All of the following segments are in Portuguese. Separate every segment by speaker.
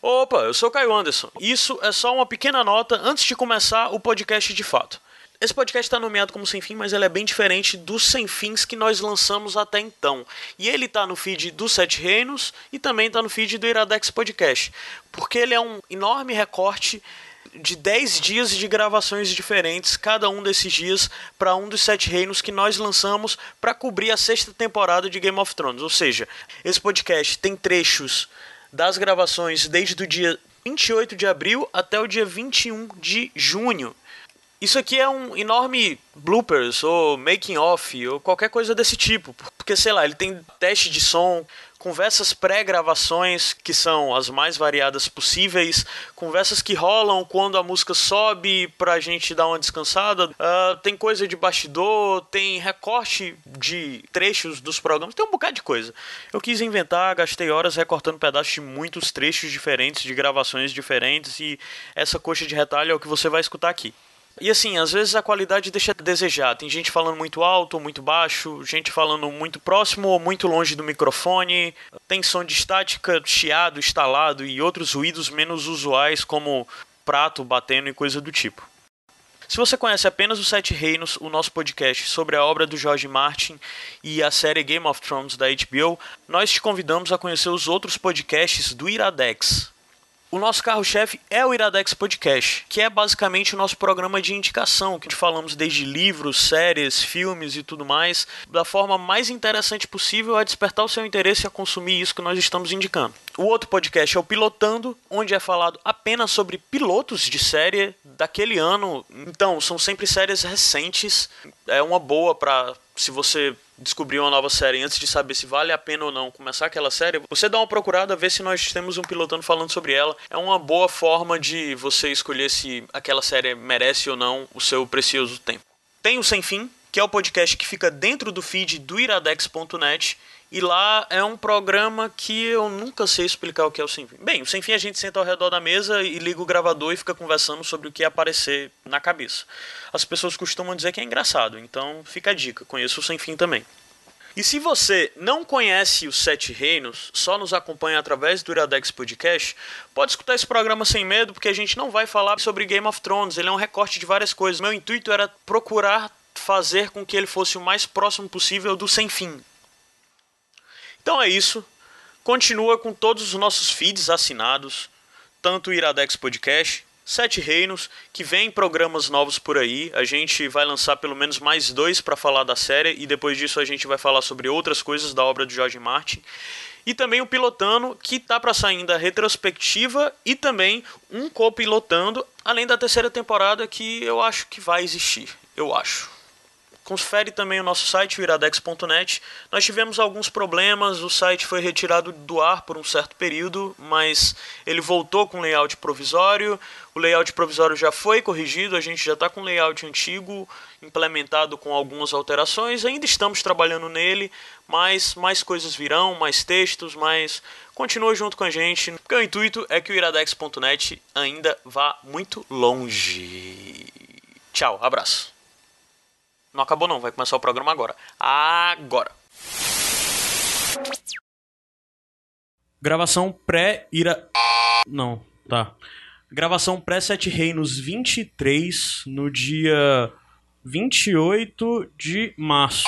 Speaker 1: Opa, eu sou Caio Anderson. Isso é só uma pequena nota antes de começar o podcast de fato. Esse podcast está nomeado como Sem Fim, mas ele é bem diferente dos Sem Fins que nós lançamos até então. E ele está no feed do Sete Reinos e também está no feed do Iradex Podcast, porque ele é um enorme recorte de 10 dias de gravações diferentes, cada um desses dias, para um dos sete reinos que nós lançamos para cobrir a sexta temporada de Game of Thrones. Ou seja, esse podcast tem trechos das gravações desde o dia 28 de abril até o dia 21 de junho. Isso aqui é um enorme bloopers ou making off ou qualquer coisa desse tipo, porque sei lá, ele tem teste de som, conversas pré-gravações que são as mais variadas possíveis, conversas que rolam quando a música sobe pra gente dar uma descansada, ah, tem coisa de bastidor, tem recorte de trechos dos programas, tem um bocado de coisa. Eu quis inventar, gastei horas recortando pedaços de muitos trechos diferentes, de gravações diferentes e essa coxa de retalho é o que você vai escutar aqui. E assim, às vezes a qualidade deixa a desejar. Tem gente falando muito alto ou muito baixo, gente falando muito próximo ou muito longe do microfone, tem som de estática, chiado, estalado e outros ruídos menos usuais, como prato batendo e coisa do tipo. Se você conhece apenas os Sete Reinos, o nosso podcast sobre a obra do George Martin e a série Game of Thrones da HBO, nós te convidamos a conhecer os outros podcasts do Iradex. O nosso carro-chefe é o Iradex Podcast, que é basicamente o nosso programa de indicação, que falamos desde livros, séries, filmes e tudo mais, da forma mais interessante possível a despertar o seu interesse a consumir isso que nós estamos indicando. O outro podcast é o Pilotando, onde é falado apenas sobre pilotos de série daquele ano. Então, são sempre séries recentes. É uma boa para se você descobrir uma nova série antes de saber se vale a pena ou não começar aquela série, você dá uma procurada, vê se nós temos um pilotando falando sobre ela. É uma boa forma de você escolher se aquela série merece ou não o seu precioso tempo. Tem o Sem Fim, que é o podcast que fica dentro do feed do iradex.net. E lá é um programa que eu nunca sei explicar o que é o Sem Fim. Bem, o Sem Fim a gente senta ao redor da mesa e liga o gravador e fica conversando sobre o que aparecer na cabeça. As pessoas costumam dizer que é engraçado, então fica a dica, conheça o Sem Fim também. E se você não conhece os Sete Reinos, só nos acompanha através do Iradex Podcast, pode escutar esse programa sem medo, porque a gente não vai falar sobre Game of Thrones, ele é um recorte de várias coisas. Meu intuito era procurar fazer com que ele fosse o mais próximo possível do Sem Fim, então é isso. Continua com todos os nossos feeds assinados, tanto o Iradex Podcast, Sete Reinos, que vem programas novos por aí. A gente vai lançar pelo menos mais dois para falar da série e depois disso a gente vai falar sobre outras coisas da obra do Jorge Martin. E também o Pilotando, que tá para sair ainda a retrospectiva e também um copilotando, além da terceira temporada que eu acho que vai existir. Eu acho confere também o nosso site, o iradex.net. Nós tivemos alguns problemas, o site foi retirado do ar por um certo período, mas ele voltou com layout provisório. O layout provisório já foi corrigido, a gente já está com layout antigo, implementado com algumas alterações. Ainda estamos trabalhando nele, mas mais coisas virão, mais textos, mas continua junto com a gente, porque o intuito é que o iradex.net ainda vá muito longe. Tchau, abraço. Não acabou não, vai começar o programa agora. Agora. Gravação pré-ira... Não, tá. Gravação pré-Sete Reinos 23, no dia 28 de março.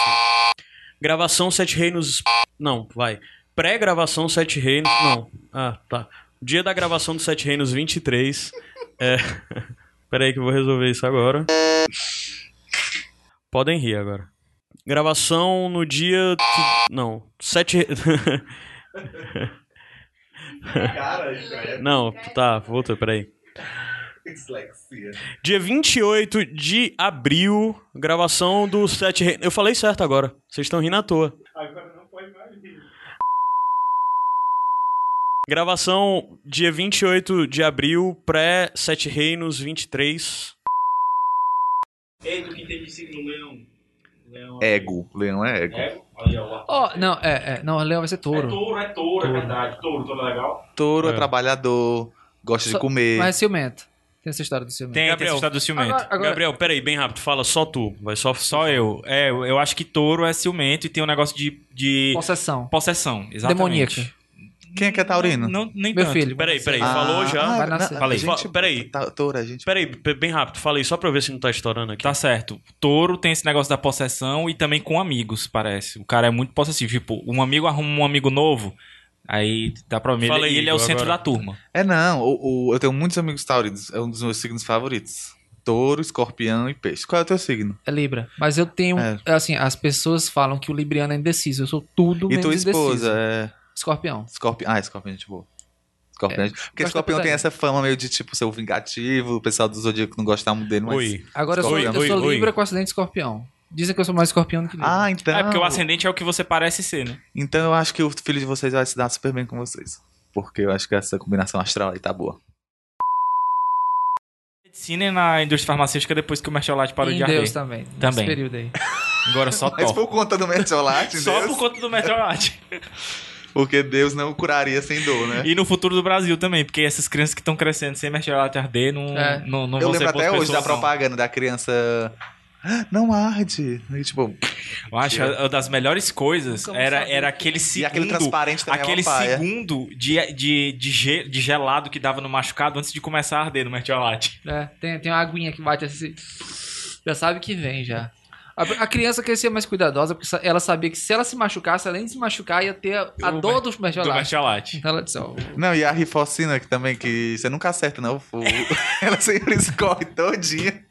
Speaker 1: Gravação Sete Reinos... Não, vai. Pré-gravação Sete Reinos... Não. Ah, tá. Dia da gravação do Sete Reinos 23. É... Peraí que eu vou resolver isso agora. Podem rir agora. Gravação no dia. que- Não, sete.
Speaker 2: Cara, cara,
Speaker 1: Não, tá, volta, peraí.
Speaker 2: dislexia.
Speaker 1: Dia 28 de abril, gravação do Sete Reinos. Eu falei certo agora, vocês estão rindo à toa.
Speaker 2: Agora não pode mais rir.
Speaker 1: Gravação dia 28 de abril, pré-Sete Reinos 23.
Speaker 3: Ei, do que tem de signo leão? Leão
Speaker 2: Ego. Leão é ego.
Speaker 3: Ego? Olha lá.
Speaker 4: Ó, não, é, é, não, leão vai ser
Speaker 3: É
Speaker 4: touro.
Speaker 3: touro, é touro, é verdade. Touro, touro é legal.
Speaker 2: Touro é,
Speaker 1: É.
Speaker 2: trabalhador, gosta de
Speaker 4: Só-
Speaker 2: comer.
Speaker 4: Mas é ciumento. Tem essa história do ciumento.
Speaker 5: Tem, tem
Speaker 1: Gabriel.
Speaker 5: esse estado do ciumento.
Speaker 4: Agora- agora-
Speaker 1: Gabriel, peraí, bem rápido, fala só tu, vai só.
Speaker 5: Só eu. É, eu eu acho que touro é ciumento e tem um negócio de, de
Speaker 4: Possessão.
Speaker 5: possessão. Exatamente.
Speaker 4: Demoníaca.
Speaker 2: Quem é que é taurino?
Speaker 5: Não, nem
Speaker 4: Meu
Speaker 5: tanto.
Speaker 4: filho,
Speaker 5: Peraí, peraí.
Speaker 4: Ah,
Speaker 1: falou já.
Speaker 4: vai
Speaker 2: na-
Speaker 4: nascer.
Speaker 5: Falei.
Speaker 1: Fa- peraí.
Speaker 2: Tá, toura, gente.
Speaker 1: Peraí, b- bem rápido, falei só pra eu ver se não tá estourando aqui.
Speaker 5: Tá certo. Touro tem esse negócio da possessão e também com amigos, parece. O cara é muito possessivo. Tipo, um amigo arruma um amigo novo, aí dá problema.
Speaker 1: Fala
Speaker 5: Ele,
Speaker 1: aí,
Speaker 5: e ele é o
Speaker 1: Igor,
Speaker 5: centro
Speaker 1: agora.
Speaker 5: da turma.
Speaker 2: É, não. O, o- eu tenho muitos amigos taurinos. É um dos meus signos favoritos. Touro, escorpião e peixe. Qual é o teu signo?
Speaker 4: É Libra. Mas eu tenho.
Speaker 2: É.
Speaker 4: Assim, as pessoas falam que o Libriano é indeciso. Eu sou tudo
Speaker 2: e
Speaker 4: menos
Speaker 2: tua
Speaker 4: indeciso.
Speaker 2: esposa é
Speaker 4: Escorpião.
Speaker 2: escorpião. Ah, escorpião, gente boa. Escorpião, é gente- Porque
Speaker 4: gosto da
Speaker 2: escorpião tem
Speaker 4: pesadinha.
Speaker 2: essa fama meio de, tipo, ser o vingativo. O pessoal do Zodíaco não gosta muito dele, mas...
Speaker 1: Oi.
Speaker 4: Agora eu sou,
Speaker 1: Oi,
Speaker 4: eu
Speaker 1: oi,
Speaker 4: sou
Speaker 1: oi.
Speaker 4: Libra com acidente escorpião. Dizem que eu sou mais escorpião do que Libra.
Speaker 2: Ah, então...
Speaker 5: É porque o ascendente é o que você parece ser, né?
Speaker 2: Então eu acho que o filho de vocês vai se dar super bem com vocês. Porque eu acho que essa combinação astral aí tá boa.
Speaker 5: Medicina e na indústria farmacêutica depois que o mercholate parou
Speaker 4: em
Speaker 5: de arder.
Speaker 4: Deus tá. também. nesse
Speaker 5: Também.
Speaker 4: período aí.
Speaker 5: Agora só
Speaker 2: Mas
Speaker 5: top.
Speaker 2: por conta do mertiolate,
Speaker 5: Só
Speaker 2: Deus,
Speaker 5: por conta do mercholate.
Speaker 2: porque Deus não o curaria sem dor, né?
Speaker 5: E no futuro do Brasil também, porque essas crianças que estão crescendo sem mercholate arder não,
Speaker 4: É.
Speaker 5: não, não
Speaker 2: eu
Speaker 5: vão ser
Speaker 2: lembro
Speaker 5: boas
Speaker 2: até hoje da
Speaker 5: pessoas, não.
Speaker 2: propaganda da criança... "Ah, Não arde. E, tipo,
Speaker 5: Eu acho que uma das melhores coisas
Speaker 4: Nunca vou
Speaker 5: era,
Speaker 4: saber.
Speaker 5: era aquele
Speaker 2: e
Speaker 5: segundo
Speaker 2: aquele transparente também
Speaker 5: Aquele
Speaker 2: é uma paia.
Speaker 5: segundo de, de, de, ge- de gelado que dava no machucado antes de começar a arder no mertiolate.
Speaker 4: É, tem, tem uma aguinha que bate assim. Já sabe que vem já. A, a criança crescia mais cuidadosa porque sa- ela sabia que se ela se machucasse, além de se machucar, ia ter a, a
Speaker 5: O
Speaker 4: dor dos
Speaker 5: Do
Speaker 4: mertiolate.
Speaker 5: mertiolate.
Speaker 4: Então ela disse, ó,
Speaker 2: Não, e a rifocina que também, que você nunca acerta, não. O- Ela sempre escorre todinha.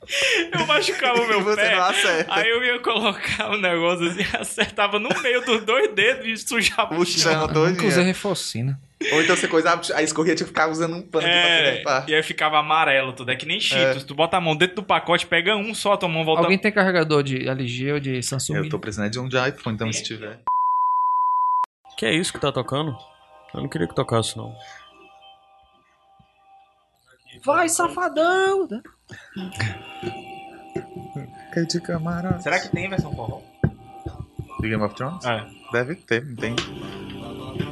Speaker 5: Eu machucava o
Speaker 2: e
Speaker 5: meu
Speaker 2: você não
Speaker 5: pé.
Speaker 2: acerta.
Speaker 5: Aí eu ia colocar o negócio assim, acertava no meio dos dois dedos e sujava
Speaker 2: O chão
Speaker 4: nunca usei
Speaker 2: todinha.
Speaker 4: refocina.
Speaker 2: Ou então você coisava, aí escorria, tinha que ficar usando um pano
Speaker 5: É,
Speaker 2: aqui pra você limpar.
Speaker 5: e aí ficava amarelo tudo. É que nem Cheetos. Tu bota a mão dentro do pacote, pega um só, tua mão volta.
Speaker 4: Alguém tem carregador de LG ou de Samsung?
Speaker 2: Eu tô precisando de um de iPhone, então se tiver.
Speaker 1: Que é isso que tá tocando? Eu não queria que tocasse, não.
Speaker 4: Vai, safadão!
Speaker 5: Será que tem versão forró?
Speaker 2: Do Game of Thrones?
Speaker 5: É.
Speaker 2: Deve ter, não tem.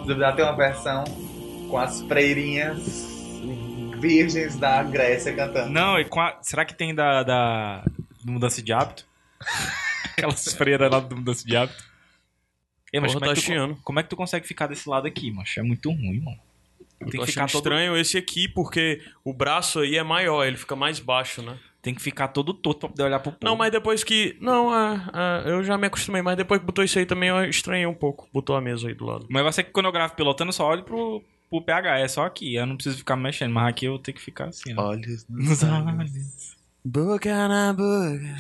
Speaker 2: Duvidar tem uma versão com as freirinhas virgens da Grécia cantando.
Speaker 5: Não, e com a- será que tem da, da... do Mudança de Hábito? Aquelas freiras lá do Mudança de Hábito. Ei, mas
Speaker 1: Porra,
Speaker 5: como, é
Speaker 1: tá
Speaker 5: que tu,
Speaker 1: chiando.
Speaker 5: como é que tu consegue ficar desse lado aqui, macho? É muito ruim, mano. Tem
Speaker 1: Tô
Speaker 5: que,
Speaker 1: achando
Speaker 5: ficar todo,
Speaker 1: estranho esse aqui, porque o braço aí é maior, ele fica mais baixo, né?
Speaker 5: tem que ficar todo torto pra poder olhar pro povo.
Speaker 1: Não, mas depois que. Não, ah, ah, eu já me acostumei, mas depois que botou isso aí também eu estranhei um pouco. Botou a mesa aí do lado.
Speaker 5: Mas vai ser que quando eu gravo pilotando, eu só olho pro, pro PH. É só aqui. Eu não preciso ficar mexendo, mas aqui eu tenho que ficar assim, ó.
Speaker 2: Olhos
Speaker 5: Nos olhos.
Speaker 1: Boca na boca,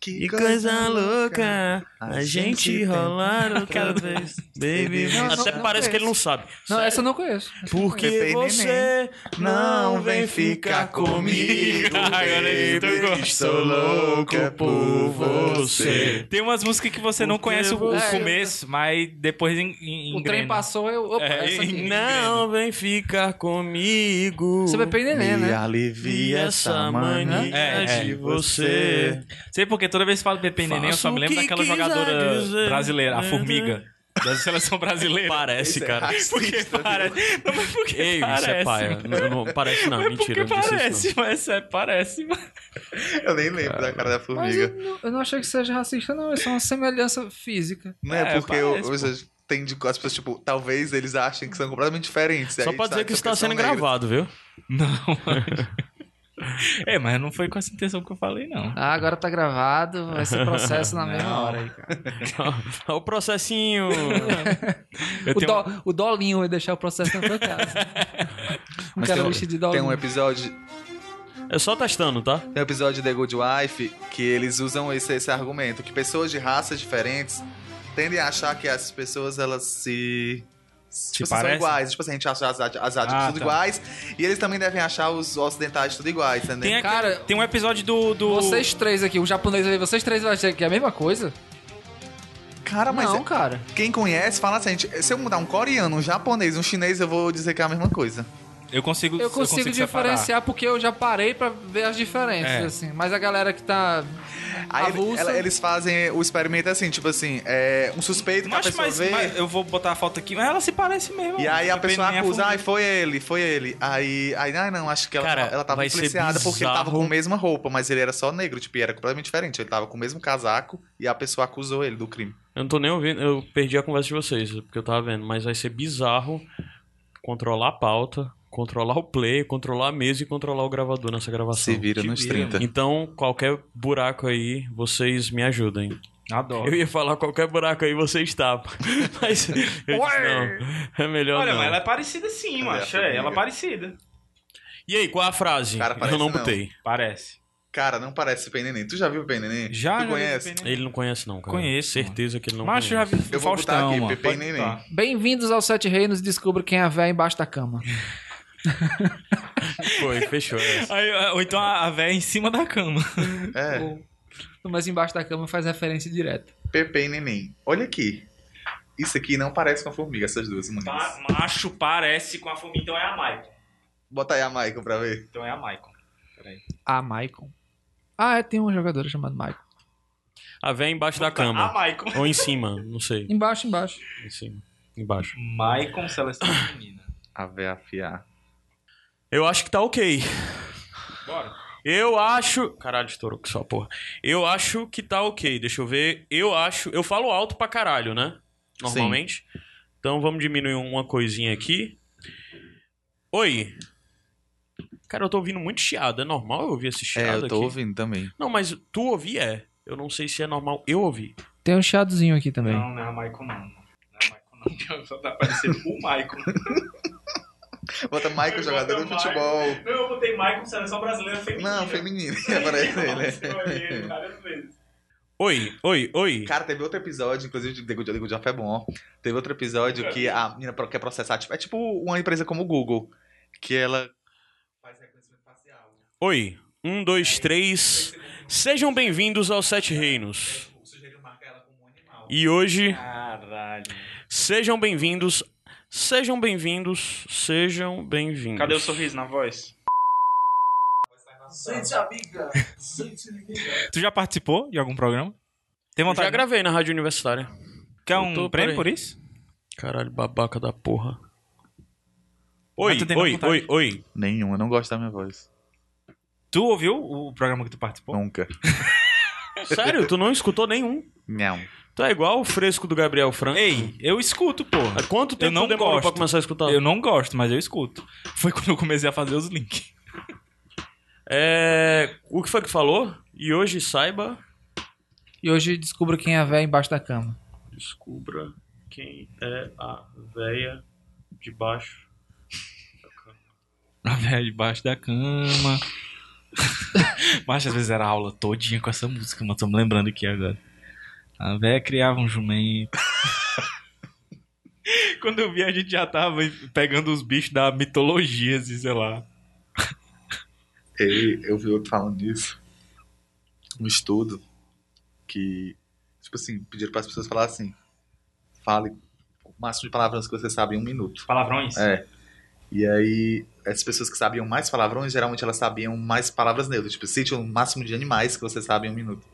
Speaker 1: que coisa louca. A gente rolar outra vez, baby.
Speaker 2: Baby, não,
Speaker 1: Até
Speaker 4: não
Speaker 1: parece que
Speaker 4: conheço.
Speaker 1: ele não sabe.
Speaker 4: Não, essa eu não conheço.
Speaker 1: Porque
Speaker 2: Pepe e
Speaker 1: você não vem ficar comigo.
Speaker 5: Agora eu tô
Speaker 1: baby,
Speaker 5: gostando.
Speaker 1: Estou louco por você.
Speaker 5: Tem umas músicas que você não
Speaker 1: Porque
Speaker 5: conhece o, o
Speaker 4: você-
Speaker 5: começo, mas depois em, em,
Speaker 4: O trem
Speaker 5: engrena.
Speaker 4: passou, eu. Opa,
Speaker 5: É,
Speaker 4: essa aqui.
Speaker 1: Não vem ficar comigo.
Speaker 4: Você vai pra neném,
Speaker 2: Me
Speaker 4: né?
Speaker 1: E
Speaker 2: alivia
Speaker 1: essa mania
Speaker 5: É, é.
Speaker 1: de você.
Speaker 5: Sei porque toda vez que falo Pepe e Neném, eu só
Speaker 1: Faço
Speaker 5: me
Speaker 1: o
Speaker 5: lembro
Speaker 1: que
Speaker 5: daquela
Speaker 1: quiser
Speaker 5: jogadora
Speaker 1: dizer.
Speaker 5: brasileira,
Speaker 2: É.
Speaker 5: a Formiga, da seleção brasileira.
Speaker 1: Parece, cara.
Speaker 2: né?
Speaker 5: Porque parece. Não, mas porque
Speaker 1: Ei,
Speaker 5: parece.
Speaker 1: isso é paia. Não, não, parece não,
Speaker 5: Mas
Speaker 1: mentira.
Speaker 5: É porque
Speaker 1: Não disse
Speaker 5: parece,
Speaker 1: isso,
Speaker 5: mas é, parece. mas-
Speaker 2: Eu nem lembro da cara da
Speaker 4: Mas
Speaker 2: formiga.
Speaker 4: eu não, eu não achei que seja racista, não. É só uma semelhança física.
Speaker 2: Não é,
Speaker 5: É,
Speaker 2: porque eu-
Speaker 5: parece, pô.
Speaker 2: vocês têm de- as pessoas, tipo, talvez eles achem que são completamente diferentes.
Speaker 1: não. Só
Speaker 2: aí
Speaker 1: pra
Speaker 2: sabe
Speaker 1: dizer que isso
Speaker 2: são
Speaker 1: tá sendo
Speaker 2: negros.
Speaker 1: gravado, viu?
Speaker 5: Não. mas- É, mas não foi com essa intenção que eu falei, não.
Speaker 4: Ah, agora tá gravado, vai ser processo na mesma
Speaker 5: Não.
Speaker 4: hora aí, cara.
Speaker 1: Olha o processinho.
Speaker 5: Eu
Speaker 4: O,
Speaker 5: tenho-
Speaker 4: dó- o dolinho vai deixar o processo na tua casa. Um
Speaker 2: Mas
Speaker 4: cara
Speaker 2: tem um-
Speaker 4: vestido de
Speaker 2: Tem
Speaker 4: dolinho.
Speaker 2: um episódio
Speaker 1: É só testando, tá?
Speaker 2: Tem um episódio de The Good Wife que eles usam esse, esse argumento, que pessoas de raças diferentes tendem a achar que as pessoas, elas se... Tipo, assim, são
Speaker 5: parecem?
Speaker 2: iguais. Tipo assim, a gente acha as, as asiáticas
Speaker 5: Ah,
Speaker 2: tudo
Speaker 5: tá.
Speaker 2: iguais. E eles também devem achar os ocidentais tudo iguais, entendeu?
Speaker 5: Tem, aquele-
Speaker 4: Cara,
Speaker 5: tem um episódio do. do...
Speaker 4: Vocês três aqui, o japonês ali, vocês três vão achar que é a mesma coisa?
Speaker 2: Cara, Ah, mas é-
Speaker 4: não, cara.
Speaker 2: quem conhece fala assim, gente, se eu mudar um coreano, um japonês, um chinês, eu vou dizer que é a mesma coisa.
Speaker 5: Eu consigo.
Speaker 4: Eu consigo,
Speaker 5: separar.
Speaker 4: diferenciar porque eu já parei pra ver as diferenças,
Speaker 5: É.
Speaker 4: assim. Mas a galera que tá.
Speaker 2: Aí ele-
Speaker 4: Avulsa.
Speaker 2: ela- eles fazem o experimento assim, tipo assim, é, um suspeito que a
Speaker 5: Mas,
Speaker 2: pessoa
Speaker 5: mas,
Speaker 2: vê...
Speaker 5: mas eu vou botar a foto aqui, mas ela se parece mesmo.
Speaker 2: E aí a pessoa
Speaker 5: Pepeninha
Speaker 2: acusa,
Speaker 5: Formiga.
Speaker 2: ai, foi ele, foi ele. Aí, aí ai, não, acho que ela,
Speaker 1: Cara,
Speaker 2: ela tava
Speaker 1: vai ser
Speaker 2: influenciada porque ele tava
Speaker 1: bizarro.
Speaker 2: com a mesma roupa, mas ele era só negro, tipo, e era completamente diferente. Ele tava com o mesmo casaco e a pessoa acusou ele do crime.
Speaker 1: Eu não tô nem ouvindo, eu perdi a conversa de vocês, porque eu tava vendo, mas vai ser bizarro controlar a pauta, controlar o play, controlar a mesa e controlar o gravador nessa gravação.
Speaker 2: Se vira
Speaker 5: Se
Speaker 2: nos
Speaker 5: vira,
Speaker 2: 30.
Speaker 1: Então, qualquer buraco aí, vocês me ajudem.
Speaker 5: Adoro.
Speaker 1: Eu ia falar qualquer buraco aí vocês tapam. Mas eu disse, não, é melhor
Speaker 3: Olha,
Speaker 1: não.
Speaker 3: mas ela é parecida sim,
Speaker 2: Cadê a
Speaker 3: macho. É,
Speaker 2: formiga?
Speaker 3: ela é parecida.
Speaker 1: E aí, qual é a frase?
Speaker 2: Cara, parece
Speaker 1: eu não
Speaker 2: não.
Speaker 1: botei.
Speaker 5: Parece.
Speaker 2: Cara, não parece o Penenem. Tu já viu o Penenem?
Speaker 5: Já, já
Speaker 2: Tu
Speaker 5: vi
Speaker 2: conhece?
Speaker 5: Penenem.
Speaker 1: Ele não conhece não, cara.
Speaker 5: Conheço,
Speaker 1: Certeza que ele não
Speaker 5: Macho, já
Speaker 1: conhece.
Speaker 5: vi
Speaker 2: Eu vou
Speaker 5: Faustão,
Speaker 2: botar
Speaker 5: mano.
Speaker 2: aqui, Pepe Neném.
Speaker 5: botar.
Speaker 4: Bem-vindos aos Sete Reinos, descubra quem é a véia embaixo da cama.
Speaker 1: Foi, fechou essa.
Speaker 5: Aí, ou então a a véia em cima da cama.
Speaker 2: É,
Speaker 4: Ou- Mas embaixo da cama faz referência direta.
Speaker 2: Pepe e Neném. Olha aqui. Isso aqui não parece com a formiga, essas duas
Speaker 3: Pa-
Speaker 2: meninas.
Speaker 5: Tá.
Speaker 3: macho parece com a formiga, então é a Maicon.
Speaker 2: Bota aí a Maicon pra ver.
Speaker 3: Então é a Maicon.
Speaker 4: A Maicon. Ah, é, tem um jogador chamado Maicon.
Speaker 1: A véia Ah, embaixo da
Speaker 3: A
Speaker 1: cama.
Speaker 3: Maicon.
Speaker 1: Ou em cima, não sei.
Speaker 4: Embaixo, embaixo.
Speaker 1: Em cima. Embaixo.
Speaker 3: Maicon Seleção Feminina.
Speaker 2: A véia afiar.
Speaker 1: Eu acho que tá ok.
Speaker 3: Bora.
Speaker 1: Eu acho. Caralho, estourou que só porra. Eu acho que tá ok. Deixa eu ver. Eu acho. Eu falo alto pra caralho, né? Normalmente. Então vamos diminuir uma coisinha aqui. Oi. Cara, eu tô ouvindo muito chiado. É normal eu ouvir esse chiado
Speaker 2: É, eu tô
Speaker 1: aqui?
Speaker 2: ouvindo também.
Speaker 1: Não, mas tu ouvir é. Eu não sei se é normal eu ouvir.
Speaker 4: Tem um chiadozinho aqui também.
Speaker 3: Não, não é a Maicon não. Não é a Maicon não. Só tá parecendo o Maicon.
Speaker 2: Bota Maicon,
Speaker 3: Eu
Speaker 2: jogador
Speaker 3: boto
Speaker 2: de
Speaker 3: Maicon.
Speaker 2: futebol.
Speaker 3: Não, eu botei Maicon Seleção Brasileira Feminina.
Speaker 2: Não, feminino. Parece ele. né?
Speaker 3: Nossa, eu olhei ele várias vezes.
Speaker 1: Oi, oi, oi.
Speaker 2: Cara, teve outro episódio, inclusive, de The Good, The Good Job é bom. Teve outro episódio que a menina pro- quer processar, tipo, é tipo uma empresa como o Google, que ela faz reconhecimento facial.
Speaker 1: Oi. Um, dois, três. Sejam bem-vindos aos Sete Reinos.
Speaker 2: O sujeito marca ela como um animal.
Speaker 1: E hoje.
Speaker 3: Caralho.
Speaker 1: Sejam bem-vindos. Sejam bem-vindos. Sejam bem-vindos.
Speaker 3: Cadê o sorriso na voz?
Speaker 5: Tu já participou de algum programa? Tem
Speaker 1: Eu
Speaker 5: vontade? né?
Speaker 1: já gravei na Rádio Universitária.
Speaker 5: Quer
Speaker 1: Eu
Speaker 5: um
Speaker 1: tô, peraí.
Speaker 5: prêmio por isso?
Speaker 1: Caralho, babaca da porra.
Speaker 5: Mas
Speaker 1: Oi,
Speaker 5: tu tem
Speaker 1: oi,
Speaker 5: vontade?
Speaker 1: oi, oi.
Speaker 2: Nenhuma, não gosto da minha voz.
Speaker 5: Tu ouviu o programa que tu participou?
Speaker 2: Nunca.
Speaker 1: Sério, tu não escutou nenhum.
Speaker 2: Não.
Speaker 1: Tu é igual o fresco do Gabriel Franco.
Speaker 5: Ei, eu escuto, pô.
Speaker 1: Há quanto tempo
Speaker 5: não
Speaker 1: tu demorou
Speaker 5: gosto.
Speaker 1: pra começar a escutar?
Speaker 5: Eu não gosto, mas eu escuto. Foi quando eu comecei a fazer os links.
Speaker 1: É... O que foi que falou? E hoje saiba...
Speaker 4: E hoje descubra quem é a véia embaixo da cama.
Speaker 1: Descubra quem é a véia de baixo.
Speaker 5: A velha debaixo da cama. Mas às vezes era a aula todinha com essa música, mas tô me lembrando aqui agora. A véia criava um jumento. Quando eu vi, a gente já tava pegando os bichos da mitologia, assim, sei lá.
Speaker 2: Ei, eu vi outro falando disso. Um estudo que, tipo assim, pediram para as pessoas falar assim: fale o máximo de palavras que você sabe em um minuto.
Speaker 3: Palavrões?
Speaker 2: É. E aí, as pessoas que sabiam mais palavrões, geralmente elas sabiam mais palavras neutras. Tipo, cite o máximo de animais que você sabe em um minuto.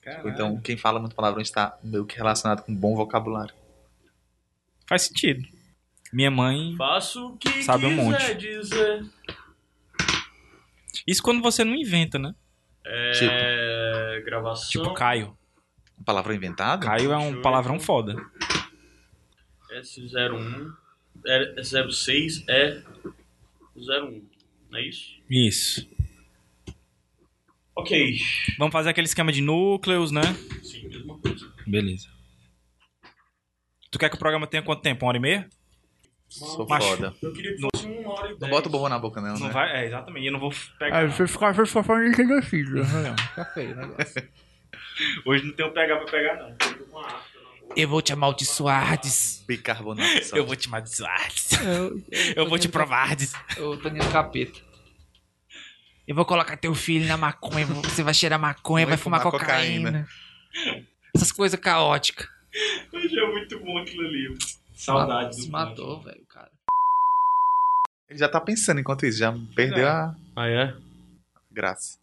Speaker 3: Caralho.
Speaker 2: Ou Então, quem fala muito palavrões está meio que relacionado com bom vocabulário.
Speaker 5: Faz sentido. Minha mãe.
Speaker 1: Faço o que
Speaker 5: Sabe um
Speaker 1: quiser
Speaker 5: monte.
Speaker 1: dizer.
Speaker 5: Isso quando você não inventa, né?
Speaker 2: Tipo,
Speaker 1: É... Gravação...
Speaker 5: Tipo Caio.
Speaker 2: uma palavra inventada?
Speaker 5: Caio é um palavrão foda.
Speaker 1: S01, é, é 06 é 01, não é isso?
Speaker 5: Isso.
Speaker 1: Ok.
Speaker 5: Vamos fazer aquele esquema de núcleos, né?
Speaker 1: Sim, mesma coisa.
Speaker 5: Beleza. Tu quer que o programa tenha quanto tempo? Uma hora e meia?
Speaker 2: Sou
Speaker 5: Macho.
Speaker 2: foda.
Speaker 1: Eu queria que fosse uma hora e
Speaker 2: Não
Speaker 1: dez.
Speaker 2: bota o bobo na boca, não,
Speaker 5: Não
Speaker 2: né?
Speaker 5: vai? É, exatamente. Eu não vou pegar. não.
Speaker 4: ficar falando de genocídio. Fica feio o negócio.
Speaker 5: Hoje não tem um pegar pra pegar, não.
Speaker 4: Eu vou te amaldiçoar, Hades.
Speaker 2: Bicarbonato. só.
Speaker 5: Eu vou te amaldiçoar.
Speaker 4: Eu,
Speaker 5: Eu vou te provar. Hades.
Speaker 4: Eu tô indo capeta. Eu vou colocar teu filho na maconha. Você vai cheirar maconha, vai,
Speaker 2: Vai
Speaker 4: fumar,
Speaker 2: fumar
Speaker 4: cocaína.
Speaker 2: cocaína.
Speaker 4: Essas coisas caóticas.
Speaker 3: Hoje é muito bom aquilo ali. Saudades.
Speaker 4: Se
Speaker 3: do
Speaker 4: matou, velho, cara.
Speaker 2: Ele já tá pensando enquanto isso, já perdeu a
Speaker 1: Ah, é?
Speaker 2: graça.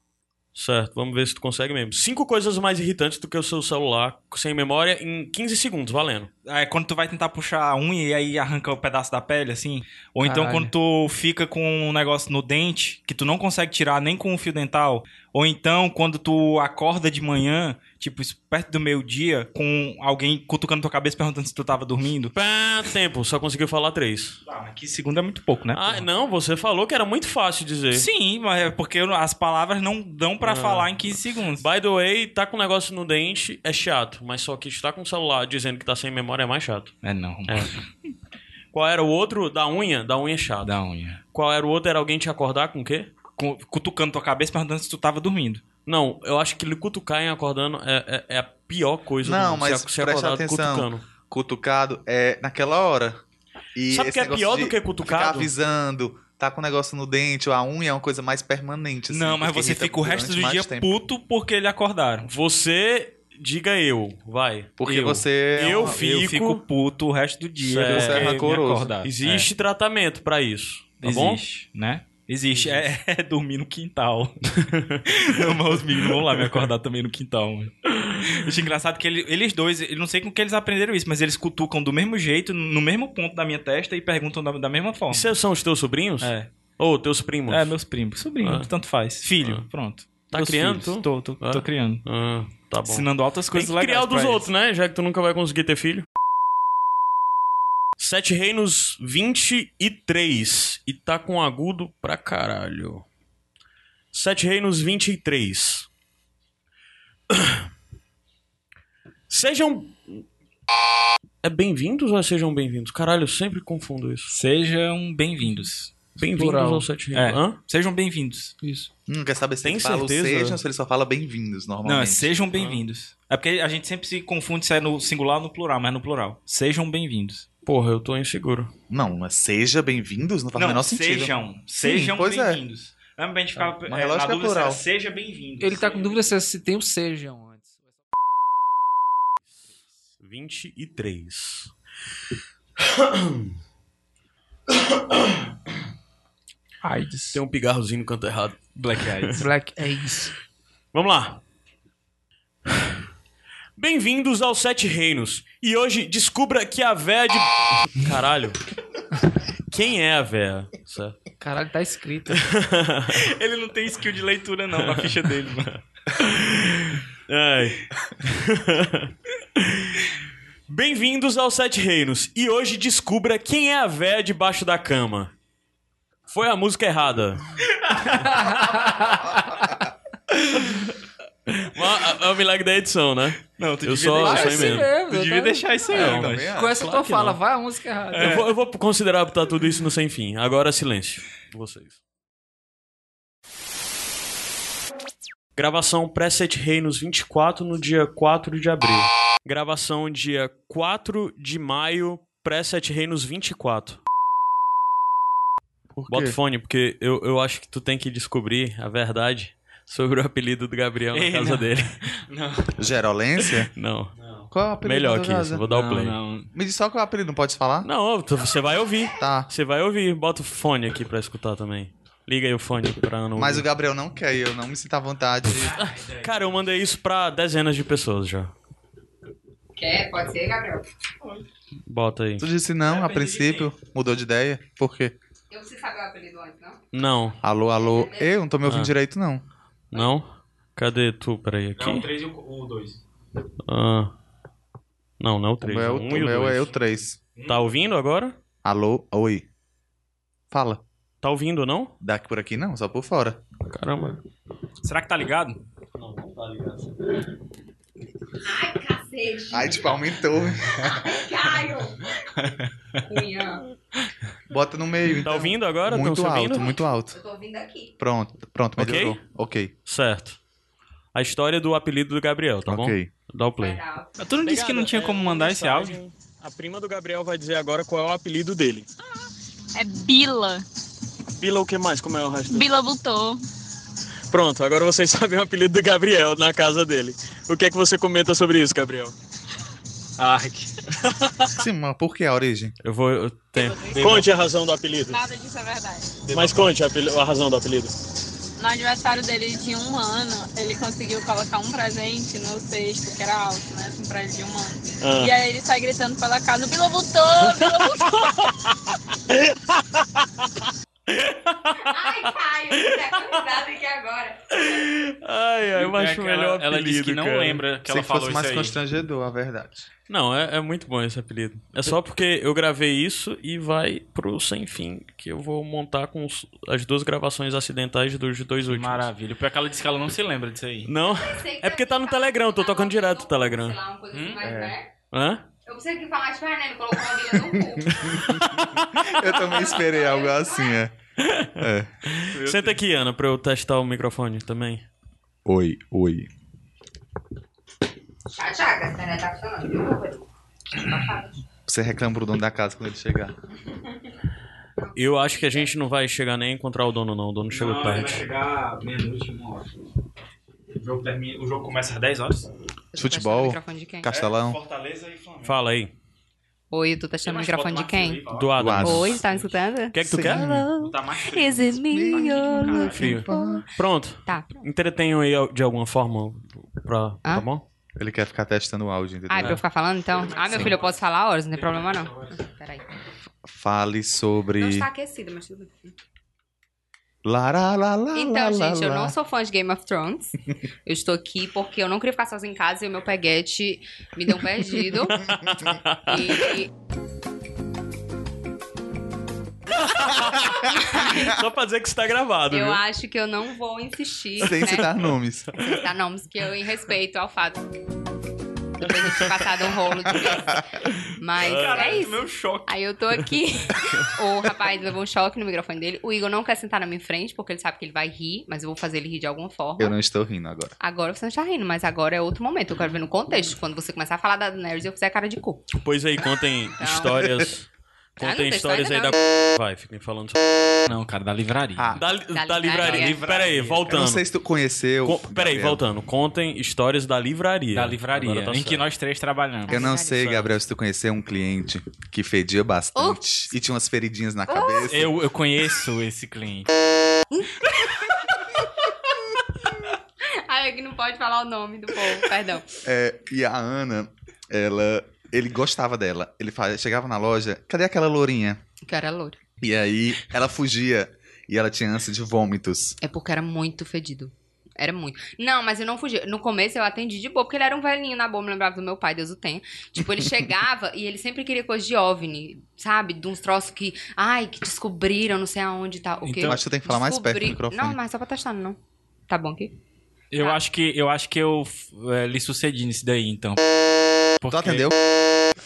Speaker 1: Certo, vamos ver se tu consegue mesmo. Cinco coisas mais irritantes do que o seu celular sem memória em 15 segundos, valendo.
Speaker 5: É quando tu vai tentar puxar a unha e aí arranca o pedaço da pele, assim. Ou então
Speaker 4: Caralho.
Speaker 5: quando tu fica com um negócio no dente que tu não consegue tirar nem com um fio dental. Ou então, quando tu acorda de manhã, tipo, isso perto do meio-dia, com alguém cutucando tua cabeça perguntando se tu tava dormindo.
Speaker 1: Pá, tempo, só conseguiu falar três.
Speaker 5: Ah, mas que segundo é muito pouco, né?
Speaker 1: Ah,
Speaker 5: porra?
Speaker 1: não, você falou que era muito fácil dizer.
Speaker 5: Sim, mas é porque eu- as palavras não dão pra falar em 15 segundos.
Speaker 1: By the way, tá com um negócio no dente é chato, mas só que estar com o celular dizendo que tá sem memória é mais chato.
Speaker 5: É não,
Speaker 1: Qual era o outro? Da unha? Da unha é chato.
Speaker 5: da unha.
Speaker 1: Qual era o outro? Era alguém te acordar com o quê?
Speaker 5: Cu- Cutucando tua cabeça perguntando se tu tava dormindo.
Speaker 1: Não, eu acho que lhe cutucar em acordando é, é- é a pior coisa
Speaker 2: Não,
Speaker 1: do mundo.
Speaker 2: mas
Speaker 1: se, se
Speaker 2: presta
Speaker 1: acordar
Speaker 2: atenção.
Speaker 1: cutucando.
Speaker 2: Cutucado é naquela hora. E
Speaker 1: Sabe o
Speaker 2: esse
Speaker 1: que é
Speaker 2: negócio
Speaker 1: pior
Speaker 2: de
Speaker 1: do que
Speaker 2: Ficar
Speaker 1: cutucado?
Speaker 2: avisando, tá com um negócio no dente ou a unha é uma coisa mais permanente. assim,
Speaker 5: não, mas
Speaker 2: porque
Speaker 5: você
Speaker 2: irrita
Speaker 5: fica o resto
Speaker 2: durante
Speaker 5: do
Speaker 2: mais
Speaker 5: dia
Speaker 2: tempo.
Speaker 5: puto porque ele acordaram.
Speaker 1: Você diga eu, vai.
Speaker 2: Porque
Speaker 1: eu.
Speaker 2: você. é
Speaker 1: Eu
Speaker 2: uma-
Speaker 1: fico-
Speaker 5: Eu fico puto o resto do dia.
Speaker 1: Certo.
Speaker 5: porque
Speaker 1: Você é
Speaker 5: me
Speaker 2: rancoroso.
Speaker 5: acordaram.
Speaker 1: Existe tratamento pra isso,
Speaker 5: É.
Speaker 1: tá bom?
Speaker 5: Existe, né? Existe. É, é dormir no quintal. não, mas os meninos vão lá me acordar também no quintal. mano. Acho engraçado que ele- eles dois, eu não sei com que eles aprenderam isso, mas eles cutucam do mesmo jeito, no mesmo ponto da minha testa e perguntam da, da mesma
Speaker 1: E
Speaker 5: forma.
Speaker 1: se são os teus sobrinhos?
Speaker 5: É.
Speaker 1: Ou teus primos?
Speaker 5: É, meus primos. Sobrinho,
Speaker 1: Ah.
Speaker 5: tanto faz. Filho, pronto.
Speaker 1: Tá
Speaker 5: Meus
Speaker 1: criando
Speaker 5: filhos.
Speaker 1: tu?
Speaker 5: Tô, tô,
Speaker 1: Ah.
Speaker 5: tô criando.
Speaker 1: Ah, tá bom.
Speaker 5: Ensinando altas
Speaker 1: Tem
Speaker 5: coisas
Speaker 1: que
Speaker 5: legais
Speaker 1: criar o dos
Speaker 5: pra eles.
Speaker 1: outros, né? Já que tu nunca vai conseguir ter filho. Sete Reinos 23. E tá com agudo pra caralho. Sete Reinos 23. Sejam. É bem-vindos ou é sejam bem-vindos? Caralho, eu sempre confundo isso.
Speaker 5: Sejam bem-vindos.
Speaker 1: Bem-vindos
Speaker 4: Plural.
Speaker 1: ao Sete
Speaker 5: É.
Speaker 1: Reinos. Hã?
Speaker 5: Sejam bem-vindos.
Speaker 4: Isso.
Speaker 2: Hum, quer saber se
Speaker 1: Tem
Speaker 2: ele fala o
Speaker 1: certeza?
Speaker 2: sejam ou se ele só fala bem-vindos normalmente? Ah.
Speaker 5: Não, é sejam bem-vindos. É porque a gente sempre se confunde se é no singular ou no plural, mas é no plural. Sejam bem-vindos.
Speaker 1: Porra, eu tô inseguro.
Speaker 2: Não, mas seja bem-vindos não faz o menor sentido.
Speaker 5: sejam. Sejam
Speaker 2: pois é.
Speaker 5: bem-vindos. Lembra que a gente ficava
Speaker 2: Mas
Speaker 5: é, na
Speaker 2: lógico que é
Speaker 5: dúvida se era
Speaker 2: plural.
Speaker 5: seja bem-vindos.
Speaker 4: Ele tá com dúvida se, se tem o sejam antes.
Speaker 1: 23.
Speaker 5: AIDS.
Speaker 1: Tem um pigarrozinho no canto errado.
Speaker 5: Black Eyes.
Speaker 4: Black é isso.
Speaker 1: Vamos lá. Bem-vindos aos Sete Reinos. E hoje descubra que a véia de. Caralho. Quem é a véia? Certo.
Speaker 4: Caralho, tá escrito.
Speaker 5: Ele não tem skill de leitura, não, na ficha dele, mano.
Speaker 1: Ai. Bem-vindos aos Sete Reinos. E hoje descubra quem é a véia debaixo da cama. Foi a música errada. Mas É o milagre da edição, né?
Speaker 5: Não, tu
Speaker 1: Eu
Speaker 5: devia
Speaker 1: só-
Speaker 5: deixar
Speaker 1: só
Speaker 5: isso.
Speaker 1: emendo.
Speaker 5: Tu devia
Speaker 4: tá-
Speaker 5: deixar isso aí,
Speaker 2: É,
Speaker 5: eu
Speaker 2: também
Speaker 5: acho.
Speaker 2: acho.
Speaker 4: Com essa tua fala, vai a música errada.
Speaker 1: Eu, vou, eu vou considerar botar tudo isso no sem fim. Agora silêncio. Vocês. Gravação Preset Reinos 24 no dia 4 de abril. Gravação dia 4 de maio, Preset Reinos 24.
Speaker 2: Por quê?
Speaker 1: Bota o fone, porque eu, eu acho que tu tem que descobrir a verdade sobre o apelido do Gabriel na
Speaker 5: Ei,
Speaker 1: casa
Speaker 5: não.
Speaker 1: dele.
Speaker 5: Não,
Speaker 2: Gerolência?
Speaker 1: Não.
Speaker 2: Qual é o apelido?
Speaker 1: Melhor
Speaker 2: da
Speaker 1: que isso.
Speaker 2: casa?
Speaker 1: Vou dar um- o
Speaker 5: não,
Speaker 1: play. Não,
Speaker 5: não.
Speaker 2: Me diz só qual é o apelido, não pode falar?
Speaker 1: tu- você vai ouvir.
Speaker 2: Tá.
Speaker 1: Você vai ouvir. Bota o fone aqui pra escutar também. Liga aí o fone pra não.
Speaker 2: Mas o
Speaker 1: ouvir.
Speaker 2: Gabriel não quer, e eu não me sinto à vontade.
Speaker 1: Cara, eu mandei isso pra dezenas de pessoas já.
Speaker 6: Quer? É, Pode ser, Gabriel?
Speaker 1: Bota aí.
Speaker 2: Tu disse não, a princípio, mudou de ideia. Por quê?
Speaker 6: Eu preciso saber o apelido antes, não?
Speaker 1: Não,
Speaker 2: Alô, alô, eu não tô me ouvindo
Speaker 1: Ah.
Speaker 2: direito, não.
Speaker 1: não. Cadê tu? Peraí, aqui.
Speaker 5: Não, o 3 é um e o 2.
Speaker 1: Ah. Não, não é o
Speaker 2: O
Speaker 1: 3.
Speaker 2: meu,
Speaker 1: um
Speaker 2: o
Speaker 1: e o
Speaker 2: meu
Speaker 1: dois.
Speaker 2: é o 3.
Speaker 1: Tá ouvindo agora?
Speaker 2: Alô, oi. Fala.
Speaker 1: Tá ouvindo, não?
Speaker 2: Daqui por aqui não, só por fora.
Speaker 1: Caramba.
Speaker 5: Será que tá ligado?
Speaker 1: Não, não tá ligado.
Speaker 6: Ai, cacete!
Speaker 2: Ai, tipo, aumentou.
Speaker 6: Caio! Cunha!
Speaker 2: Bota no meio.
Speaker 1: Tá
Speaker 2: então.
Speaker 1: ouvindo agora? Tão
Speaker 2: Muito
Speaker 1: se
Speaker 2: alto,
Speaker 1: ouvindo?
Speaker 2: muito alto.
Speaker 6: Eu tô vindo aqui.
Speaker 2: Pronto, pronto,
Speaker 1: Ok?
Speaker 2: melhorou. Ok,
Speaker 1: Certo. A história do apelido do Gabriel, tá
Speaker 2: ok.
Speaker 1: bom? Dá o
Speaker 6: Vai
Speaker 1: play.
Speaker 6: dar Tá alto.
Speaker 5: Tu não disse que não tinha como mandar esse áudio?
Speaker 1: A prima do Gabriel vai dizer agora qual é o apelido dele.
Speaker 7: É Bila.
Speaker 1: Pila o que mais? Como é o resto?
Speaker 7: Bila Butô.
Speaker 1: Pronto, agora vocês sabem o apelido do Gabriel na casa dele. O que é que você comenta sobre isso, Gabriel?
Speaker 2: Sim, mas por que a origem?
Speaker 1: Eu vou. Eu tenho.
Speaker 8: Conte a razão do apelido.
Speaker 7: Nada disso é verdade.
Speaker 8: Mas conte a, apel- a razão do apelido.
Speaker 7: No aniversário dele de um ano, ele conseguiu colocar um presente no cesto, que era alto, né? Um presente de um ano.
Speaker 8: Ah.
Speaker 7: E aí ele sai gritando pela casa, Bila Butô, Bila Butô.
Speaker 6: Ai, Caio! Tá cansado aqui agora.
Speaker 9: Eu
Speaker 5: É
Speaker 9: acho o
Speaker 5: aquela-
Speaker 9: melhor
Speaker 5: Ela disse que
Speaker 9: apelido,
Speaker 5: não
Speaker 9: cara.
Speaker 5: lembra que
Speaker 2: Sei
Speaker 5: ela
Speaker 2: que fosse
Speaker 5: falou
Speaker 2: mais
Speaker 5: isso aí.
Speaker 2: constrangedor, a verdade.
Speaker 9: Não, é, é muito bom esse apelido. É só porque eu gravei isso e vai pro Sem Fim, que eu vou montar com os- as duas gravações acidentais dos dois últimos.
Speaker 5: Maravilha. Pior que ela disse que ela não se lembra disso aí.
Speaker 9: Não? É porque tá no Telegram, eu tô tocando direto no Telegram.
Speaker 6: Sei lá, uma coisa assim,
Speaker 5: Hum?
Speaker 6: mas,
Speaker 2: É.
Speaker 6: né?
Speaker 9: Hã?
Speaker 6: Eu pensei que falar de Fernando, colocou uma agulha no cu.
Speaker 2: Eu também esperei algo assim, é.
Speaker 9: Senta aqui, Ana, pra eu testar o microfone também.
Speaker 2: Oi, oi.
Speaker 6: Tchau, tchau, a internet tá funcionando, viu, Rodrigo?
Speaker 2: Você reclama pro dono da casa quando ele chegar.
Speaker 9: Eu acho que a gente não vai chegar nem a encontrar o dono, não. O dono chegou
Speaker 3: Não, ele vai
Speaker 2: né?
Speaker 9: tarde.
Speaker 3: chegar meia-noite, uma hora.
Speaker 5: O jogo, termina, o jogo começa às 10 horas.
Speaker 6: Eu tô testando o
Speaker 2: Futebol,
Speaker 6: microfone de quem?
Speaker 2: Castelão.
Speaker 5: É, Fortaleza e Flamengo.
Speaker 9: Fala aí.
Speaker 6: Oi, eu tô testando o microfone de quem?
Speaker 9: Do Adam.
Speaker 2: Adam.
Speaker 6: Oi, tá me escutando?
Speaker 9: O que é que tu quer?
Speaker 5: Tá mais frio.
Speaker 6: Is it me you're looking
Speaker 5: É.
Speaker 9: Frio.
Speaker 6: for?
Speaker 9: Pronto.
Speaker 6: Tá.
Speaker 9: Entretenham aí de alguma forma pra... Tá
Speaker 6: Hã?
Speaker 9: bom?
Speaker 2: Ele quer ficar testando o áudio, entendeu?
Speaker 6: Ah, é pra eu ficar falando então? Ah, meu filho, eu posso falar horas, não tem problema não. Peraí.
Speaker 2: Ah, Fale sobre.
Speaker 6: Não está aquecido, mas tudo bem.
Speaker 2: Lá, lá, lá, lá,
Speaker 6: Então,
Speaker 2: Ah, lá,
Speaker 6: gente, eu
Speaker 2: lá.
Speaker 6: não sou fã de Game of Thrones. Eu estou aqui porque eu não queria ficar sozinha em casa e o meu peguete me deu um perdido. E- e
Speaker 9: Só pra dizer que isso tá gravado,
Speaker 6: eu
Speaker 9: viu?
Speaker 6: acho que eu não vou insistir,
Speaker 2: Sem
Speaker 6: né?
Speaker 2: citar nomes.
Speaker 6: Sem citar nomes, que eu em respeito ao fato de eu ter passado um rolo de vez. Mas é isso.
Speaker 5: Meu choque.
Speaker 6: Aí eu tô aqui. o rapaz levou um choque no microfone dele. O Igor não quer sentar na minha frente, porque ele sabe que ele vai rir, mas eu vou fazer ele rir de alguma forma.
Speaker 2: Eu não estou rindo agora.
Speaker 6: Agora você não está rindo, mas agora é outro momento. Eu quero ver no contexto. Quando você começar a falar da Daenerys, eu fizer cara de cu.
Speaker 9: Pois aí, contem histórias...
Speaker 6: Ah, não,
Speaker 9: Contem
Speaker 6: tem
Speaker 9: histórias aí
Speaker 6: história Tá.
Speaker 9: da... Vai, fiquem falando...
Speaker 5: Não, cara, da livraria.
Speaker 2: Ah,
Speaker 9: Da, da, livraria.
Speaker 6: livraria.
Speaker 9: Pera aí,
Speaker 2: eu não
Speaker 9: voltando.
Speaker 2: sei se tu conheceu.
Speaker 9: Co- Pera aí,
Speaker 2: Gabriel.
Speaker 9: voltando. Contem histórias da livraria.
Speaker 5: da livraria,
Speaker 9: Agora tá
Speaker 5: em que
Speaker 9: certo.
Speaker 5: nós três trabalhamos.
Speaker 2: Eu não sei,
Speaker 9: Certo.
Speaker 2: Gabriel, se tu conheceu um cliente que fedia bastante e tinha umas feridinhas na cabeça.
Speaker 5: Eu, eu conheço esse cliente.
Speaker 6: Ai, aqui não pode falar o nome do povo, perdão.
Speaker 2: É, e a Ana, ela. Ele gostava dela. Ele fa- chegava na loja, cadê aquela lourinha?
Speaker 6: Que eu era loura.
Speaker 2: E aí ela fugia. E ela tinha ânsia de vômitos.
Speaker 6: É porque era muito fedido. Era muito. Não, mas eu não fugi. No começo eu atendi de boa, porque ele era um velhinho na boa, me lembrava do meu pai, Deus o tenha. Tipo, ele chegava e ele sempre queria coisa de OVNI, sabe? De uns troços que, ai, que descobriram, não sei aonde e tal. O que
Speaker 2: Então, acho que tem que falar mais perto do microfone.
Speaker 6: Não, mas só pra testar, não. Tá bom aqui?
Speaker 5: Eu
Speaker 6: Tá.
Speaker 5: acho que eu acho que eu é, lhe sucedi nisso daí, então.
Speaker 2: Tu
Speaker 5: Porque...
Speaker 2: atendeu?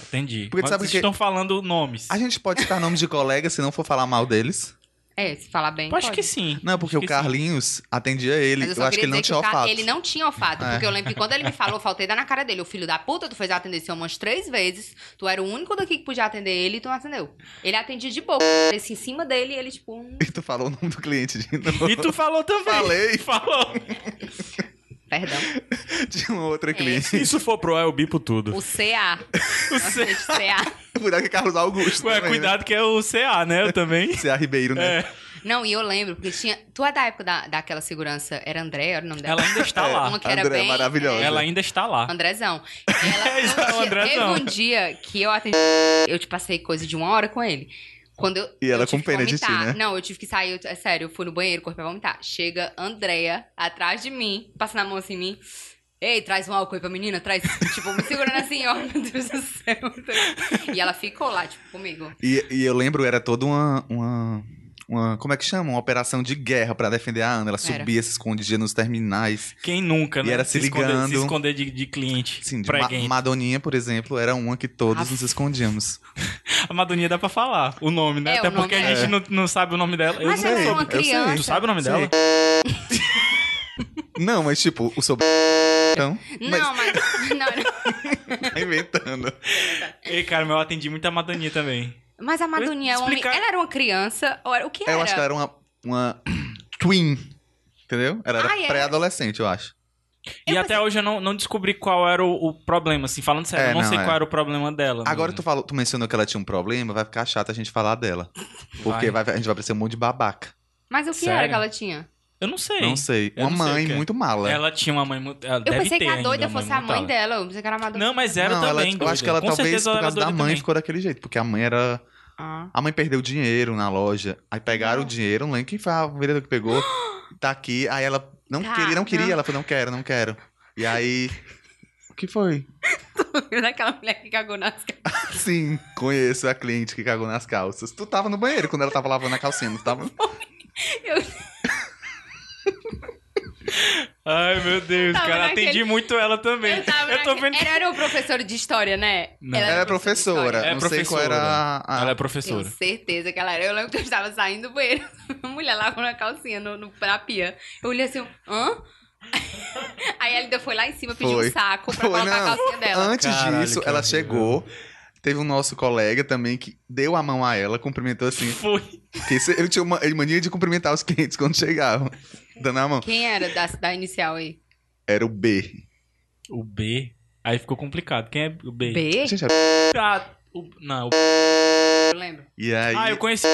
Speaker 5: Entendi.
Speaker 2: Porque
Speaker 5: Mas
Speaker 2: sabe
Speaker 5: vocês
Speaker 2: que-
Speaker 5: estão falando nomes.
Speaker 2: A gente pode citar nome de colega se não for falar mal deles.
Speaker 6: É, se falar bem.
Speaker 5: Eu acho
Speaker 6: pode.
Speaker 5: que sim.
Speaker 2: Não, porque
Speaker 5: Acho
Speaker 2: o
Speaker 5: que
Speaker 2: Carlinhos atendia ele.
Speaker 6: Mas eu
Speaker 2: Eu,
Speaker 6: só
Speaker 2: acho que
Speaker 6: queria
Speaker 2: ele não
Speaker 6: dizer que
Speaker 2: tinha
Speaker 6: o cara,
Speaker 2: olfato.
Speaker 6: ele não tinha olfato.
Speaker 2: É.
Speaker 6: Porque eu lembro que quando ele me falou, eu faltei dar na cara dele. O filho da puta, tu fez eu atender esse homem umas três vezes. Tu era o único daqui que podia atender ele e tu não atendeu. Ele atendia de boca. Esse em cima dele, ele tipo... hum,
Speaker 2: E tu falou o nome do cliente de
Speaker 5: sim.
Speaker 2: novo.
Speaker 5: E tu falou também.
Speaker 2: Falei.
Speaker 5: Falou.
Speaker 6: Perdão.
Speaker 2: Tinha uma
Speaker 6: É.
Speaker 2: outra um cliente.
Speaker 9: Se isso for pro El Bipo tudo.
Speaker 6: O CA.
Speaker 5: O
Speaker 6: Nossa,
Speaker 5: C...
Speaker 6: gente, CA.
Speaker 2: Cuidado que é Carlos Augusto.
Speaker 5: Ué,
Speaker 2: também, né?
Speaker 5: cuidado que é o CA, né? Eu também.
Speaker 2: Se é Ribeiro, né?
Speaker 6: Não, e eu lembro, porque tinha. Tu é da época da, daquela segurança. Era André, era o nome dela?
Speaker 5: Ela ainda está
Speaker 9: É.
Speaker 6: Uma
Speaker 5: lá.
Speaker 6: que era
Speaker 2: André, é
Speaker 6: bem.
Speaker 2: maravilhosa.
Speaker 5: Ela ainda está lá.
Speaker 6: Andrezão. E ela-
Speaker 5: É, isso,
Speaker 6: um dia-
Speaker 5: Andrezão.
Speaker 6: Teve um dia que eu atendi. Eu te passei coisa de uma hora com ele. Quando eu,
Speaker 2: E ela
Speaker 6: eu tive
Speaker 2: com pena
Speaker 6: que
Speaker 2: de ti,
Speaker 6: vomitar.
Speaker 2: né?
Speaker 6: Não, eu tive que sair. eu- é sério, eu fui no banheiro, o corpo pra vomitar. Chega Andréia atrás de mim, passando a mão assim em mim. Ei, traz um álcool aí pra menina, traz. Tipo, me segurando assim, ó, meu Deus do céu. E ela ficou lá, tipo, comigo.
Speaker 2: E, e eu lembro, era toda uma, uma, uma- Como é que chama? Uma operação de guerra pra defender a Ana. Ela
Speaker 6: Era.
Speaker 2: subia, se escondia nos terminais.
Speaker 5: Quem nunca,
Speaker 2: E
Speaker 5: né?
Speaker 2: era se
Speaker 5: esconder-
Speaker 2: ligando.
Speaker 5: se esconder de, de cliente.
Speaker 2: Sim, de Ma-
Speaker 5: Preguente.
Speaker 2: Madoninha, por exemplo, era uma que todos nos escondíamos.
Speaker 5: A Madoninha dá pra falar o nome, né?
Speaker 6: É,
Speaker 5: Até
Speaker 6: o nome
Speaker 5: porque a
Speaker 6: dela.
Speaker 5: gente não, não sabe o nome dela. Eu
Speaker 6: Mas
Speaker 5: não
Speaker 6: ela
Speaker 5: sei.
Speaker 6: era uma
Speaker 2: eu sei.
Speaker 6: criança.
Speaker 5: Tu sabe o nome
Speaker 2: Sei.
Speaker 5: dela?
Speaker 2: Não, mas tipo, o sobre. Então, mas
Speaker 6: Não, mas. Não, era-
Speaker 2: tá inventando.
Speaker 5: Ei, cara, mas eu atendi muito a Madoninha também.
Speaker 6: Mas a Madoninha é um homem.
Speaker 5: explicar-
Speaker 6: Ela era uma criança? Ou era... O que
Speaker 2: Eu
Speaker 6: era?
Speaker 2: acho que ela era uma, uma twin. Entendeu? Ela era
Speaker 6: Ah, é.
Speaker 2: pré-adolescente, eu acho.
Speaker 5: E até hoje eu não, não descobri qual era o, o problema, assim, falando sério,
Speaker 2: É,
Speaker 5: eu não,
Speaker 2: não,
Speaker 5: sei
Speaker 2: é.
Speaker 5: qual era o problema dela.
Speaker 2: Agora
Speaker 5: mano.
Speaker 2: tu, falou, tu mencionou que ela tinha um problema, vai ficar chato a gente falar dela. Porque vai- a gente vai parecer um monte de babaca.
Speaker 6: Mas o que
Speaker 5: Sério?
Speaker 6: era que ela tinha?
Speaker 5: Eu não sei.
Speaker 2: Não sei.
Speaker 5: Eu
Speaker 2: Uma
Speaker 5: não sei o
Speaker 2: mãe
Speaker 5: que é.
Speaker 2: muito mala.
Speaker 5: Ela tinha uma mãe muito. Ela
Speaker 6: Eu
Speaker 5: deve
Speaker 6: pensei que
Speaker 5: ter
Speaker 6: a
Speaker 5: ainda
Speaker 6: doida
Speaker 5: uma
Speaker 6: fosse a mãe
Speaker 5: muito alta.
Speaker 6: dela. Eu pensei que era a Madoninha.
Speaker 5: Não, mas era
Speaker 2: não, ela- é tipo,
Speaker 5: também.
Speaker 2: eu
Speaker 5: doida.
Speaker 2: acho que ela
Speaker 5: Com
Speaker 2: talvez por
Speaker 5: certeza ela era
Speaker 2: causa da
Speaker 5: doida
Speaker 2: mãe
Speaker 5: também.
Speaker 2: ficou daquele jeito, porque a mãe era.
Speaker 6: Ah.
Speaker 2: A mãe perdeu dinheiro na loja, aí pegaram o dinheiro, não lembro quem foi a vereadora que pegou, tá aqui, aí ela Não
Speaker 6: Tá,
Speaker 2: queria, não queria.
Speaker 6: não.
Speaker 2: Ela falou, não quero, não quero. E aí. O que foi?
Speaker 6: Daquela mulher que cagou nas calças.
Speaker 2: Sim, conheço a cliente que cagou nas calças. Tu tava no banheiro quando ela tava lavando a calcinha, não tava?
Speaker 5: Ai, meu Deus,
Speaker 6: Tava
Speaker 5: cara,
Speaker 6: naquele-
Speaker 5: atendi muito ela também.
Speaker 6: Eu tava
Speaker 5: tô vendo
Speaker 6: naquele-
Speaker 5: que...
Speaker 6: Ela era o professor de história, né?
Speaker 5: Não.
Speaker 2: Ela é professora.
Speaker 5: É
Speaker 2: não sei qual era a. a-
Speaker 5: Ela é
Speaker 6: Tenho
Speaker 5: professora.
Speaker 6: certeza que ela era. Eu lembro que eu estava saindo do banheiro, uma mulher lavando a calcinha no, no, na pia. Eu olhei assim, hã? Aí ela ainda foi lá em cima, pediu
Speaker 2: Foi.
Speaker 6: um saco pra
Speaker 2: Foi,
Speaker 6: colocar
Speaker 2: não.
Speaker 6: a calcinha dela.
Speaker 2: Antes
Speaker 5: Caralho,
Speaker 2: disso,
Speaker 5: que
Speaker 2: ela
Speaker 5: horrível.
Speaker 2: chegou. Teve um nosso colega também que deu a mão a ela, cumprimentou assim.
Speaker 5: Foi.
Speaker 2: Porque isso- eu tinha uma mania de cumprimentar os clientes quando chegavam. Dando a mão.
Speaker 6: Quem era da, da inicial aí?
Speaker 2: Era o B.
Speaker 5: O B. Aí ficou complicado. Quem é o B?
Speaker 6: B?
Speaker 2: Gente, era-
Speaker 5: Ah, o... Não, o...
Speaker 6: Eu lembro.
Speaker 2: E aí,
Speaker 5: Ah, eu conheci.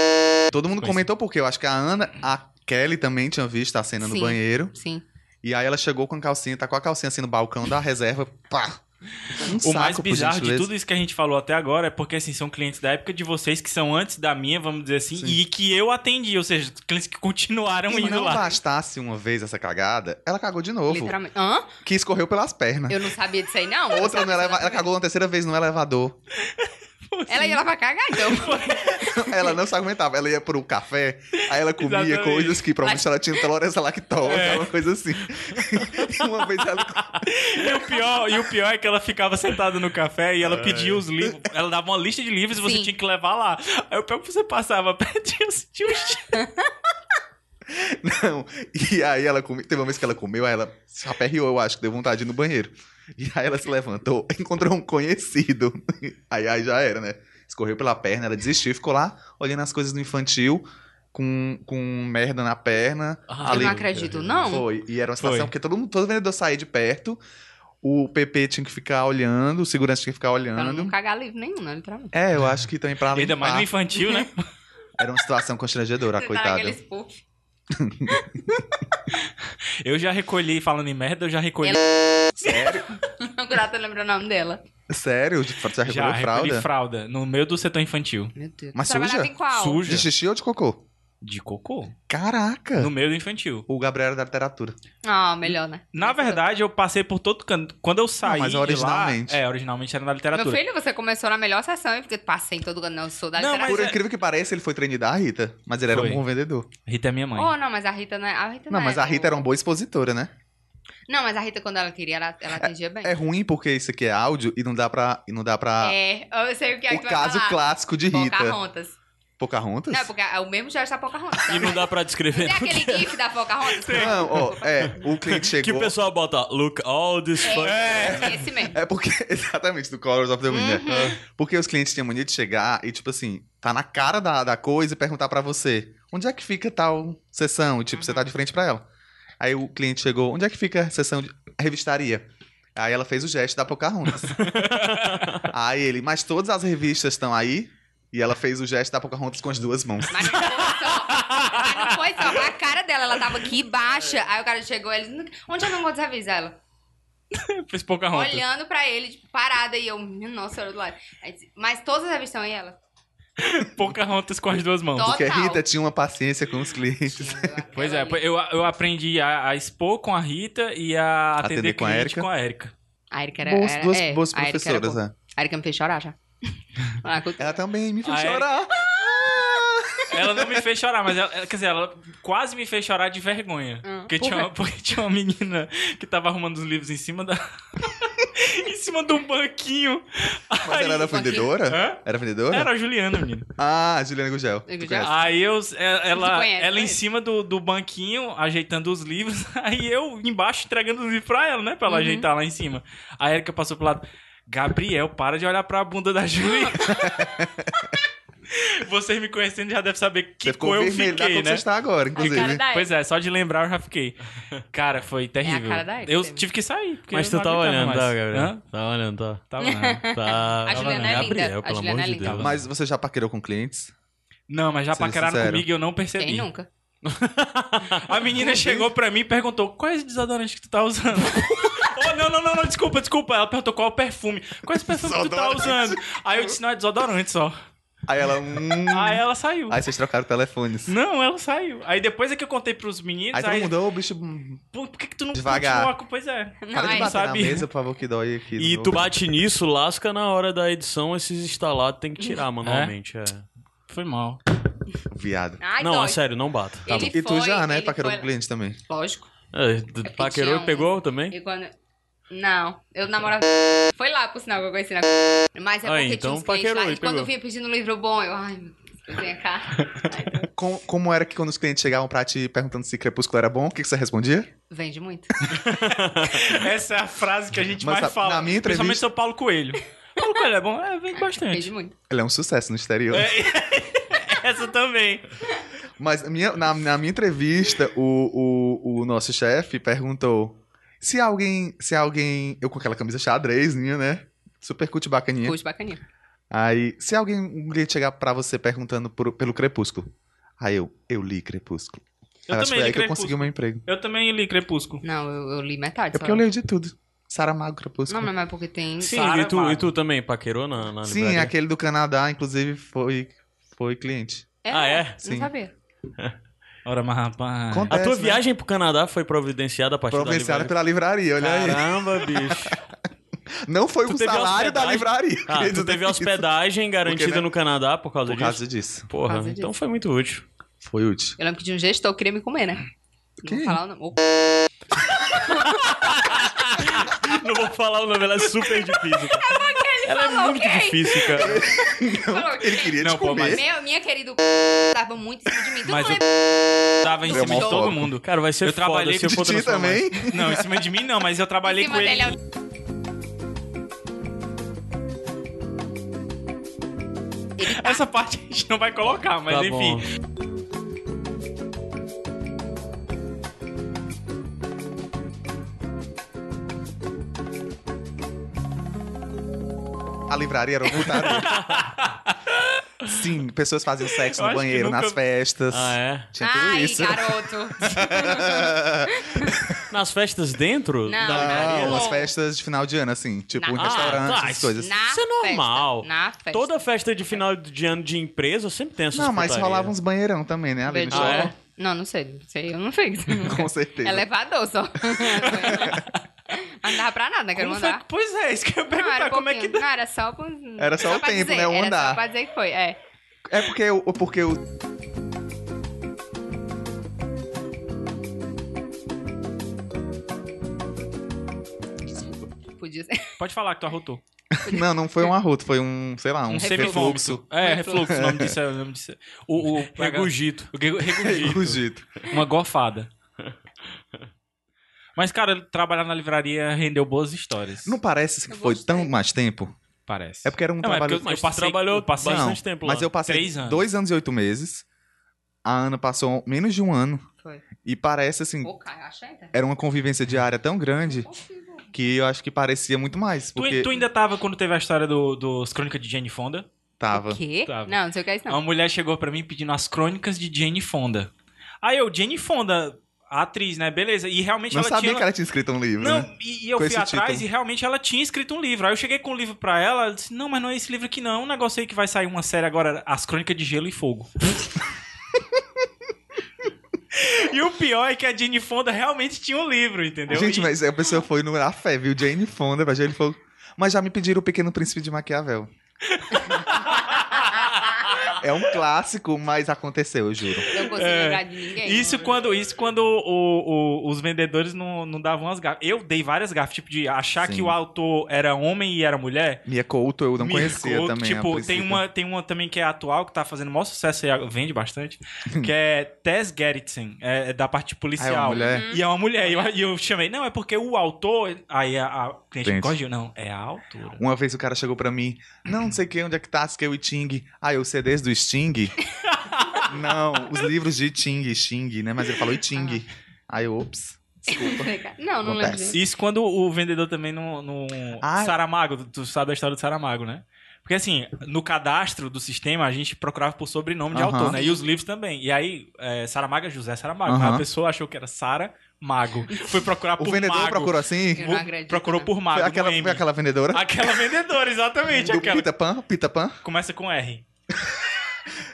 Speaker 2: todo mundo
Speaker 5: Conheci.
Speaker 2: comentou porque eu acho que a Ana, a Kelly também tinha visto a cena no
Speaker 6: Sim.
Speaker 2: banheiro.
Speaker 6: Sim.
Speaker 2: E aí ela chegou com a calcinha, tá com a calcinha assim no balcão da reserva. Pá! Um
Speaker 5: O mais
Speaker 2: saco, por
Speaker 5: bizarro de
Speaker 2: gentileza.
Speaker 5: tudo isso que a gente falou até agora é porque, assim, são clientes da época de vocês que são antes da minha, vamos dizer assim,
Speaker 2: Sim.
Speaker 5: e que eu atendi, ou seja, clientes que continuaram
Speaker 2: E
Speaker 5: indo
Speaker 2: não
Speaker 5: um lá.
Speaker 2: bastasse uma vez essa cagada, ela cagou de novo.
Speaker 6: Literalmente. Hã?
Speaker 2: Que escorreu pelas pernas.
Speaker 6: Eu não sabia disso aí, não.
Speaker 2: Outra no
Speaker 6: não
Speaker 2: eleva... Ela cagou uma terceira vez no elevador.
Speaker 6: Ela ia lá pra cagar, então.
Speaker 2: ela não se aguentava. Ela ia pro café, aí ela comia
Speaker 5: Exatamente. É.
Speaker 2: coisas que provavelmente ela tinha teloresa lactose, uma coisa assim. E uma vez ela.
Speaker 5: E o, pior, e o pior é que ela ficava sentada no café e ela
Speaker 9: É.
Speaker 5: pedia os livros. Ela dava uma lista de livros e você
Speaker 6: Sim.
Speaker 5: tinha que levar lá. Aí o pior é que você passava perto e eu sentia o cheiro.
Speaker 2: Não. E aí ela comeu. Teve uma vez que ela comeu, aí ela se aperreou, eu acho, que deu vontade de ir no banheiro. E aí ela se levantou, encontrou um conhecido. Aí, aí já era, né? Escorreu pela perna, ela desistiu, ficou lá olhando as coisas no infantil, com, com merda na perna.
Speaker 5: Ah,
Speaker 6: Eu
Speaker 2: ali-
Speaker 6: não acredito, não.
Speaker 2: Foi. E era uma situação,
Speaker 5: Foi.
Speaker 2: porque todo, mundo, todo vendedor saía de perto, o PP tinha que ficar olhando, o segurança tinha que ficar
Speaker 6: Pra não
Speaker 2: olhando.
Speaker 6: cagar livro nenhum, né? Literalmente.
Speaker 2: É, eu acho que também pra limpar.
Speaker 5: Ainda mais no infantil, né?
Speaker 2: Era uma situação constrangedora, a
Speaker 6: Você tá
Speaker 2: coitada.
Speaker 6: naqueles puff.
Speaker 5: Eu já recolhi, falando em merda, eu já recolhi.
Speaker 6: Agora eu lembro o nome dela.
Speaker 2: Sério? De- Você já
Speaker 5: Já
Speaker 2: recolheu
Speaker 5: é recolhi
Speaker 2: fralda?
Speaker 5: fralda no meio do setor infantil.
Speaker 6: Meu Deus.
Speaker 2: Mas
Speaker 6: Tu trabalhava
Speaker 2: suja?
Speaker 6: em qual?
Speaker 5: Suja.
Speaker 2: De xixi ou de cocô?
Speaker 5: De cocô.
Speaker 2: Caraca!
Speaker 5: No meio do infantil.
Speaker 2: O Gabriel era da literatura.
Speaker 6: Ah, melhor, né?
Speaker 5: Na verdade, eu passei por todo canto. Quando eu saí.
Speaker 2: mas
Speaker 5: de
Speaker 2: originalmente.
Speaker 5: Lá, é, originalmente era na
Speaker 6: Meu
Speaker 5: literatura.
Speaker 6: filho, você começou na melhor sessão e porque passei em todo canto. Não, eu sou da
Speaker 5: Não,
Speaker 6: literatura.
Speaker 2: Por
Speaker 5: é-
Speaker 2: incrível que pareça, ele foi treinador da Rita. Mas ele era
Speaker 5: Foi.
Speaker 2: um bom vendedor.
Speaker 5: Rita é minha mãe.
Speaker 6: Oh, não, mas a Rita não é. A Rita
Speaker 2: Não,
Speaker 6: não
Speaker 2: mas
Speaker 6: é,
Speaker 2: a Rita era uma boa expositora, né?
Speaker 6: Não, mas a Rita, quando ela queria, ela, ela atendia bem.
Speaker 2: É ruim porque isso aqui é áudio e não dá pra. E não dá pra
Speaker 6: É, eu sei o que é
Speaker 2: o
Speaker 6: que tu
Speaker 2: caso
Speaker 6: vai falar.
Speaker 2: clássico de Rita.
Speaker 6: Pocahontas.
Speaker 2: Pocahontas?
Speaker 6: Não, é porque é o mesmo gesto da Pocahontas.
Speaker 9: E não dá pra descrever.
Speaker 6: Tem aquele gif da Pocahontas?
Speaker 2: Não, ó, é, o cliente
Speaker 9: Que
Speaker 2: chegou.
Speaker 9: o pessoal bota look all this
Speaker 6: É.
Speaker 9: fuck.
Speaker 6: Esse mesmo.
Speaker 2: É porque, exatamente, do Colors of the Wind, né?
Speaker 6: Uhum.
Speaker 2: Porque os clientes tinham mania de chegar e, tipo assim, tá na cara da, da coisa e perguntar pra você, onde é que fica tal sessão? E, tipo,
Speaker 6: Uhum.
Speaker 2: você tá de frente pra ela. Aí o cliente chegou, onde é que fica a sessão de revistaria? Aí ela fez o gesto da Pocahontas. aí ele, mas todas as revistas estão aí? E ela fez o gesto da Pocahontas com as duas mãos.
Speaker 6: Mas não foi só. Mas não foi só. A cara dela, ela tava aqui
Speaker 2: É.
Speaker 6: baixa. Aí o cara chegou, ele. Onde eu não vou desavisar ela?
Speaker 5: Fez pouca ronda.
Speaker 6: olhando pra ele, tipo, parada, e eu, minha nossa, senhora do lado. Aí disse, Mas todas as revistas e ela.
Speaker 5: Pouca rontas com as duas mãos.
Speaker 6: Total.
Speaker 2: Porque a é Rita tinha uma paciência com os clientes.
Speaker 6: Tinha, eu, aquela
Speaker 5: Pois é,
Speaker 6: ali.
Speaker 5: eu, eu aprendi a, a expor com a Rita e a atender,
Speaker 2: Atender com a
Speaker 5: cliente
Speaker 2: Érica.
Speaker 5: com a Erika.
Speaker 6: A Erika era.
Speaker 2: Boas,
Speaker 6: era-
Speaker 2: duas
Speaker 6: é,
Speaker 2: boas
Speaker 6: a Erika era
Speaker 2: professoras,
Speaker 6: boa.
Speaker 2: né?
Speaker 6: A Erika me fez chorar já. Ah, co-
Speaker 2: Ela também me fez
Speaker 5: A Erika-
Speaker 2: chorar.
Speaker 5: Ela não me fez chorar, mas ela, ela- quer dizer, ela quase me fez chorar de vergonha.
Speaker 6: Ah,
Speaker 5: porque, tinha uma, porque tinha uma menina que tava arrumando os livros em cima da. em cima de um banquinho.
Speaker 2: Mas ela era
Speaker 6: então.
Speaker 2: vendedora?
Speaker 5: Hã?
Speaker 2: Era vendedora?
Speaker 5: Era a Juliana, menina.
Speaker 2: Ah, Juliana Gugel. Ah, Tu
Speaker 6: Gugel?
Speaker 2: conhece?
Speaker 5: Aí eu, é-
Speaker 6: Tu
Speaker 5: ela,
Speaker 6: conhece,
Speaker 5: ela em
Speaker 6: conhece.
Speaker 5: cima do, do banquinho, ajeitando os livros, aí eu embaixo entregando os livros pra ela, né? Pra
Speaker 6: Uhum.
Speaker 5: ela ajeitar lá em cima. A Erika passou pro lado. Gabriel, para de olhar pra bunda da Juliana. Vocês me conhecendo já devem saber que
Speaker 2: Você ficou
Speaker 5: cor eu
Speaker 2: vermelho da
Speaker 5: fiquei,
Speaker 2: como
Speaker 5: né?
Speaker 2: você está agora,
Speaker 6: a cara
Speaker 2: inclusive.
Speaker 6: da Erika.
Speaker 5: Pois é, só de lembrar eu já fiquei. Cara,
Speaker 2: É
Speaker 5: foi terrível.
Speaker 6: cara da Erika
Speaker 5: eu
Speaker 6: mesmo.
Speaker 5: tive que sair. Porque
Speaker 9: Mas
Speaker 5: eu
Speaker 9: tu
Speaker 5: não
Speaker 9: tá
Speaker 5: aguentava
Speaker 9: olhando,
Speaker 5: mais.
Speaker 9: tá, Gabriel?
Speaker 5: Hã?
Speaker 9: Tá olhando, tá.
Speaker 5: Tava não.
Speaker 9: Tá.
Speaker 6: A Juliana é linda,
Speaker 9: Gabriel,
Speaker 6: a
Speaker 9: pelo
Speaker 6: Juliana
Speaker 9: amor
Speaker 6: é
Speaker 9: de
Speaker 6: linda.
Speaker 9: Deus.
Speaker 2: Mas você já paquerou com clientes?
Speaker 5: Não, mas já
Speaker 2: Seja
Speaker 5: paqueraram
Speaker 2: sincero.
Speaker 5: comigo e eu não percebi.
Speaker 6: Quem nunca?
Speaker 5: A menina chegou pra mim e perguntou: qual é esse desodorante que tu tá usando? oh, não, não, não, não, desculpa, desculpa. Ela perguntou qual é o perfume. Qual é esse perfume que tu tá
Speaker 2: Desodorante.
Speaker 5: usando? Aí eu disse: não, é desodorante só.
Speaker 2: Aí ela. Hum...
Speaker 5: Aí ela saiu.
Speaker 2: Aí vocês trocaram telefones.
Speaker 5: Não, ela saiu. Aí depois é que eu contei pros meninos.
Speaker 2: Aí todo
Speaker 5: Aí,
Speaker 2: mundo, ô, bicho, hum,
Speaker 5: Pô, por que, que tu não
Speaker 2: Devagar.
Speaker 5: continua? com- Pois é.
Speaker 6: Não,
Speaker 2: para de bater
Speaker 6: aí-
Speaker 2: na
Speaker 5: sabe.
Speaker 2: mesa, por favor, que dói aqui.
Speaker 9: E
Speaker 2: no-
Speaker 9: tu bate nisso, lasca na hora da edição, esses instalados tem que tirar manualmente. É?
Speaker 5: Foi mal.
Speaker 2: Viado.
Speaker 6: Ai,
Speaker 9: Não,
Speaker 6: dói.
Speaker 9: é sério, não bata. Tá bom.
Speaker 6: Ele
Speaker 2: E tu
Speaker 6: foi,
Speaker 2: já, né,
Speaker 6: ele
Speaker 2: paquerou
Speaker 6: foi-
Speaker 2: o cliente também.
Speaker 6: Lógico.
Speaker 9: É,
Speaker 6: porque
Speaker 9: paquerou
Speaker 6: tinha
Speaker 9: e
Speaker 6: um-
Speaker 9: pegou também?
Speaker 6: E quando... Não, eu namorava... Foi lá, por sinal, que eu conheci na... Mas é porque
Speaker 9: Aí,
Speaker 6: tinha
Speaker 9: então,
Speaker 6: uns clientes
Speaker 9: paquerou
Speaker 6: lá.
Speaker 9: e
Speaker 6: E quando
Speaker 9: pegou.
Speaker 6: eu vinha pedindo um livro bom, eu... Ai, meu Deus, eu venho cá.
Speaker 2: Com- como era que quando os clientes chegavam pra ti perguntando se Crepúsculo era bom, o que, que você respondia?
Speaker 6: Vende muito.
Speaker 5: Essa é a frase que a gente
Speaker 2: Mas tá,
Speaker 5: mais
Speaker 2: a-
Speaker 5: fala.
Speaker 2: na minha entrevista-
Speaker 5: Principalmente seu Paulo Coelho. Paulo Coelho é bom? É, vem
Speaker 6: Vende
Speaker 5: bastante.
Speaker 6: muito.
Speaker 2: Ele é um sucesso no exterior.
Speaker 5: Essa também.
Speaker 2: Mas a minha- na, na minha entrevista, o, o, o nosso chefe perguntou se alguém. Se alguém. Eu com aquela camisa xadrez minha, né? Super cut bacaninha.
Speaker 6: Curte bacaninha.
Speaker 2: Aí, se alguém um cliente chegar pra você perguntando por- pelo Crepúsculo. Aí eu, eu li Crepúsculo.
Speaker 5: Eu
Speaker 2: Aliás,
Speaker 5: também
Speaker 2: foi
Speaker 5: li
Speaker 2: aí que eu consegui
Speaker 5: Crepúsculo.
Speaker 2: o meu emprego.
Speaker 5: Eu também li Crepúsculo.
Speaker 6: Não, eu, eu li metade.
Speaker 2: É porque eu leio de tudo. Saramago, Crepúsculo.
Speaker 6: Não, mas é porque tem...
Speaker 9: Sim,
Speaker 5: Sara
Speaker 9: e tu,
Speaker 5: Amaro.
Speaker 9: e tu também paquerou na, na
Speaker 2: Sim,
Speaker 9: livraria?
Speaker 2: aquele do Canadá, inclusive, foi, foi cliente.
Speaker 9: Ah, é?
Speaker 6: Não
Speaker 2: Sim.
Speaker 6: sabia.
Speaker 5: Ora, mas rapaz.
Speaker 2: Conta-
Speaker 9: A tua
Speaker 2: Acontece, né?
Speaker 9: viagem pro Canadá foi providenciada a partir
Speaker 2: Provenciada
Speaker 9: da
Speaker 2: pela livraria, olha
Speaker 9: livraria?
Speaker 2: aí.
Speaker 9: Caramba, bicho.
Speaker 2: Não foi
Speaker 9: Tu
Speaker 2: o
Speaker 9: teve
Speaker 2: salário da
Speaker 9: hospedagem?
Speaker 2: livraria.
Speaker 9: Ah,
Speaker 2: querido,
Speaker 9: tu teve
Speaker 2: isso. né?
Speaker 9: hospedagem é garantida
Speaker 2: Porque, né?
Speaker 9: no Canadá por causa
Speaker 2: Por
Speaker 9: disso?
Speaker 2: causa disso.
Speaker 9: Porra,
Speaker 6: Por causa
Speaker 9: então
Speaker 6: disso.
Speaker 9: foi muito útil.
Speaker 2: Foi útil.
Speaker 6: Eu lembro que de um gestor queria me comer, né? Não
Speaker 2: Quem?
Speaker 6: vou falar o nome. Ô,
Speaker 9: Não vou falar o nome, ela é super difícil. cara. Ela é
Speaker 6: falou
Speaker 9: muito
Speaker 6: quem?
Speaker 9: difícil, cara.
Speaker 6: falou,
Speaker 2: Ele queria
Speaker 5: Não,
Speaker 2: te
Speaker 5: pô,
Speaker 2: comer.
Speaker 6: Meu, minha querida, o tava muito em cima de mim. Tu
Speaker 5: Mas
Speaker 6: não
Speaker 5: eu tava em
Speaker 2: Tu é
Speaker 5: cima de
Speaker 2: homofóbico.
Speaker 5: todo mundo.
Speaker 9: Cara, vai ser
Speaker 5: Eu
Speaker 9: foda
Speaker 5: trabalhei
Speaker 9: se eu
Speaker 2: De
Speaker 9: for
Speaker 2: ti
Speaker 9: transformar.
Speaker 2: também.
Speaker 5: Não, em cima de mim não, mas eu trabalhei
Speaker 6: Em
Speaker 5: com
Speaker 6: cima dele
Speaker 5: ele.
Speaker 6: é o tá.
Speaker 5: Essa parte a gente não vai colocar, mas
Speaker 9: Tá
Speaker 5: enfim.
Speaker 9: bom.
Speaker 2: A livraria era um putaria. Sim, pessoas faziam sexo
Speaker 5: Eu
Speaker 2: no
Speaker 5: acho que
Speaker 2: banheiro,
Speaker 5: nunca-
Speaker 2: nas festas.
Speaker 9: Ah, é?
Speaker 2: Tinha tudo
Speaker 6: Ai,
Speaker 2: isso.
Speaker 6: garoto.
Speaker 9: Nas festas dentro?
Speaker 6: Não,
Speaker 9: da livraria?
Speaker 2: Não,
Speaker 6: Não.
Speaker 2: as Ah, festas de final de ano, assim. Tipo,
Speaker 6: Na-
Speaker 2: em
Speaker 9: Ah,
Speaker 2: restaurantes,
Speaker 9: tá,
Speaker 2: essas coisas.
Speaker 6: Na
Speaker 9: Isso é normal.
Speaker 6: Festa, na festa.
Speaker 9: Toda festa de final de ano de empresa sempre tem essas
Speaker 2: Não, mas
Speaker 9: putaria.
Speaker 2: rolava uns banheirão também, né? Ali no
Speaker 6: Beijou.
Speaker 9: Ah,
Speaker 2: shopping.
Speaker 9: é?
Speaker 6: Não, não sei. Não sei, eu não fiz.
Speaker 2: Com certeza.
Speaker 6: Elevador só. Não dava pra nada, né? Quero
Speaker 5: Como foi-
Speaker 6: mandar.
Speaker 5: Pois é, isso que eu ia
Speaker 6: Não,
Speaker 5: perguntar.
Speaker 6: era um
Speaker 5: como é que
Speaker 6: pouquinho. Não, era só pra...
Speaker 2: Era só o
Speaker 6: pra
Speaker 2: tempo,
Speaker 6: dizer,
Speaker 2: né? O
Speaker 6: era
Speaker 2: andar.
Speaker 6: Só pra dizer que foi, é.
Speaker 2: É porque eu, porque eu.
Speaker 6: Podia ser.
Speaker 5: Pode falar que tu arrotou.
Speaker 2: Não, não foi um arroto, foi um, sei lá, Tá, um,
Speaker 5: Um
Speaker 2: refluxo.
Speaker 5: semivômito. É, refluxo, o nome disso é o nome disso. é- O, o
Speaker 9: Regurgito.
Speaker 5: O regu-
Speaker 2: Um
Speaker 5: Regurgito.
Speaker 2: Regurgito.
Speaker 5: Uma gorfada. Mas, cara, trabalhar na livraria rendeu boas histórias.
Speaker 2: Não parece que
Speaker 6: Eu
Speaker 2: foi
Speaker 6: gostei.
Speaker 2: tão mais tempo?
Speaker 5: parece.
Speaker 2: É porque era um
Speaker 5: Não, é
Speaker 2: trabalho.
Speaker 5: porque
Speaker 9: Mas
Speaker 5: Eu
Speaker 9: tu
Speaker 5: passei-
Speaker 9: trabalhou
Speaker 5: eu passei-
Speaker 9: bastante tempo lá.
Speaker 2: Mas eu passei
Speaker 5: Tipo, Três anos.
Speaker 2: dois anos e oito meses. A Ana passou menos de um ano.
Speaker 6: Foi.
Speaker 2: E parece assim,
Speaker 6: Ô, cara, acha ainda.
Speaker 2: era uma convivência diária tão grande que eu acho que parecia muito mais.
Speaker 5: Tu,
Speaker 2: Porque
Speaker 5: tu ainda tava quando teve a história do, dos Crônicas de Jane Fonda?
Speaker 2: tava.
Speaker 6: Quê?
Speaker 5: Tava.
Speaker 6: Não, não sei o que é isso, não.
Speaker 5: Uma mulher chegou pra mim pedindo as Crônicas de Jane Fonda. Aí eu, Jane Fonda, a atriz, né? Beleza. E realmente
Speaker 2: Não
Speaker 5: ela
Speaker 2: sabia
Speaker 5: tinha...
Speaker 2: que ela tinha escrito um livro.
Speaker 5: Não,
Speaker 2: né?
Speaker 5: e, e eu
Speaker 2: Com
Speaker 5: fui
Speaker 2: esse
Speaker 5: atrás
Speaker 2: título.
Speaker 5: e realmente ela tinha escrito um livro. Aí eu cheguei com o livro pra ela, ela disse: Não, mas não é esse livro aqui não. É um negócio aí que vai sair uma série agora, As Crônicas de Gelo e Fogo. e o pior é que a Jane Fonda realmente tinha um livro, entendeu?
Speaker 2: Gente,
Speaker 5: E-
Speaker 2: mas a pessoa foi no na fé, viu? Jane Fonda, pra Jane Fonda. Mas já me pediram o Pequeno Príncipe de Maquiavel. é um clássico, mas aconteceu, eu juro.
Speaker 6: Eu não consigo
Speaker 5: É.
Speaker 6: lembrar de ninguém.
Speaker 5: Isso quando, isso quando o- o- os vendedores não, não davam as gafas. Eu dei várias gafas, tipo, de achar
Speaker 2: Sim.
Speaker 5: que o autor era homem e era mulher.
Speaker 2: Mia Couto eu não
Speaker 5: Me
Speaker 2: conhecia
Speaker 5: ficou,
Speaker 2: também. a
Speaker 5: Tipo, tem
Speaker 2: princípio. Ah,
Speaker 5: uma, tem uma também que é atual, que tá fazendo o maior sucesso e vende bastante, que é Tess Gerritsen, é, é da
Speaker 2: Ah, é
Speaker 5: parte
Speaker 2: uma
Speaker 5: policial.
Speaker 2: mulher?
Speaker 5: E é uma mulher. E eu, e eu chamei, não, é porque o autor. Aí a, a cliente me
Speaker 2: Gente.
Speaker 5: corrigiu, não, é a autora.
Speaker 2: Uma vez o cara chegou pra mim, não, não sei quem, onde é que tá, que o Ting. Ah, eu CDs do Sting? não, os livros de Ting, Sting, né? Mas ele falou Ting.
Speaker 5: Ah.
Speaker 2: Aí eu, ops, desculpa.
Speaker 6: Não, não lembro.
Speaker 2: Acontece.
Speaker 6: disso.
Speaker 5: Isso quando o vendedor também não. não...
Speaker 2: Ah.
Speaker 5: Saramago, tu- tu sabe a história do Saramago, né? Porque assim, no cadastro do sistema a gente procurava por sobrenome de
Speaker 2: Aham.
Speaker 5: autor, né? E os livros também. E aí, é, Saramago é José Saramago.
Speaker 2: Aham.
Speaker 5: Mas a pessoa achou que era Sara Mago. Foi procurar por
Speaker 2: O vendedor
Speaker 5: Mago.
Speaker 2: procurou assim?
Speaker 6: Eu não acredito,
Speaker 5: Procurou
Speaker 6: não.
Speaker 5: por Mago.
Speaker 2: Foi
Speaker 5: no
Speaker 2: aquela,
Speaker 5: M.
Speaker 2: foi aquela vendedora?
Speaker 5: Aquela vendedora, exatamente.
Speaker 2: do
Speaker 5: aquela.
Speaker 2: Pita Pan? Pita Pan?
Speaker 5: Começa com R.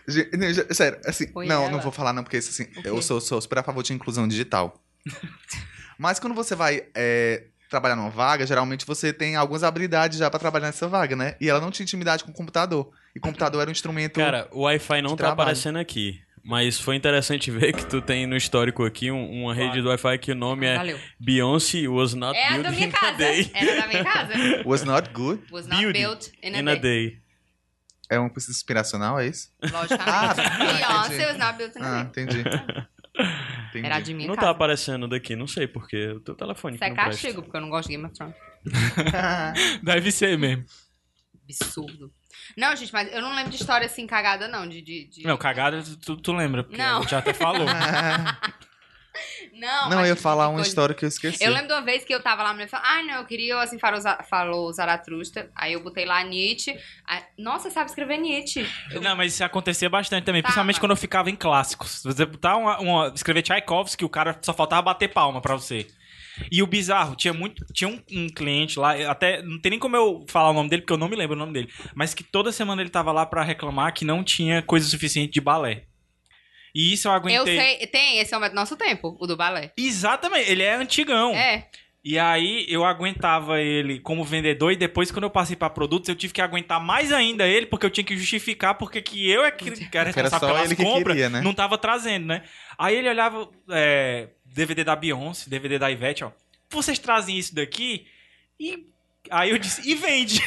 Speaker 2: Ge- não, já- Sério, assim,
Speaker 6: Oi,
Speaker 2: não,
Speaker 6: ela.
Speaker 2: não vou falar não, porque assim,
Speaker 6: O
Speaker 2: eu
Speaker 6: quê?
Speaker 2: sou, sou super a favor de inclusão digital. Mas quando você vai é, trabalhar numa vaga, geralmente você tem algumas habilidades já pra trabalhar nessa vaga, né? E ela não tinha intimidade com o computador. E computador era um instrumento...
Speaker 9: Cara, o Wi-Fi não
Speaker 2: de
Speaker 9: tá
Speaker 2: trabalho.
Speaker 9: aparecendo aqui. Mas foi interessante ver que tu tem no histórico aqui um- uma rede do Wi-Fi que o nome é
Speaker 6: Valeu.
Speaker 9: Beyoncé Was Not
Speaker 6: É a da
Speaker 9: Built
Speaker 6: minha
Speaker 9: in a
Speaker 6: casa.
Speaker 9: Day.
Speaker 6: Era da minha casa.
Speaker 2: was not good.
Speaker 6: Was not
Speaker 9: Build
Speaker 6: built in a
Speaker 9: In a
Speaker 6: day.
Speaker 9: Day.
Speaker 2: É uma coisa inspiracional, é isso?
Speaker 6: Logicamente.
Speaker 2: Ah,
Speaker 6: Beyoncé was not built in
Speaker 2: Ah,
Speaker 6: a day.
Speaker 2: entendi. entendi.
Speaker 6: Era de minha
Speaker 9: Não tá
Speaker 6: casa.
Speaker 9: aparecendo daqui, não sei porque. O teu telefone
Speaker 6: Isso
Speaker 9: que
Speaker 6: é
Speaker 9: não presta.
Speaker 6: castigo, porque eu não gosto de Game of Thrones.
Speaker 5: Deve ser mesmo.
Speaker 6: Absurdo. Não, gente, mas eu não lembro de história assim cagada, não. De, de, de-
Speaker 5: Não, cagada tu, tu lembra, porque
Speaker 6: Não. Ah.
Speaker 5: a gente até falou.
Speaker 6: não,
Speaker 2: não,
Speaker 6: mas
Speaker 2: eu ia
Speaker 6: de
Speaker 2: falar uma
Speaker 6: coisa-
Speaker 2: história assim. que eu esqueci.
Speaker 6: Eu lembro de uma vez que eu tava lá, a mulher falou, ah, não, eu queria, assim, falou, Za- falou Zaratrusta. Aí eu botei lá Nietzsche. Aí, Nossa, sabe escrever Nietzsche.
Speaker 5: Não, mas isso acontecia bastante também,
Speaker 6: Tá,
Speaker 5: principalmente
Speaker 6: mas-
Speaker 5: quando eu ficava em clássicos. Você botar uma, uma- escrever Tchaikovsky, o cara só faltava bater palma pra você. E o bizarro, tinha muito, tinha um, um cliente lá, eu até não tem nem como eu falar o nome dele porque eu não me lembro o nome dele, mas que toda semana ele tava lá pra reclamar que não tinha coisa suficiente de balé. E isso eu aguentei.
Speaker 6: Eu sei, tem, esse é o nosso tempo, o do balé.
Speaker 5: Exatamente, ele é antigão.
Speaker 6: É,
Speaker 5: E aí eu aguentava ele como vendedor e depois quando eu passei pra produtos eu tive que aguentar mais ainda ele porque eu tinha que justificar porque que eu é que que era
Speaker 2: Era
Speaker 5: responsável
Speaker 2: só
Speaker 5: pelas
Speaker 2: ele que
Speaker 5: compras,
Speaker 2: queria, né?
Speaker 5: não tava trazendo, né? Aí ele olhava é, DVD da Beyoncé, DVD da Ivete, ó. Vocês trazem isso daqui e aí eu disse, e vende.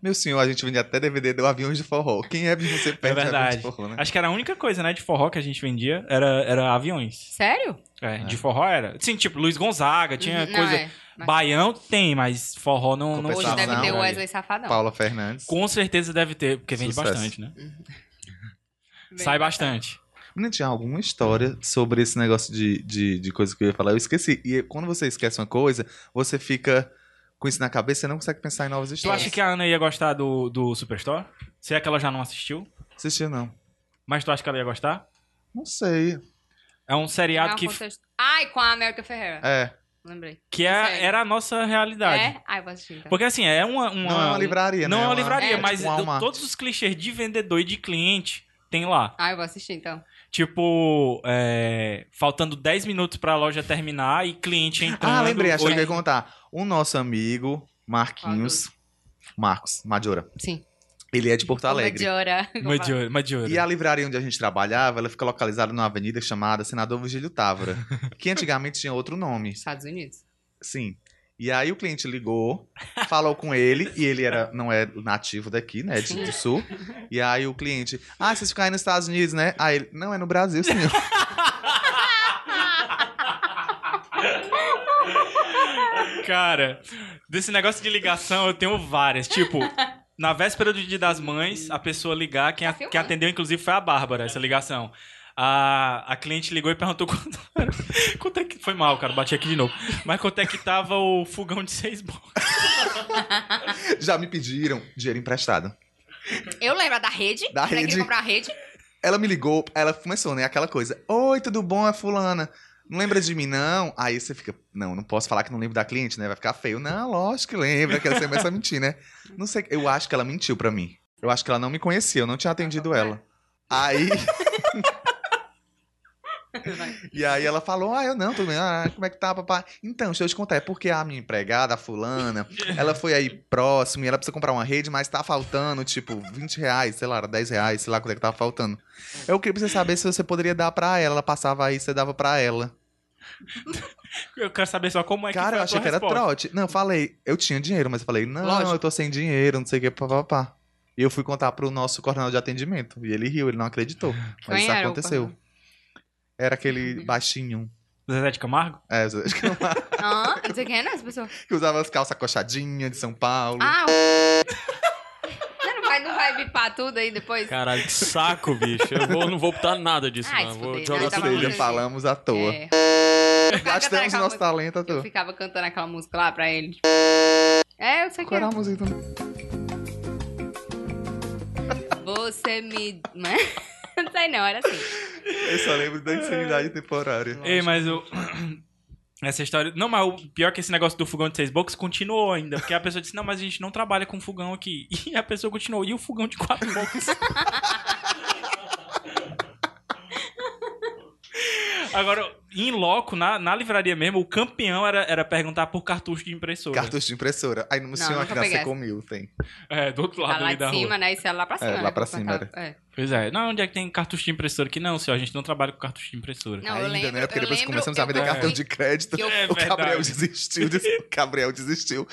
Speaker 2: Meu senhor, a gente vendia até DVD do Aviões de Forró. Quem é que você perde
Speaker 5: É verdade.
Speaker 2: Aviões de Forró, né?
Speaker 5: Acho que era a única coisa, né, de forró que a gente vendia era, era aviões.
Speaker 6: sério?
Speaker 5: É, de forró era. Sim, tipo Luiz Gonzaga, tinha
Speaker 6: Uhum,
Speaker 5: coisa.
Speaker 6: Não, é. mas-
Speaker 5: Baião tem, mas forró não não
Speaker 2: Hoje
Speaker 6: Hoje
Speaker 2: Safadão,
Speaker 6: deve ter o
Speaker 2: né?
Speaker 6: Wesley Safadão.
Speaker 2: Paula Fernandes.
Speaker 5: Com certeza deve ter, porque vende
Speaker 2: Sucesso.
Speaker 5: bastante, né?
Speaker 6: Bem
Speaker 5: Sai
Speaker 6: bacana.
Speaker 5: bastante.
Speaker 2: Menina, tinha alguma história sobre esse negócio de, de, de coisa que eu ia falar. Eu esqueci. E quando você esquece uma coisa, você fica com isso na cabeça e não consegue pensar em novas
Speaker 5: Tu
Speaker 2: histórias.
Speaker 5: acha que a Ana ia gostar do, do Superstore? Se é que ela já não assistiu,
Speaker 2: Assistir, não.
Speaker 5: mas tu acha que ela ia gostar?
Speaker 2: Não sei.
Speaker 5: É um seriado
Speaker 6: Não,
Speaker 5: que,
Speaker 6: contexto- Ai, com a América Ferreira.
Speaker 2: É.
Speaker 6: Lembrei.
Speaker 5: que é,
Speaker 6: sério.
Speaker 5: era a nossa realidade.
Speaker 6: É? Ai, vou assistir então.
Speaker 5: Porque assim, é uma. uma
Speaker 2: Não é uma livraria,
Speaker 5: Não
Speaker 2: né?
Speaker 5: é uma livraria,
Speaker 6: é
Speaker 5: mas
Speaker 2: tipo um Walmart.
Speaker 5: todos os clichês de vendedor e de cliente tem lá.
Speaker 6: Ai, vou assistir então.
Speaker 5: Tipo, é, faltando 10 minutos pra loja terminar e cliente entrando.
Speaker 2: Ah, lembrei, achei
Speaker 5: Oi.
Speaker 2: que eu ia contar. O nosso amigo, Marquinhos. Marcos, Majora.
Speaker 6: Sim.
Speaker 2: Ele é de Porto Alegre.
Speaker 6: Mediora.
Speaker 5: Madiora, Madiora.
Speaker 2: E a livraria onde a gente trabalhava, ela fica localizada numa avenida chamada Senador Vigílio Távora, que antigamente tinha outro nome.
Speaker 6: Estados Unidos.
Speaker 2: Sim. E aí o cliente ligou, falou com ele, e ele era, não é nativo daqui, né? De, do sul. E aí o cliente, ah, vocês ficam aí nos Estados Unidos, né? Aí ele, não, é no Brasil, senhor.
Speaker 5: Cara, desse negócio de ligação eu tenho várias. Tipo, na véspera do Dia das Mães, a pessoa ligar, quem, a-
Speaker 6: Tá filmando.
Speaker 5: quem atendeu inclusive foi a Bárbara, essa ligação. A, a cliente ligou e perguntou quanto, era- quanto é que. Foi mal, cara, bati aqui de novo. Mas quanto é que tava o fogão de seis bolas?
Speaker 2: Já me pediram dinheiro emprestado.
Speaker 6: Eu lembro a da rede.
Speaker 2: Da
Speaker 6: Você queria
Speaker 2: rede.
Speaker 6: comprar a rede.
Speaker 2: Ela me ligou, ela começou, né? Aquela coisa, oi, tudo bom, é fulana. Não lembra de mim, não? Aí você fica, não, não posso falar que não lembro da cliente, né? Vai ficar feio. Não, lógico que lembra, que ela sempre a mentir, né? Não sei, eu acho que ela mentiu pra mim. Eu acho que ela não me conhecia, eu não tinha atendido ela. Aí... E aí ela falou, ah, eu não, tudo bem, ah, como é que tá, papai? Então, deixa eu te contar, é porque a minha empregada, a fulana, ela foi aí próximo e ela precisa comprar uma rede, mas tá faltando, tipo, 20 reais, sei lá, era 10 reais, sei lá quanto é que tava faltando. Eu queria pra você saber se você poderia dar pra ela, ela passava aí, você dava pra ela.
Speaker 5: Eu quero saber só como é
Speaker 2: Cara,
Speaker 5: que foi
Speaker 2: eu
Speaker 5: a
Speaker 2: achei
Speaker 5: tua
Speaker 2: que era
Speaker 5: resposta.
Speaker 2: trote. Não, eu falei, eu tinha dinheiro, mas eu falei, não,
Speaker 6: Lógico.
Speaker 2: eu tô sem dinheiro, não sei o que, papapá. E eu fui contar pro nosso coordenador de atendimento, e ele riu, ele não acreditou, mas
Speaker 6: Quem
Speaker 2: isso
Speaker 6: era o Uhum.
Speaker 2: aconteceu. Era aquele baixinho.
Speaker 5: Zezé de Camargo?
Speaker 2: É, eu acho que não
Speaker 6: Ah, não sei quem é, né? Essa pessoa.
Speaker 2: que usava as calças coxadinhas de São Paulo.
Speaker 6: Ah, o... Você não vai, não vai bipar tudo aí depois? É.
Speaker 9: Caralho, que saco, bicho. Eu vou- não vou botar nada disso,
Speaker 6: Ai,
Speaker 9: não. Eu
Speaker 6: se
Speaker 9: Vou
Speaker 6: fuder,
Speaker 9: jogar
Speaker 6: né?
Speaker 2: Ou
Speaker 6: tava
Speaker 9: tudo
Speaker 2: seja,
Speaker 6: longe.
Speaker 9: lixo.
Speaker 2: falamos à toa.
Speaker 6: É. Eu ficava cantando
Speaker 2: Gastamos
Speaker 6: aquela
Speaker 2: nosso
Speaker 6: música-
Speaker 2: talento à
Speaker 6: Eu
Speaker 2: toa.
Speaker 6: ficava cantando aquela música lá pra ele. tipo, É, eu sei que
Speaker 2: Qual
Speaker 6: é.
Speaker 2: era a música?
Speaker 6: Você me... né? Não sei não, era assim.
Speaker 2: Eu só lembro da insanidade temporária.
Speaker 5: Ei, mas eu. Essa história. Não, mas o pior é que esse negócio do fogão de seis bocas continuou ainda. Porque a pessoa disse: Não, mas a gente não trabalha com fogão aqui. E a pessoa continuou: E o fogão de quatro bocas? Agora, em loco, na, na livraria mesmo, o campeão era, era perguntar por cartucho de impressora.
Speaker 2: Cartucho de impressora. Aí no senhor
Speaker 6: nunca
Speaker 2: aqui na
Speaker 6: peguei.
Speaker 2: Secom Mil tem.
Speaker 5: É, do outro
Speaker 6: Tá
Speaker 5: lado
Speaker 6: lá
Speaker 5: ali da
Speaker 6: de
Speaker 5: rua.
Speaker 6: cima, né? Isso é lá pra cima.
Speaker 2: É,
Speaker 6: né?
Speaker 2: lá pra cima,
Speaker 6: Pra- é.
Speaker 5: Pois é. Não, onde é que tem cartucho de impressora aqui? Não, senhor, a gente não trabalha com cartucho de impressora.
Speaker 6: Não, eu
Speaker 2: Ainda,
Speaker 6: lembro,
Speaker 2: né? Porque
Speaker 6: eu
Speaker 2: depois que
Speaker 6: lembro,
Speaker 2: começamos a
Speaker 6: eu
Speaker 2: vender
Speaker 6: fui-
Speaker 2: cartão de crédito.
Speaker 6: que eu-
Speaker 5: É
Speaker 2: o Gabriel
Speaker 5: verdade.
Speaker 2: desistiu. disse- O Gabriel desistiu.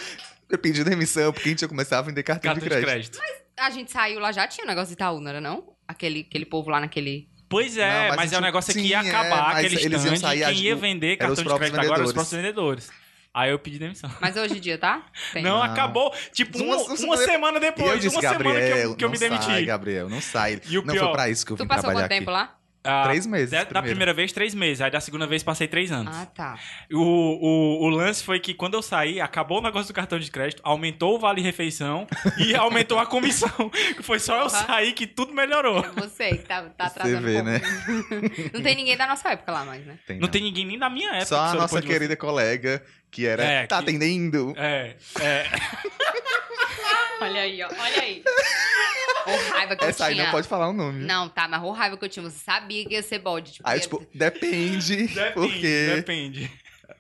Speaker 2: Eu pedi demissão porque a gente ia começar a vender cartão,
Speaker 5: Cartão
Speaker 2: de crédito.
Speaker 6: A gente saiu lá, já tinha o negócio de Itaú, não era não? Aquele, aquele povo lá naquele...
Speaker 5: Pois é,
Speaker 2: Não, mas
Speaker 5: mas, é
Speaker 2: isso-
Speaker 5: um negócio que ia
Speaker 2: sim, é,
Speaker 5: acabar
Speaker 2: mas
Speaker 5: aquele
Speaker 2: eles iam
Speaker 5: stand
Speaker 2: sair,
Speaker 5: e
Speaker 2: acho
Speaker 5: quem ia
Speaker 2: que eram
Speaker 5: vender
Speaker 2: os
Speaker 5: cartão de
Speaker 2: próprios
Speaker 5: crédito agora eram os
Speaker 2: vendedores.
Speaker 5: próprios vendedores. Aí eu pedi demissão.
Speaker 6: Mas hoje em dia, tá? Tem.
Speaker 5: Não,
Speaker 2: Não.
Speaker 5: acabou, tipo,
Speaker 2: Uma-
Speaker 5: uma,
Speaker 2: uma
Speaker 5: uma
Speaker 2: semana-
Speaker 5: semana
Speaker 2: E
Speaker 5: depois,
Speaker 2: eu disse,
Speaker 5: uma semana que eu,
Speaker 2: Gabriel,
Speaker 5: que eu me
Speaker 2: não
Speaker 5: demiti.
Speaker 2: sai, Gabriel, não sai.
Speaker 5: E o
Speaker 2: não
Speaker 5: pior,
Speaker 2: foi pra isso que eu vim
Speaker 6: Tu passou
Speaker 2: trabalhar
Speaker 6: quanto
Speaker 2: aqui.
Speaker 6: tempo lá?
Speaker 5: Ah,
Speaker 2: Três meses
Speaker 5: Da, da
Speaker 2: primeiro.
Speaker 5: primeira vez, três meses. Aí da segunda vez, passei três anos.
Speaker 6: Ah, tá.
Speaker 5: O, o, o lance foi que quando eu saí, acabou o negócio do cartão de crédito, aumentou o vale-refeição e aumentou a comissão. Foi só eu
Speaker 6: Porra.
Speaker 5: sair que tudo melhorou.
Speaker 6: É você que tá, tá
Speaker 2: Você
Speaker 6: atrasando
Speaker 2: vê, né?
Speaker 6: um pouco. Não tem ninguém da nossa época lá mais, né?
Speaker 2: Tem,
Speaker 5: Não tem ninguém nem da minha época.
Speaker 2: Só
Speaker 5: que
Speaker 2: a
Speaker 5: sou
Speaker 2: nossa
Speaker 5: depois de você.
Speaker 2: querida colega, que era.
Speaker 5: É,
Speaker 2: tá
Speaker 5: que-
Speaker 2: atendendo?
Speaker 5: É, é.
Speaker 6: Olha aí, ó. Olha aí. Ô, raiva que
Speaker 2: Essa
Speaker 6: eu
Speaker 2: aí
Speaker 6: tinha.
Speaker 2: não pode falar o nome.
Speaker 6: Não, tá, mas ô, raiva que eu tinha. Você sabia que ia ser bode. Tipo,
Speaker 2: Aí,
Speaker 6: ia-
Speaker 2: tipo, depende.
Speaker 5: É, Depende, né?
Speaker 2: porque
Speaker 5: depende.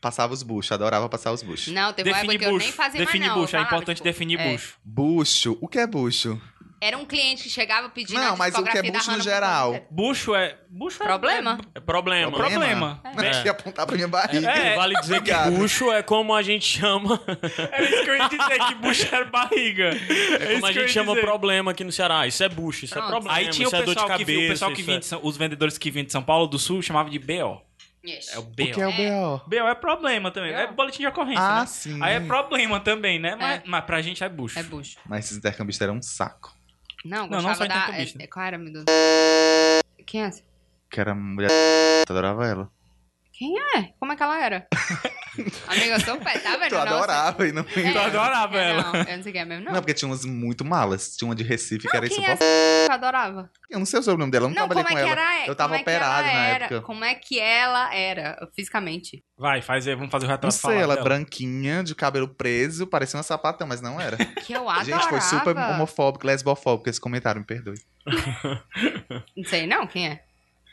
Speaker 2: passava os buchos, adorava passar os buchos.
Speaker 6: Não, teve uma
Speaker 5: Definir
Speaker 6: época que eu nem
Speaker 5: bucho.
Speaker 6: fazia mais
Speaker 5: Definir
Speaker 6: não.
Speaker 5: bucho.
Speaker 6: Eu
Speaker 5: É
Speaker 6: falava,
Speaker 5: importante
Speaker 6: tipo,
Speaker 5: definir
Speaker 6: é.
Speaker 5: bucho.
Speaker 2: Bucho? O que é bucho?
Speaker 6: Era um cliente que chegava pedindo
Speaker 2: não,
Speaker 6: a
Speaker 2: mas o que é
Speaker 6: discografia da
Speaker 2: bucho no
Speaker 6: Hannah
Speaker 2: geral?
Speaker 6: Montana.
Speaker 5: Bucho é. Bucho é-
Speaker 6: Problema?
Speaker 9: É problema.
Speaker 5: É problema.
Speaker 2: Não é que ia apontar pra minha barriga.
Speaker 5: É,
Speaker 9: Vale dizer que
Speaker 2: Obrigado.
Speaker 9: bucho é como a gente chama.
Speaker 6: É
Speaker 5: Era isso que eu ia dizer, que bucho era barriga.
Speaker 9: É como a gente chama problema aqui no Ceará. Ah, Isso é bucho, isso é
Speaker 6: Pronto.
Speaker 9: problema.
Speaker 5: Aí tinha o
Speaker 9: isso é dor de
Speaker 5: pessoal que
Speaker 9: cabeça.
Speaker 5: vinha, o pessoal que
Speaker 9: isso é-
Speaker 5: vinha, de São- os vendedores que vinham de São Paulo do Sul chamava de BO.
Speaker 6: Yes.
Speaker 5: É o
Speaker 2: O que
Speaker 5: BO.
Speaker 2: é o B.O.?
Speaker 5: BO é problema também. É boletim de ocorrência,
Speaker 2: Ah,
Speaker 5: né?
Speaker 2: sim.
Speaker 5: Aí é problema também, né? Mas,
Speaker 6: É.
Speaker 5: mas pra gente é bucho.
Speaker 6: É bucho.
Speaker 2: Mas esses intercambistas eram um saco.
Speaker 6: Não,
Speaker 5: Não, não
Speaker 6: gostava
Speaker 5: só
Speaker 6: da... É,
Speaker 5: intercambista.
Speaker 6: é, qual era, meu Deus? Quem é essa?
Speaker 2: Que era mulher. Adorava ela.
Speaker 6: Quem é? Como é que ela era? Amiga, eu sou pé, tá vendo?
Speaker 2: Tu
Speaker 6: Nossa.
Speaker 2: adorava e não.
Speaker 6: É,
Speaker 5: Tu adorava
Speaker 6: é,
Speaker 5: ela.
Speaker 6: Não, eu não sei quem é mesmo, não.
Speaker 2: Não, um porque tinha umas muito malas. Tinha uma de Recife que era
Speaker 6: Quem é
Speaker 2: insuportável.
Speaker 6: essa que eu adorava?
Speaker 2: Eu não sei o sobrenome dela, eu não,
Speaker 6: Não, como
Speaker 2: trabalhei
Speaker 6: é que
Speaker 2: com ela.
Speaker 6: era?
Speaker 2: Eu tava
Speaker 6: como é que
Speaker 2: operado
Speaker 6: ela
Speaker 2: na
Speaker 6: era?
Speaker 2: época.
Speaker 6: Como é que ela era fisicamente?
Speaker 5: Vai, faz aí, vamos fazer o retrato
Speaker 2: Não sei,
Speaker 5: falado
Speaker 2: ela é
Speaker 5: dela.
Speaker 2: branquinha, de cabelo preso, parecia uma sapatão, mas não era.
Speaker 6: Que eu adorava.
Speaker 2: Gente, foi super homofóbico, lesbofóbico esse comentário, me perdoe.
Speaker 6: Não sei não quem é.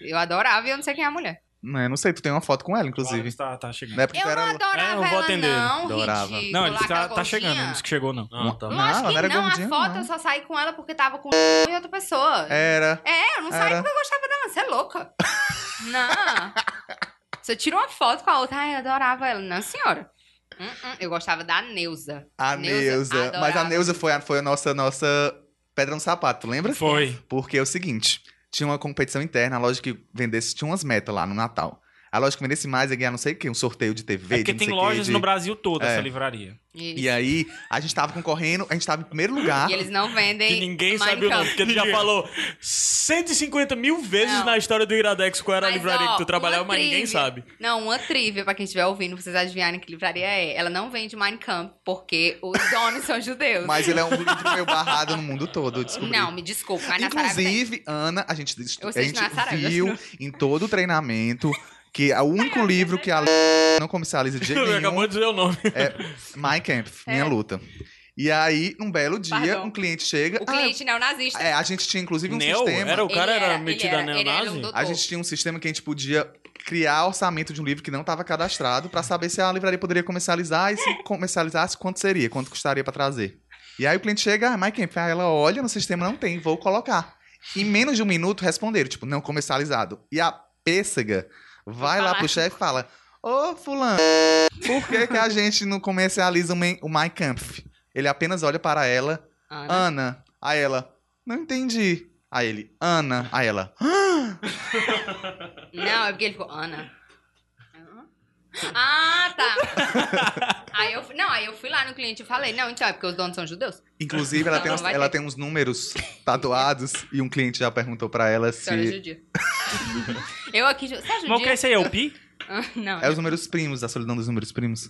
Speaker 6: Eu adorava e eu não sei quem é a mulher.
Speaker 2: Não, eu não sei, tu tem uma foto com ela, inclusive.
Speaker 5: Ah, tá, tá chegando.
Speaker 2: Na época
Speaker 6: Eu
Speaker 2: tu
Speaker 6: não
Speaker 2: era.
Speaker 9: É, eu
Speaker 6: adorava
Speaker 9: não vou
Speaker 6: ela
Speaker 9: atender.
Speaker 6: não,
Speaker 2: Adorava.
Speaker 6: ridículo.
Speaker 5: Não, ele disse que
Speaker 6: aquela
Speaker 5: tá, tá chegando,
Speaker 6: gordinha.
Speaker 5: não disse que chegou, não.
Speaker 9: Ah, tá.
Speaker 6: Lógico
Speaker 2: Não, ela
Speaker 6: que
Speaker 2: era
Speaker 6: não,
Speaker 2: gordinha,
Speaker 6: a foto
Speaker 2: não.
Speaker 6: eu só saí com ela porque tava com um e outra pessoa.
Speaker 2: Era.
Speaker 6: É, eu não saí
Speaker 2: Era.
Speaker 6: porque eu gostava dela. Você é louca. não. Você tira uma foto com a outra. Ai, eu adorava ela. Não, senhora. Hum, hum, eu gostava da Neuza.
Speaker 2: A Neuza.
Speaker 6: Neuza, adorava.
Speaker 2: Mas a Neuza foi a, foi a nossa, nossa pedra no sapato, lembra?
Speaker 5: Foi.
Speaker 2: Porque é o seguinte: tinha uma competição interna, a loja que vendesse, tinha umas metas lá no Natal. A loja que vendesse mais ia ganhar não sei o quê, um sorteio de TV,
Speaker 5: É
Speaker 2: de
Speaker 5: porque
Speaker 2: não
Speaker 5: tem
Speaker 2: sei o quê,
Speaker 5: lojas
Speaker 2: de-
Speaker 5: no Brasil toda
Speaker 2: É.
Speaker 5: essa livraria.
Speaker 6: E,
Speaker 2: E aí, a gente tava concorrendo, a gente tava em primeiro lugar.
Speaker 6: e eles não vendem.
Speaker 9: Que ninguém
Speaker 6: Mein
Speaker 9: sabe o nome,
Speaker 6: Kampf.
Speaker 9: porque tu já falou 150 mil vezes
Speaker 6: Não.
Speaker 9: na história do Iradex qual era a
Speaker 6: Mas,
Speaker 9: livraria
Speaker 6: ó,
Speaker 9: que tu trabalhava,
Speaker 6: uma
Speaker 9: mas ninguém
Speaker 6: trivia.
Speaker 9: sabe.
Speaker 6: Não, uma trivia pra quem estiver ouvindo, pra vocês adivinharem que livraria é. Ela não vende Mein Kampf porque os donos são judeus.
Speaker 2: Mas ele é um livro meio barrado no mundo todo, eu descobri.
Speaker 6: Não, me desculpa, mas na Saraiva tem.
Speaker 2: Inclusive, Ana, a gente,
Speaker 6: Eu
Speaker 2: a
Speaker 6: sei que
Speaker 2: gente
Speaker 6: não é Saraiva.
Speaker 2: viu em todo o treinamento que é o único livro que a L- não comercializa de jeito
Speaker 9: Ele
Speaker 2: nenhum
Speaker 9: acabou de dizer o nome.
Speaker 2: é My Camp, Minha
Speaker 6: É.
Speaker 2: Luta. E aí, um belo dia,
Speaker 6: Pardon.
Speaker 2: um cliente chega...
Speaker 6: O
Speaker 2: ah,
Speaker 6: cliente neonazista.
Speaker 2: é, a gente tinha, inclusive, um
Speaker 9: Neo?
Speaker 2: sistema...
Speaker 9: Era o cara
Speaker 6: Ele
Speaker 9: era,
Speaker 6: ele
Speaker 9: metido a
Speaker 6: era- ele era um
Speaker 9: neonazi?
Speaker 6: doutor.
Speaker 2: A gente tinha um sistema que a gente podia criar orçamento de um livro que não estava cadastrado para saber se a livraria poderia comercializar e se comercializasse, quanto seria, quanto custaria para trazer. E aí o cliente chega, ah, mas quem? Aí ela olha, no sistema não tem, vou colocar. Em menos de um minuto responderam, tipo, não comercializado. E a pêssega vai lá
Speaker 6: Falar.
Speaker 2: pro chefe e fala: Ô, Fulano, por que, que a gente não comercializa o Men- o My Kampf? Ele apenas olha para ela,
Speaker 6: Ah, né?
Speaker 2: Ana. Aí ela, não entendi. Aí ele, Ana. Aí ela, ah!
Speaker 6: Não, é porque ele ficou, Ana. Ah, tá. aí eu, fui- não, aí eu fui lá no cliente e falei, não, então é porque os donos são judeus.
Speaker 2: Inclusive, ela,
Speaker 6: Não,
Speaker 2: tem,
Speaker 6: não
Speaker 2: uns,
Speaker 6: vai
Speaker 2: ela
Speaker 6: ter.
Speaker 2: tem uns números tatuados e um cliente já perguntou pra ela
Speaker 6: A senhora é
Speaker 2: se.
Speaker 6: judia. eu aqui, ju- você é judia?
Speaker 5: Mas o que é isso aí? É o Pi?
Speaker 6: Ah, Não.
Speaker 2: É os números primos, a solidão dos números primos.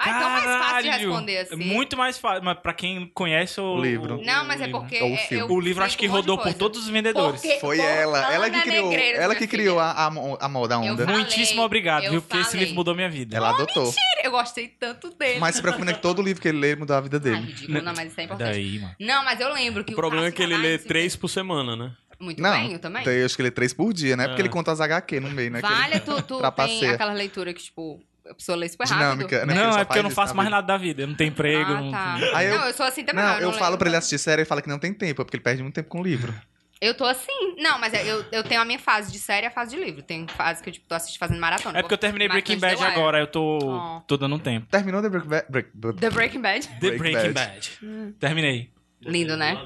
Speaker 6: Ah, então é mais fácil de
Speaker 5: Caralho!
Speaker 6: responder assim.
Speaker 5: Muito mais fácil, mas pra quem conhece o...
Speaker 2: O livro.
Speaker 6: Não, mas é
Speaker 5: livro.
Speaker 6: porque.
Speaker 2: Ou o
Speaker 6: é,
Speaker 2: filme.
Speaker 6: eu
Speaker 5: O livro acho
Speaker 6: sei
Speaker 5: que
Speaker 6: um monte de
Speaker 5: rodou por
Speaker 6: coisa.
Speaker 5: todos os vendedores.
Speaker 6: Porque-
Speaker 2: Foi
Speaker 6: Por
Speaker 2: ela. Ela que
Speaker 6: Ana
Speaker 2: criou,
Speaker 6: Negreiros,
Speaker 2: ela
Speaker 6: minha
Speaker 2: que
Speaker 6: filha.
Speaker 2: criou a, a, mo- a moda, a
Speaker 6: Eu
Speaker 2: onda.
Speaker 6: falei,
Speaker 5: Muitíssimo obrigado,
Speaker 6: eu
Speaker 5: viu? Porque esse
Speaker 6: falei.
Speaker 5: livro mudou minha vida.
Speaker 2: Ela adotou.
Speaker 6: Eu gostei tanto dele.
Speaker 2: Mas se preocupa que todo livro que ele lê mudou a vida
Speaker 6: Ah,
Speaker 2: dele.
Speaker 6: ridículo, não, mas isso é importante.
Speaker 5: Daí, mano.
Speaker 6: Não, mas eu lembro que
Speaker 9: O problema é que ele lê três
Speaker 6: três
Speaker 9: por semana, né?
Speaker 6: Muito
Speaker 2: Não,
Speaker 6: bem, eu também.
Speaker 2: Então, eu acho que ele é três por dia, né?
Speaker 9: É.
Speaker 2: Porque ele conta as HQ no meio, né? Que
Speaker 6: Vale,
Speaker 2: ele-
Speaker 6: tu, tu tem
Speaker 2: Trapaceia.
Speaker 6: aquela leitura que, tipo, a pessoa lê super
Speaker 2: Dinâmica,
Speaker 6: rápido.
Speaker 2: né?
Speaker 5: Não,
Speaker 2: só
Speaker 5: é porque
Speaker 2: faz
Speaker 5: eu não
Speaker 2: isso
Speaker 5: faço
Speaker 2: na
Speaker 5: mais
Speaker 2: vida.
Speaker 5: nada da vida. Eu não tenho emprego.
Speaker 6: Ah,
Speaker 5: não-
Speaker 6: tá.
Speaker 2: Aí eu-
Speaker 6: Não, eu sou assim também.
Speaker 2: Não, eu
Speaker 6: lembro.
Speaker 2: falo pra ele assistir série, ele fala que não tem tempo, é porque ele perde muito tempo com o livro.
Speaker 6: Eu tô assim. Não, mas eu, eu tenho a minha fase de série e a fase de livro. Tem fase que eu, tipo, tô assistindo fazendo maratona.
Speaker 5: É porque eu terminei
Speaker 6: Maratona
Speaker 5: Breaking
Speaker 6: de The
Speaker 5: Bad
Speaker 6: Wire.
Speaker 5: agora, eu tô,
Speaker 6: Oh.
Speaker 5: tô dando um tempo.
Speaker 2: Terminou The Break Bad. Break,
Speaker 6: The Breaking Bad.
Speaker 5: The
Speaker 2: Breaking
Speaker 5: Breaking Bad.
Speaker 6: Hum.
Speaker 5: Terminei.
Speaker 6: Lindo, né?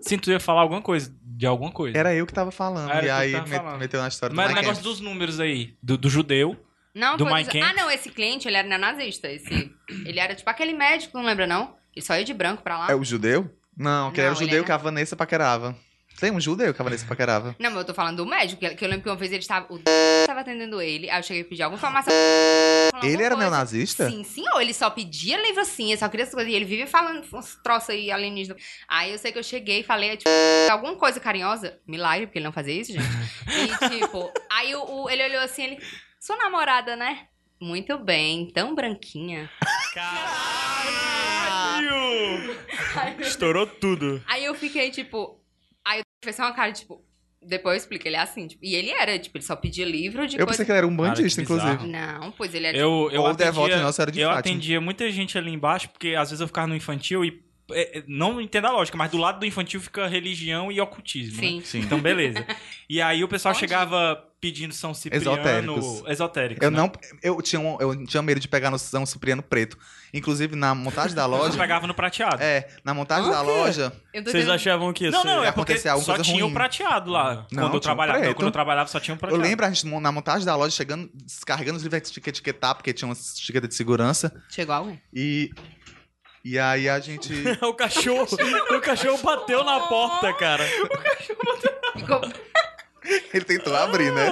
Speaker 5: Sim, tu ia falar alguma coisa, de alguma coisa.
Speaker 2: Era eu que tava falando.
Speaker 5: Era
Speaker 2: e
Speaker 5: tu que
Speaker 2: aí
Speaker 5: tava
Speaker 2: me-
Speaker 5: falando.
Speaker 2: meteu na história
Speaker 5: Mas o
Speaker 2: do Mike
Speaker 5: negócio dos números aí, do, do judeu.
Speaker 6: Não,
Speaker 5: Do
Speaker 6: foi...
Speaker 5: Mike Kent?
Speaker 6: Ah, não, esse cliente, ele era nazista. Esse... ele era, tipo, aquele médico, não lembra, não? Ele só ia de branco pra lá.
Speaker 2: É o judeu? Não, que era o
Speaker 6: Não, ele
Speaker 2: judeu
Speaker 6: era-
Speaker 2: que a Vanessa paquerava. Tem um judeu que a Vanessa paquerava.
Speaker 6: Não, mas eu tô falando do médico, que que eu lembro que uma vez ele estava. O tava atendendo ele, aí eu cheguei a pedir alguma informação.
Speaker 2: Ele era
Speaker 6: meu
Speaker 2: neonazista?
Speaker 6: Sim, senhor. Ele só pedia livro assim, ele só queria essas coisas. E ele vive falando uns troços aí alienígena. Aí eu sei que eu cheguei e falei, tipo, alguma coisa carinhosa. Milagre, porque ele não fazia isso, gente. E tipo, aí o, o- ele olhou assim, ele. Sua namorada, né? Muito bem, tão branquinha. Ah.
Speaker 9: Estourou tudo.
Speaker 6: Aí eu fiquei, tipo. Aí eu fez só uma cara, tipo. Depois eu explico, ele é assim, tipo. E ele era, tipo, ele só pedia livro de
Speaker 2: Eu
Speaker 6: coisa.
Speaker 2: pensei que ele era um
Speaker 5: Cara, que
Speaker 2: bandista, inclusive.
Speaker 5: bizarro.
Speaker 6: Não, pois ele é
Speaker 5: Eu, eu
Speaker 2: Ou o
Speaker 5: atendia,
Speaker 2: devoto de Nossa Senhora de
Speaker 5: Eu
Speaker 2: Fátima.
Speaker 5: atendia muita gente ali embaixo, porque às vezes eu ficava no infantil e. é, é, não entendo a lógica, mas do lado do infantil fica religião e ocultismo. né?
Speaker 6: Sim.
Speaker 5: Então, beleza. E aí o pessoal
Speaker 6: Onde?
Speaker 5: chegava pedindo São Cipriano.
Speaker 2: Esotéricos.
Speaker 5: Esotéricos,
Speaker 2: Eu
Speaker 5: né?
Speaker 2: não. Eu tinha, um- eu tinha medo de pegar no São Cipriano Preto. Inclusive, na montagem da
Speaker 5: Eu
Speaker 2: loja.
Speaker 5: Então pegava no prateado.
Speaker 2: É, na
Speaker 5: Ah,
Speaker 2: montagem da loja.
Speaker 6: tipo, Eu tô
Speaker 9: Vocês
Speaker 6: dizendo-
Speaker 9: achavam que ia
Speaker 5: Não,
Speaker 9: ser-
Speaker 5: não, é porque
Speaker 2: acontecer alguma
Speaker 5: só
Speaker 2: coisa
Speaker 5: tinha o
Speaker 2: ruim.
Speaker 5: prateado lá.
Speaker 2: Não,
Speaker 5: quando eu
Speaker 2: tinha um
Speaker 5: trabalhava. Não,
Speaker 2: preto.
Speaker 5: quando eu trabalhava só tinha um
Speaker 2: Eu
Speaker 5: prateado.
Speaker 2: lembro a gente na montagem da loja chegando, descarregando os livros, a gente tinha que etiquetar, porque tinha uma etiqueta de segurança.
Speaker 6: Chegou alguém?
Speaker 2: E. E aí a gente.
Speaker 9: o cachorro, o cachorro bateu na porta, cara.
Speaker 6: Ficou...
Speaker 2: Ele tentou abrir, né?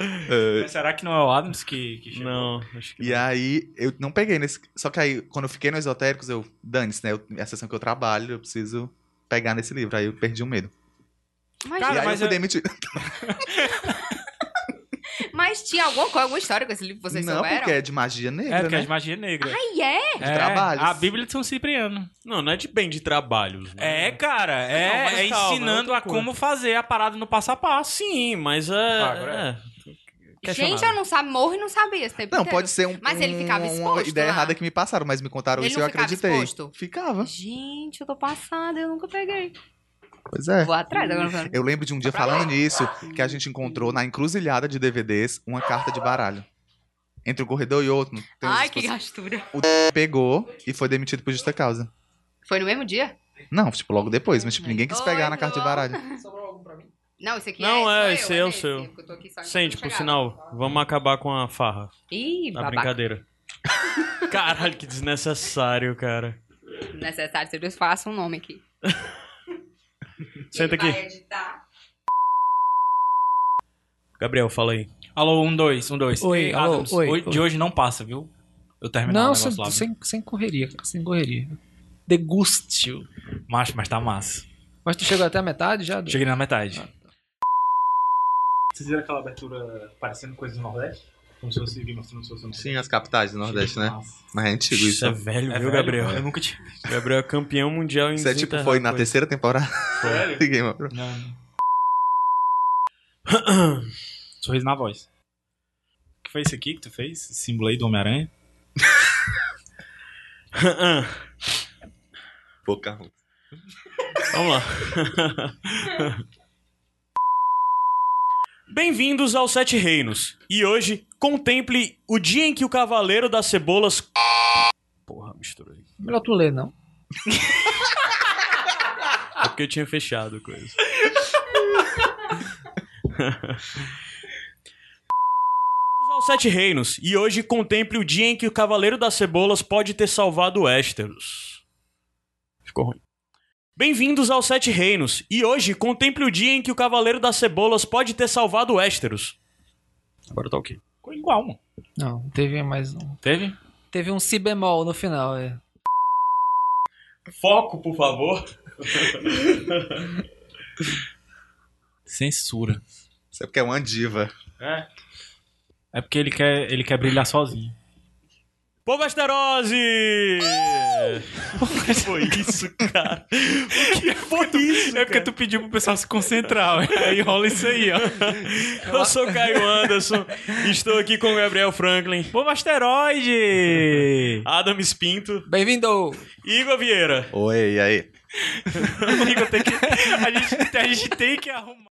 Speaker 2: É,
Speaker 5: Mas será que não é o Adams que, que chegou?
Speaker 9: Não, acho que
Speaker 2: E aí, eu não peguei nesse. Só que aí, quando eu fiquei no Esotéricos, eu. Dane-se, né? Eu- É a sessão que eu trabalho, eu preciso pegar nesse livro. Aí eu perdi o medo.
Speaker 6: Mas,
Speaker 5: Cara,
Speaker 2: e aí
Speaker 5: mas
Speaker 2: eu fui
Speaker 5: eu-
Speaker 2: demitido.
Speaker 6: mas tinha alguma coisa, alguma história com esse livro que vocês
Speaker 2: Não,
Speaker 6: souberam?
Speaker 2: porque é de magia negra,
Speaker 5: É, porque é
Speaker 2: né?
Speaker 5: de magia negra.
Speaker 6: Ai, é?
Speaker 5: é,
Speaker 2: trabalhos.
Speaker 5: A Bíblia de São Cipriano.
Speaker 9: Não, não é de bem de trabalhos. né?
Speaker 5: É, cara, é,
Speaker 9: mas
Speaker 5: é
Speaker 9: calma, é
Speaker 5: ensinando
Speaker 9: outra
Speaker 5: a
Speaker 9: coisa.
Speaker 5: como fazer a parada no passo a passo.
Speaker 9: Sim, mas é.
Speaker 5: Agora
Speaker 9: é
Speaker 6: Gente, eu não sabia, morro e não sabia esse tempo
Speaker 2: Não,
Speaker 6: inteiro.
Speaker 2: pode ser um,
Speaker 6: Mas ele
Speaker 2: um-
Speaker 6: ficava
Speaker 2: uma
Speaker 6: exposto
Speaker 2: ideia
Speaker 6: lá.
Speaker 2: errada que me passaram, mas me contaram
Speaker 6: Ele
Speaker 2: isso e
Speaker 6: não
Speaker 2: eu
Speaker 6: ficava
Speaker 2: acreditei.
Speaker 6: exposto?
Speaker 2: Ficava,
Speaker 6: Gente, eu tô passada, eu nunca peguei.
Speaker 2: pois é.
Speaker 6: Vou atrás agora. Falando.
Speaker 2: Eu lembro de um dia falando nisso, que a gente encontrou na encruzilhada de DVDs uma carta de baralho. Entre um corredor e outro. tem uns
Speaker 6: Ai, que
Speaker 2: expostos.
Speaker 6: gastura.
Speaker 2: O d- pegou e foi demitido por justa causa.
Speaker 6: Foi no mesmo dia?
Speaker 2: Não, tipo, logo depois, mas tipo, ninguém quis
Speaker 6: Oi,
Speaker 2: pegar na carta de
Speaker 6: João.
Speaker 2: baralho.
Speaker 4: Sobrou algum pra mim?
Speaker 6: Não, esse aqui
Speaker 9: Não,
Speaker 6: é,
Speaker 9: é,
Speaker 6: sou
Speaker 9: esse é
Speaker 6: eu,
Speaker 9: o
Speaker 6: nesse,
Speaker 9: seu.
Speaker 6: porque eu tô aqui só
Speaker 9: Sente,
Speaker 6: enquanto
Speaker 9: por
Speaker 6: eu chegava.
Speaker 9: sinal, vamos acabar com a farra.
Speaker 6: Ih,
Speaker 9: A
Speaker 6: tá babaca.
Speaker 9: brincadeira. Caralho, que desnecessário, cara.
Speaker 6: Necessário, se eu faço um nome aqui.
Speaker 9: Senta
Speaker 6: Ele
Speaker 9: aqui.
Speaker 6: vai editar.
Speaker 9: Gabriel, fala aí.
Speaker 5: Alô, um, dois, um, dois.
Speaker 4: Oi,
Speaker 5: Ei,
Speaker 4: alô,
Speaker 5: Adams,
Speaker 4: oi,
Speaker 5: hoje-
Speaker 4: oi.
Speaker 5: De hoje não passa, viu? Eu terminar o
Speaker 4: Não,
Speaker 5: negócio
Speaker 4: sem,
Speaker 5: lá. viu?
Speaker 10: né?
Speaker 4: sem, sem correria, cara, sem correria. Degustio.
Speaker 5: Macho, mas tá massa.
Speaker 4: Mas tu chegou até a metade já? Du?
Speaker 5: Cheguei na metade. Vocês viram aquela abertura parecendo coisa do Nordeste? Como se fosse Game of Thrones fosse
Speaker 2: Sim, as capitais do Nordeste, né? Mas é antigo isso.
Speaker 9: Isso é velho,
Speaker 5: É
Speaker 9: viu,
Speaker 5: velho,
Speaker 9: Gabriel?
Speaker 5: Eu nunca tinha visto.
Speaker 9: Gabriel é campeão mundial em
Speaker 2: Isso é tipo,
Speaker 9: desenterrar
Speaker 2: foi na
Speaker 9: coisa.
Speaker 2: terceira temporada
Speaker 5: Sério?
Speaker 2: de Game of Thrones.
Speaker 5: Não, não. Sorriso na voz. O que foi isso aqui que tu fez? Esse símbolo aí do Homem-Aranha?
Speaker 2: Pouca
Speaker 9: Vamos lá. Bem-vindos aos Sete Reinos. E hoje, contemple o dia em que o Cavaleiro das Cebolas. Porra, misturei.
Speaker 4: Melhor tu ler, não.
Speaker 9: É porque eu tinha fechado a coisa. aos Sete Reinos. E hoje, contemple o dia em que o Cavaleiro das Cebolas pode ter salvado Westeros. Ficou ruim. Bem-vindos aos Sete Reinos. E hoje, contemple o dia em que o Cavaleiro das Cebolas pode ter salvado Westeros. Agora tá ok.
Speaker 5: Ficou igual, mano.
Speaker 4: Não, teve mais um.
Speaker 5: Teve?
Speaker 4: Teve um si bemol no final. É.
Speaker 1: Foco, por favor.
Speaker 5: Censura.
Speaker 2: Isso é porque é uma diva.
Speaker 5: É porque ele quer, ele quer brilhar sozinho.
Speaker 1: Povo Asterose! O que foi isso, cara? O que foi isso?
Speaker 5: É porque tu pediu pro pessoal se concentrar, ó. aí rola isso aí, ó.
Speaker 1: Eu sou o Caio Anderson, estou aqui com o Gabriel Franklin,
Speaker 5: Pô, asteroide!
Speaker 1: Adam Espinto,
Speaker 4: Bem-vindo!
Speaker 1: Igor Vieira.
Speaker 2: Oi, e aí?
Speaker 5: Amigo, tem que, a, gente, a gente tem que arrumar.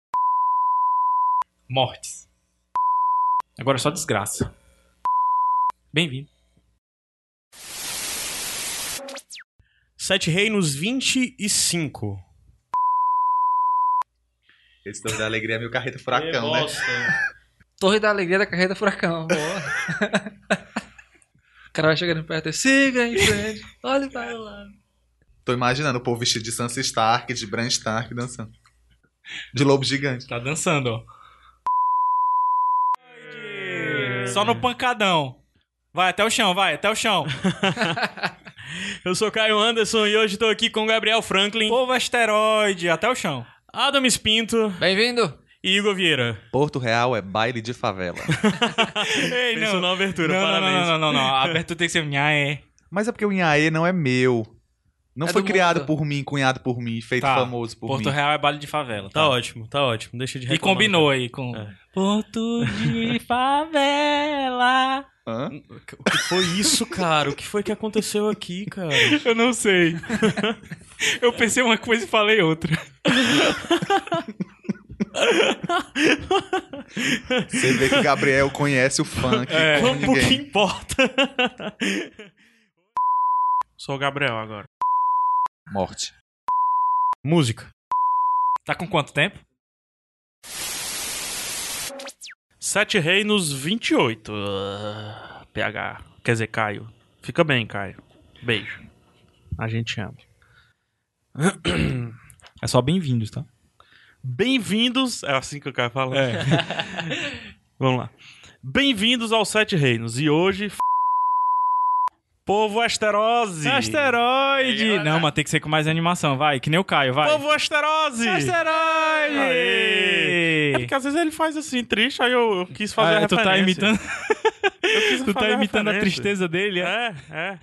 Speaker 5: Mortes. Agora é só desgraça. Bem-vindo.
Speaker 1: Sete Reinos 25.
Speaker 2: Esse dono da alegria é meio carreta furacão, né?
Speaker 4: Torre da Alegria da Carreira Furacão. Boa. o cara vai chegando perto e siga em frente. Olha para lá.
Speaker 2: Tô imaginando o povo vestido de Sansa Stark, de Bran Stark dançando. De lobo gigante.
Speaker 5: Tá dançando, ó. Só no pancadão. Vai até o chão, vai, até o chão.
Speaker 1: Eu sou o Caio Anderson e hoje estou aqui com o Gabriel Franklin,
Speaker 5: Povo asteroide, até o chão.
Speaker 1: Adam Espinto
Speaker 10: é
Speaker 4: Bem-vindo!
Speaker 1: e Igor Vieira.
Speaker 2: Porto Real é baile de favela.
Speaker 1: Ei, Isso na abertura,
Speaker 5: não, não,
Speaker 1: parabéns.
Speaker 5: não, não, não, não. A abertura tem que ser minha, é.
Speaker 2: Mas é porque o Inhaê não é meu. Não
Speaker 4: É
Speaker 2: foi
Speaker 4: do
Speaker 2: criado
Speaker 4: mundo.
Speaker 2: por mim, cunhado por mim, feito
Speaker 5: Tá.
Speaker 2: famoso por
Speaker 5: Porto
Speaker 2: mim.
Speaker 5: Real é baile de favela.
Speaker 1: Tá ótimo, tá ótimo. Deixa de
Speaker 5: E
Speaker 1: reclamar,
Speaker 5: combinou aí com.
Speaker 1: É.
Speaker 5: Porto de favela.
Speaker 2: Hã?
Speaker 1: cara. O que foi isso, cara? O que foi que aconteceu aqui, cara?
Speaker 5: Eu não sei. Eu pensei uma coisa e falei outra.
Speaker 2: Você vê que o Gabriel conhece o funk.
Speaker 5: É.
Speaker 2: como
Speaker 1: Vamos pro que
Speaker 2: ninguém.
Speaker 1: importa. Sou o Gabriel agora.
Speaker 2: Morte.
Speaker 1: Música.
Speaker 5: Tá com quanto tempo?
Speaker 1: Sete Reinos 28. Ah, PH. Quer dizer, Caio. Fica bem, Caio. Beijo. A gente ama.
Speaker 5: É só bem-vindos, tá?
Speaker 1: Bem-vindos. É assim que eu quero falar.
Speaker 5: É.
Speaker 1: Vamos lá. Bem-vindos aos Sete Reinos. E hoje. f- Povo Asterose!
Speaker 5: Asteroide! Não, mas tem que ser com mais animação, vai. Que nem o Caio, vai.
Speaker 1: Povo Asterose!
Speaker 5: Asteroide!
Speaker 1: Aê! É porque às vezes ele faz assim, triste, aí eu, eu quis fazer
Speaker 5: Ah,
Speaker 1: a
Speaker 5: tu tá
Speaker 1: referência.
Speaker 5: imitando,
Speaker 1: Eu quis
Speaker 5: tu tá
Speaker 1: fazer
Speaker 5: imitando a
Speaker 1: referência.
Speaker 5: tristeza dele, é?
Speaker 1: É, é.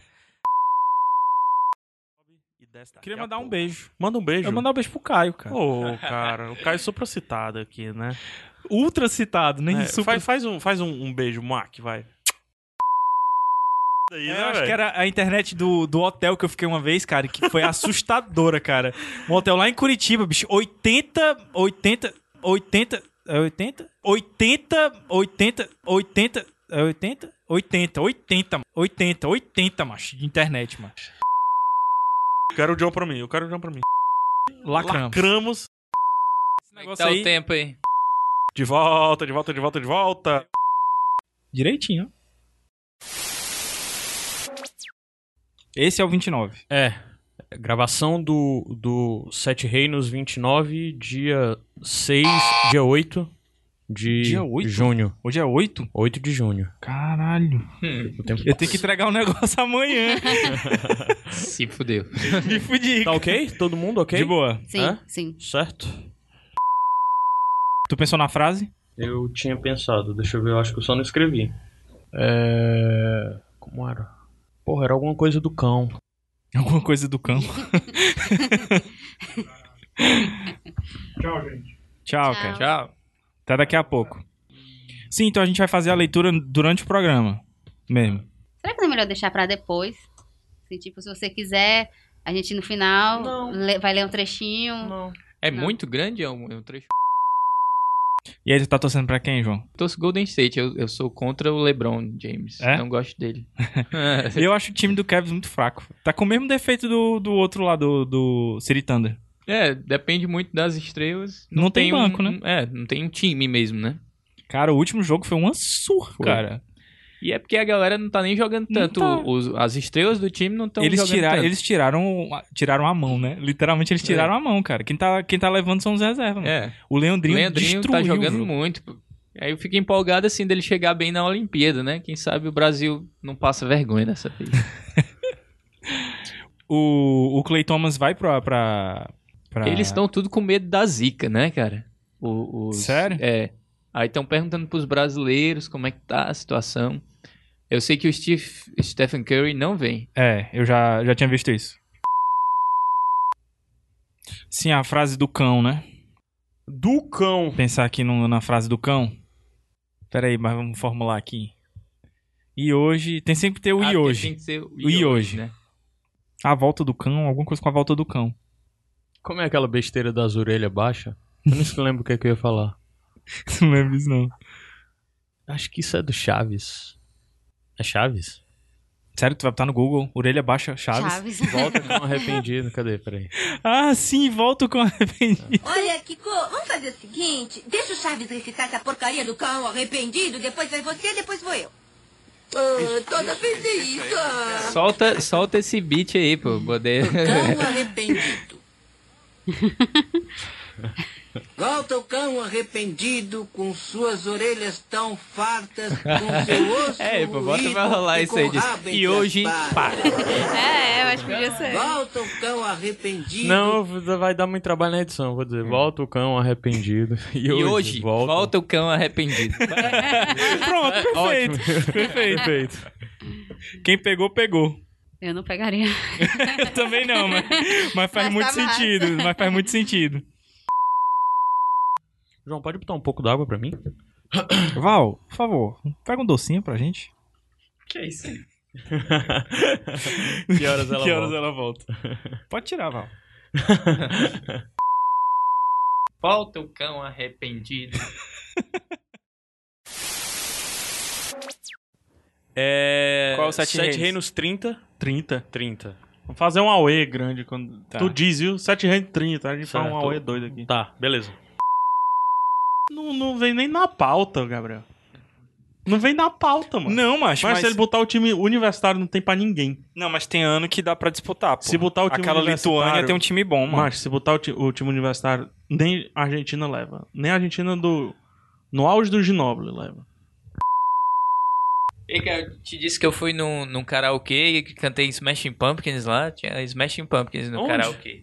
Speaker 5: Queria mandar um beijo.
Speaker 1: Manda um beijo.
Speaker 5: Eu mandar um beijo pro Caio, cara.
Speaker 1: Ô, cara, o Caio supracitado aqui, né?
Speaker 5: Ultra citado, nem
Speaker 1: É,
Speaker 5: super
Speaker 1: faz, faz um, faz um, um beijo, Mark, vai. Daí,
Speaker 5: Eu
Speaker 1: né,
Speaker 5: acho
Speaker 1: velho?
Speaker 5: que era a internet do, do hotel que eu fiquei uma vez, cara, que foi assustadora, cara. Um hotel lá em Curitiba, bicho. 80, 80, 80, é 80? 80, 80, 80, é 80? 80, 80, mano. 80, 80, macho, de internet, mano.
Speaker 1: Eu quero o John pra mim, eu quero o John pra mim.
Speaker 5: Lacramos.
Speaker 1: Lacramos.
Speaker 5: Esse
Speaker 4: Como é que
Speaker 5: negócio
Speaker 4: tá
Speaker 5: aí,
Speaker 4: o tempo aí?
Speaker 1: De volta, de volta, de volta, de volta.
Speaker 5: direitinho, ó. Esse é o 29.
Speaker 1: É. Gravação do, do Sete Reinos 29, dia 6, dia 8 de
Speaker 5: Dia oito?
Speaker 1: junho.
Speaker 5: Hoje é 8?
Speaker 1: 8 de junho.
Speaker 5: Caralho.
Speaker 1: O tempo
Speaker 5: Eu tenho que entregar um negócio amanhã.
Speaker 4: Se fudeu.
Speaker 5: Me fudi.
Speaker 1: Tá ok? Todo mundo ok?
Speaker 5: De boa.
Speaker 6: Sim,
Speaker 1: Hã?
Speaker 6: sim.
Speaker 1: Certo?
Speaker 5: Tu pensou na frase?
Speaker 11: Eu tinha pensado, deixa eu ver, eu acho que eu só não escrevi.
Speaker 1: É... Como era? Porra, era alguma coisa do cão.
Speaker 5: Alguma coisa do campo.
Speaker 12: Tchau, gente.
Speaker 5: Tchau,
Speaker 6: Tchau.
Speaker 5: cara. Tchau. Até daqui a pouco. Sim, então a gente vai fazer a leitura durante o programa. Mesmo.
Speaker 6: Será que não é melhor deixar pra depois? Assim, tipo, se você quiser, a gente no final le- vai ler um trechinho.
Speaker 10: É
Speaker 6: Não.
Speaker 10: muito grande, é um, é um trecho.
Speaker 5: E aí, tu tá torcendo pra quem, João?
Speaker 10: Torço Golden State, eu, eu sou contra o LeBron James.
Speaker 5: É?
Speaker 10: Não gosto dele.
Speaker 5: Eu acho o time do Cavs muito fraco. Tá com o mesmo defeito do, do outro lá, do, do City Thunder.
Speaker 10: é, depende muito das estrelas.
Speaker 5: Não tem banco, né?
Speaker 10: um, um- É, não tem um time mesmo, né?
Speaker 5: Cara, o último jogo foi uma surra,
Speaker 10: Foi.
Speaker 5: cara.
Speaker 10: E é porque a galera não tá nem jogando
Speaker 5: Não
Speaker 10: tanto.
Speaker 5: tá.
Speaker 10: Os- as estrelas do time não estão
Speaker 5: Eles,
Speaker 10: jogando
Speaker 5: tira,
Speaker 10: tanto.
Speaker 5: eles tiraram, tiraram a mão, né? Literalmente, eles tiraram a mão, cara. Quem tá, quem tá levando são os reservas. mano.
Speaker 10: É,
Speaker 5: O
Speaker 10: o
Speaker 5: Leandrinho,
Speaker 10: Leandrinho
Speaker 5: destruiu
Speaker 10: tá
Speaker 5: o
Speaker 10: jogando
Speaker 5: jogo.
Speaker 10: muito. Aí eu fico empolgado assim dele chegar bem na Olimpíada, né? Quem sabe o Brasil não passa vergonha dessa vez.
Speaker 5: O, o Clay Thomas vai pra. pra, pra-
Speaker 10: Eles estão tudo com medo da zica, né, cara? O- os-
Speaker 5: Sério?
Speaker 10: É. Aí estão perguntando pros brasileiros como é que tá a situação. Eu sei que o Steve, Stephen Curry não vem.
Speaker 5: É, eu já, já tinha visto isso. Sim, a frase do cão, né?
Speaker 13: Do cão.
Speaker 5: Pensar aqui no- na frase do cão. Pera aí, mas vamos formular aqui. E hoje. Tem sempre que ter o
Speaker 10: Ah,
Speaker 5: e
Speaker 10: porque
Speaker 5: hoje.
Speaker 10: Tem que ser o
Speaker 5: O e hoje.
Speaker 10: né?
Speaker 5: A volta do cão, alguma coisa com a volta do cão.
Speaker 1: Como é aquela besteira das orelhas baixas? Eu não lembro o que, é que eu ia falar.
Speaker 5: Não lembro disso, não.
Speaker 1: Acho que isso é do Chaves. É Chaves?
Speaker 5: Sério, tu vai botar no Google, orelha baixa, Chaves.
Speaker 7: Chaves.
Speaker 1: Volta com arrependido. Cadê? Peraí.
Speaker 5: Ah, sim, volto com arrependido.
Speaker 14: Olha, Kiko, vamos fazer o seguinte: deixa o Chaves recitar essa porcaria do cão arrependido, depois vai você, depois vou eu. Ah, toda vez é isso. ah.
Speaker 10: Solta, solta esse beat aí, pô. Poder...
Speaker 5: Então,
Speaker 14: Cão arrependido. Volta o cão arrependido com suas orelhas tão fartas, com seu osso
Speaker 10: É, pô, bota
Speaker 14: ruído
Speaker 10: pra rolar
Speaker 14: e
Speaker 10: isso
Speaker 14: com
Speaker 10: aí.
Speaker 14: o
Speaker 10: diz,
Speaker 14: rabo entre
Speaker 10: e
Speaker 14: as
Speaker 10: hoje,
Speaker 14: patas.
Speaker 10: pá.
Speaker 7: É, é, eu acho que podia ser.
Speaker 14: Volta o cão arrependido.
Speaker 1: Não, vai dar muito trabalho na edição. Vou dizer, volta o cão arrependido. E,
Speaker 10: E hoje,
Speaker 1: volta.
Speaker 10: volta... o cão arrependido.
Speaker 5: Pronto, perfeito. perfeito. Quem pegou, pegou.
Speaker 7: Eu não pegaria.
Speaker 5: Eu também não, mas, mas faz
Speaker 7: Mas
Speaker 5: muito
Speaker 7: tá massa.
Speaker 5: sentido. Mas faz muito sentido.
Speaker 1: João, pode botar um pouco d'água pra mim?
Speaker 5: Val, por favor, pega um docinho pra gente.
Speaker 1: Que é isso? que horas ela
Speaker 5: que horas
Speaker 1: volta?
Speaker 5: ela volta? Pode tirar, Val.
Speaker 10: Volta o cão arrependido.
Speaker 13: É...
Speaker 5: Qual é o Sete
Speaker 13: Sete
Speaker 5: Reinos?
Speaker 13: Reinos 30.
Speaker 5: 30.
Speaker 1: 30. Vamos fazer um AOE grande quando.
Speaker 5: Tá.
Speaker 1: Tu diz, viu? 7 reais e 30. A gente faz um
Speaker 13: Certo.
Speaker 1: AOE doido aqui.
Speaker 13: Tá, beleza.
Speaker 1: Não, não vem nem na pauta, Gabriel. Não vem na pauta, mano.
Speaker 5: Não, macho,
Speaker 1: mas,
Speaker 5: mas,
Speaker 1: se ele botar o time universitário, não tem pra ninguém.
Speaker 5: Não, mas tem ano que dá pra disputar, pô.
Speaker 1: Se botar o time
Speaker 5: Aquela
Speaker 1: universitário-
Speaker 5: Lituânia tem um time bom, mano.
Speaker 1: Mas se botar o, ti- o time universitário, nem a Argentina leva. Nem a Argentina do. No auge do Ginóbili leva.
Speaker 10: E cara, eu te disse que eu fui num, num karaokê e que cantei Smashing Pumpkins lá. Tinha Smashing Pumpkins no
Speaker 13: Onde?
Speaker 10: karaokê.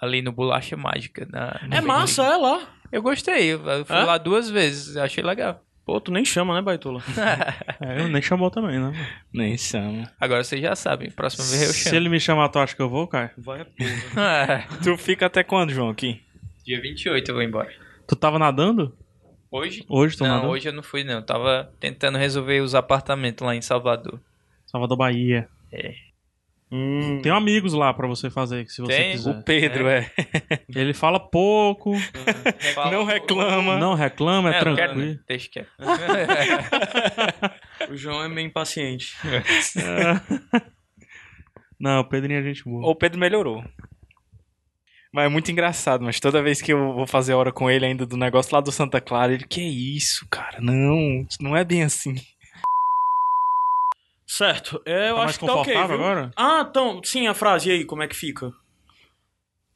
Speaker 10: Ali no Bolacha Mágica. na- no
Speaker 13: É
Speaker 10: Rio.
Speaker 13: massa, é lá.
Speaker 10: Eu gostei. Eu eu fui
Speaker 13: É?
Speaker 10: lá duas vezes. Achei legal.
Speaker 13: Pô, tu nem chama, né, Baitola?
Speaker 1: É, eu nem chamou também, né?
Speaker 5: Nem chama.
Speaker 10: Agora vocês já sabem. Próxima vez eu
Speaker 1: Se
Speaker 10: chamo.
Speaker 1: ele me chamar, tu acha que eu vou, cara? Vai.
Speaker 5: Tu fica até quando, João, aqui?
Speaker 10: Dia 28 eu vou embora.
Speaker 1: Tu tava nadando?
Speaker 10: Hoje?
Speaker 1: Hoje tu
Speaker 10: não,
Speaker 1: nadando?
Speaker 10: hoje eu não fui, não. Eu tava tentando resolver os apartamentos lá em Salvador.
Speaker 1: Salvador Bahia.
Speaker 13: Hum.
Speaker 1: Tem um amigos lá pra você fazer, se você
Speaker 10: Tem?
Speaker 1: quiser.
Speaker 5: Pedro, é.
Speaker 1: Ele fala pouco,
Speaker 5: Não reclama.
Speaker 1: não reclama, é,
Speaker 10: É, não quero,
Speaker 1: tranquilo.
Speaker 13: né?
Speaker 10: não. Deixa quieto.
Speaker 1: O João é meio impaciente. Não, o Pedrinho é gente boa.
Speaker 5: Ou o Pedro melhorou. Mas é muito engraçado, mas toda vez que eu vou fazer hora com ele ainda do negócio lá do Santa Clara, ele, que isso, cara? Não, isso não é bem assim.
Speaker 13: Certo, é, eu
Speaker 1: Tá mais
Speaker 13: acho que tá ok,
Speaker 1: confortável
Speaker 13: viu?
Speaker 1: agora?
Speaker 13: Ah, então, sim, a frase, e aí, como é que fica?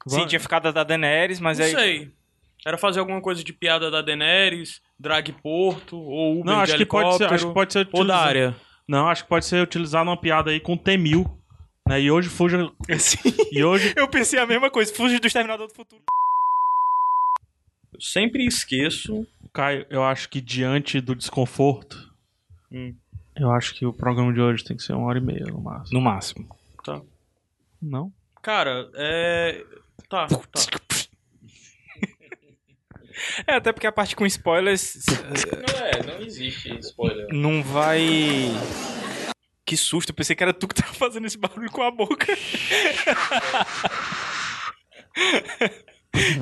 Speaker 5: Sim, tinha ficado a da Daenerys, mas
Speaker 13: não
Speaker 5: aí...
Speaker 13: sei. Era fazer alguma coisa de piada da Daenerys, Drag Porto, ou Uber
Speaker 1: Não,
Speaker 13: de
Speaker 1: acho que, pode ser,
Speaker 13: helicóptero,
Speaker 1: acho que pode ser
Speaker 13: ou da
Speaker 1: utilizado-
Speaker 13: área.
Speaker 1: Não, acho que pode ser utilizado uma piada aí com Temil. Né? E hoje fuja.
Speaker 5: Sim,
Speaker 1: E hoje.
Speaker 5: eu pensei a mesma coisa, fuge do Exterminador do Futuro.
Speaker 13: Eu sempre esqueço.
Speaker 1: Caio, eu acho que diante do desconforto.
Speaker 13: Hum.
Speaker 1: Eu acho que o programa de hoje tem que ser uma hora e meia no máximo.
Speaker 5: No máximo.
Speaker 1: Não?
Speaker 13: Cara, é... Tá, tá.
Speaker 5: É, até porque a parte com spoilers eh,
Speaker 10: Não é, não existe spoiler.
Speaker 5: não vai... Que susto, eu pensei que era tu que tava fazendo esse barulho com a boca.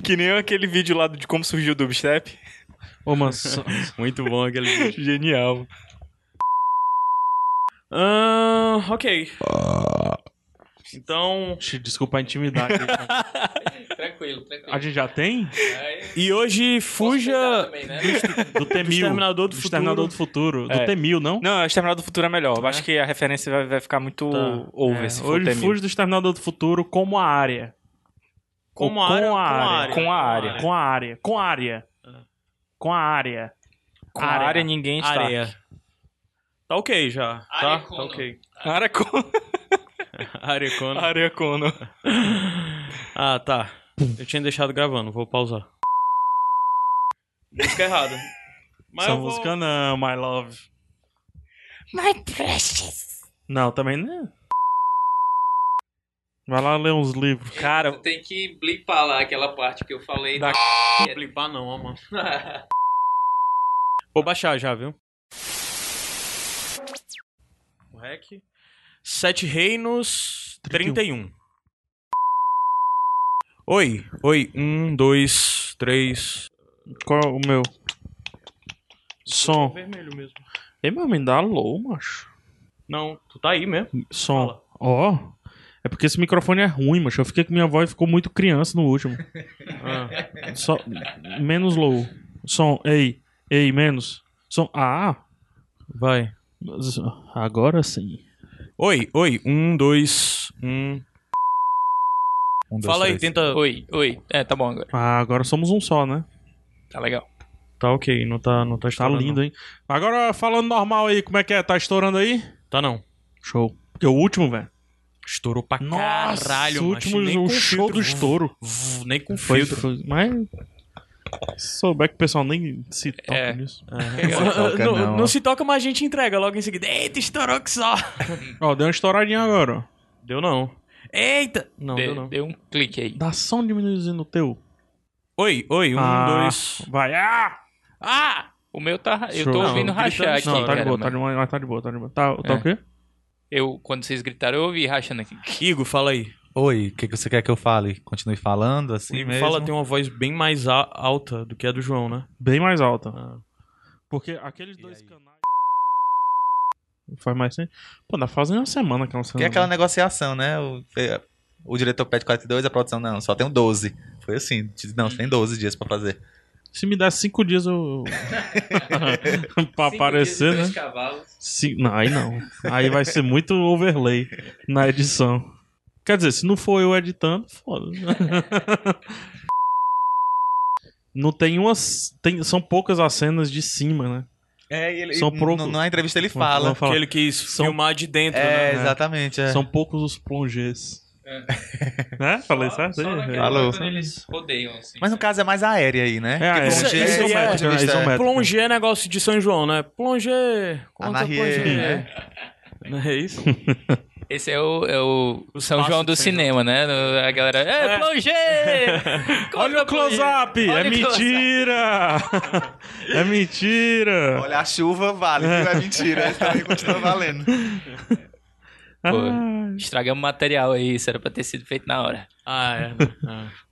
Speaker 5: que nem aquele vídeo lá de como surgiu o dubstep.
Speaker 1: Ô, mano, só-
Speaker 5: Muito bom aquele vídeo. Genial.
Speaker 13: Ah, ok. Então,
Speaker 1: Oxi, desculpa a intimidade.
Speaker 10: Tranquilo, tranquilo.
Speaker 1: a gente já tem?
Speaker 13: e hoje fuja
Speaker 15: né?
Speaker 1: Do Temil.
Speaker 13: Exterminador do Futuro.
Speaker 1: Exterminador do Futuro. Do
Speaker 5: É.
Speaker 1: Temil, não?
Speaker 5: Não, Exterminador do Futuro é melhor. Eu acho que a referência vai, vai ficar muito
Speaker 1: Tá.
Speaker 5: over
Speaker 1: É,
Speaker 5: se for
Speaker 1: hoje
Speaker 5: Temil.
Speaker 1: fuja do Exterminador do Futuro como a área.
Speaker 13: como
Speaker 1: Ou
Speaker 13: área, É.
Speaker 1: com
Speaker 13: com
Speaker 1: a área.
Speaker 13: área.
Speaker 5: Com a área.
Speaker 1: Com a área. Com a área. Com a área.
Speaker 16: Aquária, ninguém está.
Speaker 5: Areia. Tá ok já. Tá, tá ok.
Speaker 16: Arecono.
Speaker 5: Arecono.
Speaker 16: Arecono.
Speaker 5: Ah, tá. Eu tinha deixado gravando, vou pausar. Música errada. Mas
Speaker 1: Essa
Speaker 5: eu vou-
Speaker 1: música não, my love.
Speaker 17: My precious.
Speaker 1: Não, também não. é. Vai lá ler uns livros.
Speaker 15: Tu tem que blipar lá aquela parte que eu falei.
Speaker 5: Da
Speaker 15: c...
Speaker 5: blipar não, mano. Vou baixar já, viu? O REC. Sete Reinos 31. Oi, oi. Um, dois, três.
Speaker 1: Qual é o meu? Som.
Speaker 5: Vermelho mesmo.
Speaker 1: Ei, meu, me dá alô, macho.
Speaker 5: Não, tu tá aí mesmo.
Speaker 1: Som. Ó. É porque esse microfone é ruim, macho. Eu fiquei com minha voz ficou muito criança no último.
Speaker 5: Ah.
Speaker 1: Só, menos low. Som. Ei. Ei, menos. Som. Ah.
Speaker 5: Vai.
Speaker 1: Agora sim.
Speaker 5: Oi, oi. Um, dois, um.
Speaker 1: Um,
Speaker 5: Fala aí, tenta.
Speaker 10: Oi, oi. É, tá bom agora.
Speaker 1: Ah, agora somos um só, né?
Speaker 10: Tá legal.
Speaker 1: Tá ok, não tá, não tá estourando. Tá lindo, hein? Agora falando normal aí, como é que é? Tá estourando aí?
Speaker 5: Tá não.
Speaker 1: Show. Porque o último, velho.
Speaker 5: Estourou pra
Speaker 1: Nossa,
Speaker 5: caralho,
Speaker 1: o
Speaker 5: macho.
Speaker 1: último
Speaker 5: Nem
Speaker 1: o
Speaker 5: com
Speaker 1: show
Speaker 5: filtro.
Speaker 1: do estouro.
Speaker 5: Vuf, Nem com
Speaker 1: Foi-
Speaker 5: filtro.
Speaker 1: foi- mas se souber que o pessoal nem se toca
Speaker 5: É.
Speaker 1: nisso.
Speaker 5: não, não se toca, mas a gente entrega logo em seguida. Eita, estourou que só.
Speaker 1: Ó, deu uma estouradinha agora, ó.
Speaker 5: Deu não. Eita! Não, deu não.
Speaker 10: Deu um clique aí.
Speaker 1: Dá só um diminuizinho no teu.
Speaker 5: Oi, oi. Um,
Speaker 1: Ah,
Speaker 5: dois.
Speaker 1: Vai. Ah!
Speaker 5: Ah!
Speaker 10: O meu tá. Eu
Speaker 1: Show.
Speaker 10: tô
Speaker 1: Não,
Speaker 10: ouvindo
Speaker 1: gritando-
Speaker 10: rachar aqui.
Speaker 1: Não, tá
Speaker 10: cara,
Speaker 1: de boa,
Speaker 10: mas
Speaker 1: tá de boa, tá de boa, tá de boa. Tá, tá
Speaker 10: É.
Speaker 1: o quê?
Speaker 10: Eu, quando vocês gritaram, eu ouvi rachando aqui.
Speaker 5: Igor, fala aí.
Speaker 2: Oi, o que, que você quer que eu fale? Continue falando assim
Speaker 5: Igor
Speaker 2: mesmo?
Speaker 5: fala tem uma voz bem mais a- alta do que a do João, né? Ah.
Speaker 1: Bem mais alta. Tá. Porque aqueles dois canais. Faz mais sem. Pô, dá fazendo uma semana que ela
Speaker 2: Porque é aquela negociação, né? O, é, o diretor pede 42, a produção, não, só tem 12. Foi assim, diz, não, você tem 12 dias pra fazer.
Speaker 1: Se me der cinco dias eu. pra
Speaker 15: Cinco
Speaker 1: aparecer,
Speaker 15: dias e dois
Speaker 1: né?
Speaker 15: cavalos.
Speaker 1: Cin- Não, aí não. Aí vai ser muito overlay na edição. Quer dizer, se não for eu editando, foda. não tem umas. tem- São poucas as cenas de cima, né?
Speaker 2: É, e ele-
Speaker 1: São
Speaker 2: e
Speaker 1: pouco-
Speaker 2: no- na entrevista ele
Speaker 1: Vamos-
Speaker 2: fala.
Speaker 1: vamos falar.
Speaker 5: Que ele quis filmar de dentro,
Speaker 2: É,
Speaker 5: né?
Speaker 2: exatamente. É.
Speaker 1: São poucos os plongés.
Speaker 2: É.
Speaker 1: Né? Falei certo?
Speaker 2: só
Speaker 1: aí?
Speaker 2: naquela
Speaker 1: Falou.
Speaker 2: quando
Speaker 15: Eles rodeiam, assim.
Speaker 2: Mas no caso é mais aérea aí, né?
Speaker 1: É, aérea.
Speaker 2: Porque plongé
Speaker 1: Isso- isso
Speaker 2: do
Speaker 1: aí é-
Speaker 2: ponto de vista-
Speaker 1: isométrica.
Speaker 5: Plongé é negócio de São João, né? Plongé. Conta
Speaker 2: Anarrié,
Speaker 5: plongé.
Speaker 1: é.
Speaker 2: né?
Speaker 5: Não é isso?
Speaker 10: Esse é o, é o São
Speaker 5: passos
Speaker 10: João do
Speaker 5: de São
Speaker 10: cinema, né? No- A galera. É,
Speaker 5: É.
Speaker 10: plongé!
Speaker 1: Olha o close-up! É
Speaker 10: Olha o close-up.
Speaker 1: mentira! é mentira!
Speaker 2: Olha, a chuva vale, viu? É mentira. Isso também continua valendo.
Speaker 1: Ah,
Speaker 10: Pô, estragamos o material aí, isso era pra ter sido feito na hora.
Speaker 5: Ah, é.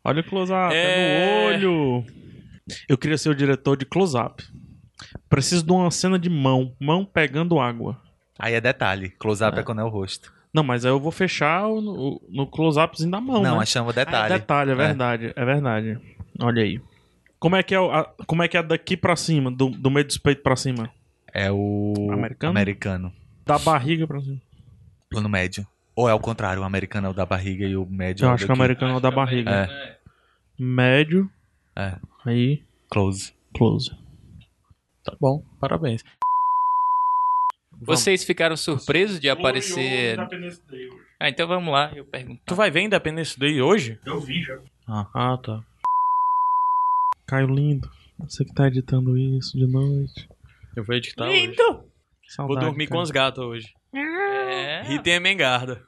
Speaker 1: Olha o close-up,
Speaker 10: É.
Speaker 1: é... no olho. Eu queria ser o diretor de close-up. Preciso de uma cena de mão, mão pegando água.
Speaker 2: Aí é detalhe. Close-up é. quando é o rosto.
Speaker 1: Não, mas aí eu vou fechar o- no, no close-upzinho da mão,
Speaker 2: Não,
Speaker 1: né?
Speaker 2: mas chama detalhe.
Speaker 1: Ah, é detalhe, é
Speaker 2: É.
Speaker 1: verdade, é verdade. Olha aí. Como é que é, o- a, como é, que é daqui pra cima, do, do meio dos peitos pra cima?
Speaker 2: É o.
Speaker 1: Americano?
Speaker 2: Americano.
Speaker 1: Da barriga pra cima.
Speaker 2: Plano médio. Ou é ao contrário, o americano é o da barriga e o médio
Speaker 1: Eu
Speaker 2: é o
Speaker 1: acho que o
Speaker 2: daqui.
Speaker 1: americano é o da barriga. Médio.
Speaker 2: É.
Speaker 1: Aí.
Speaker 2: Close.
Speaker 1: Close.
Speaker 5: Tá bom, parabéns.
Speaker 10: Vocês ficaram surpresos de aparecer. Ah, então vamos lá, eu pergunto.
Speaker 5: Tu vai ver Independence Day hoje?
Speaker 1: Eu vi já.
Speaker 5: Ah, ah, tá.
Speaker 1: Caio lindo. Você que tá editando isso de noite.
Speaker 5: Eu vou editar Tá hoje.
Speaker 1: Lindo!
Speaker 5: Vou
Speaker 1: Saudade,
Speaker 5: dormir com
Speaker 1: cara.
Speaker 5: as gatas hoje.
Speaker 10: É.
Speaker 5: Rita e Emengarda.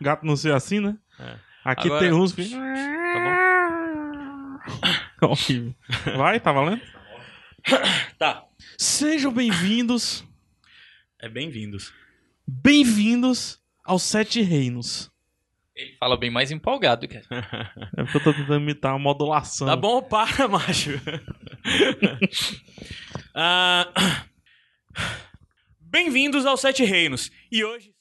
Speaker 1: Gato não sei assim, né?
Speaker 5: É.
Speaker 1: Aqui
Speaker 5: Agora- Tá
Speaker 1: tem uns. filho. Horrível. Vai, tá valendo?
Speaker 5: Tá.
Speaker 1: Sejam bem-vindos,
Speaker 5: É bem-vindos.
Speaker 1: bem-vindos aos Sete Reinos.
Speaker 10: Ele fala bem mais empolgado, cara.
Speaker 1: É porque eu tô tentando imitar a modulação.
Speaker 5: Tá bom, para, macho. Ah, Bem-vindos aos Sete Reinos. E hoje.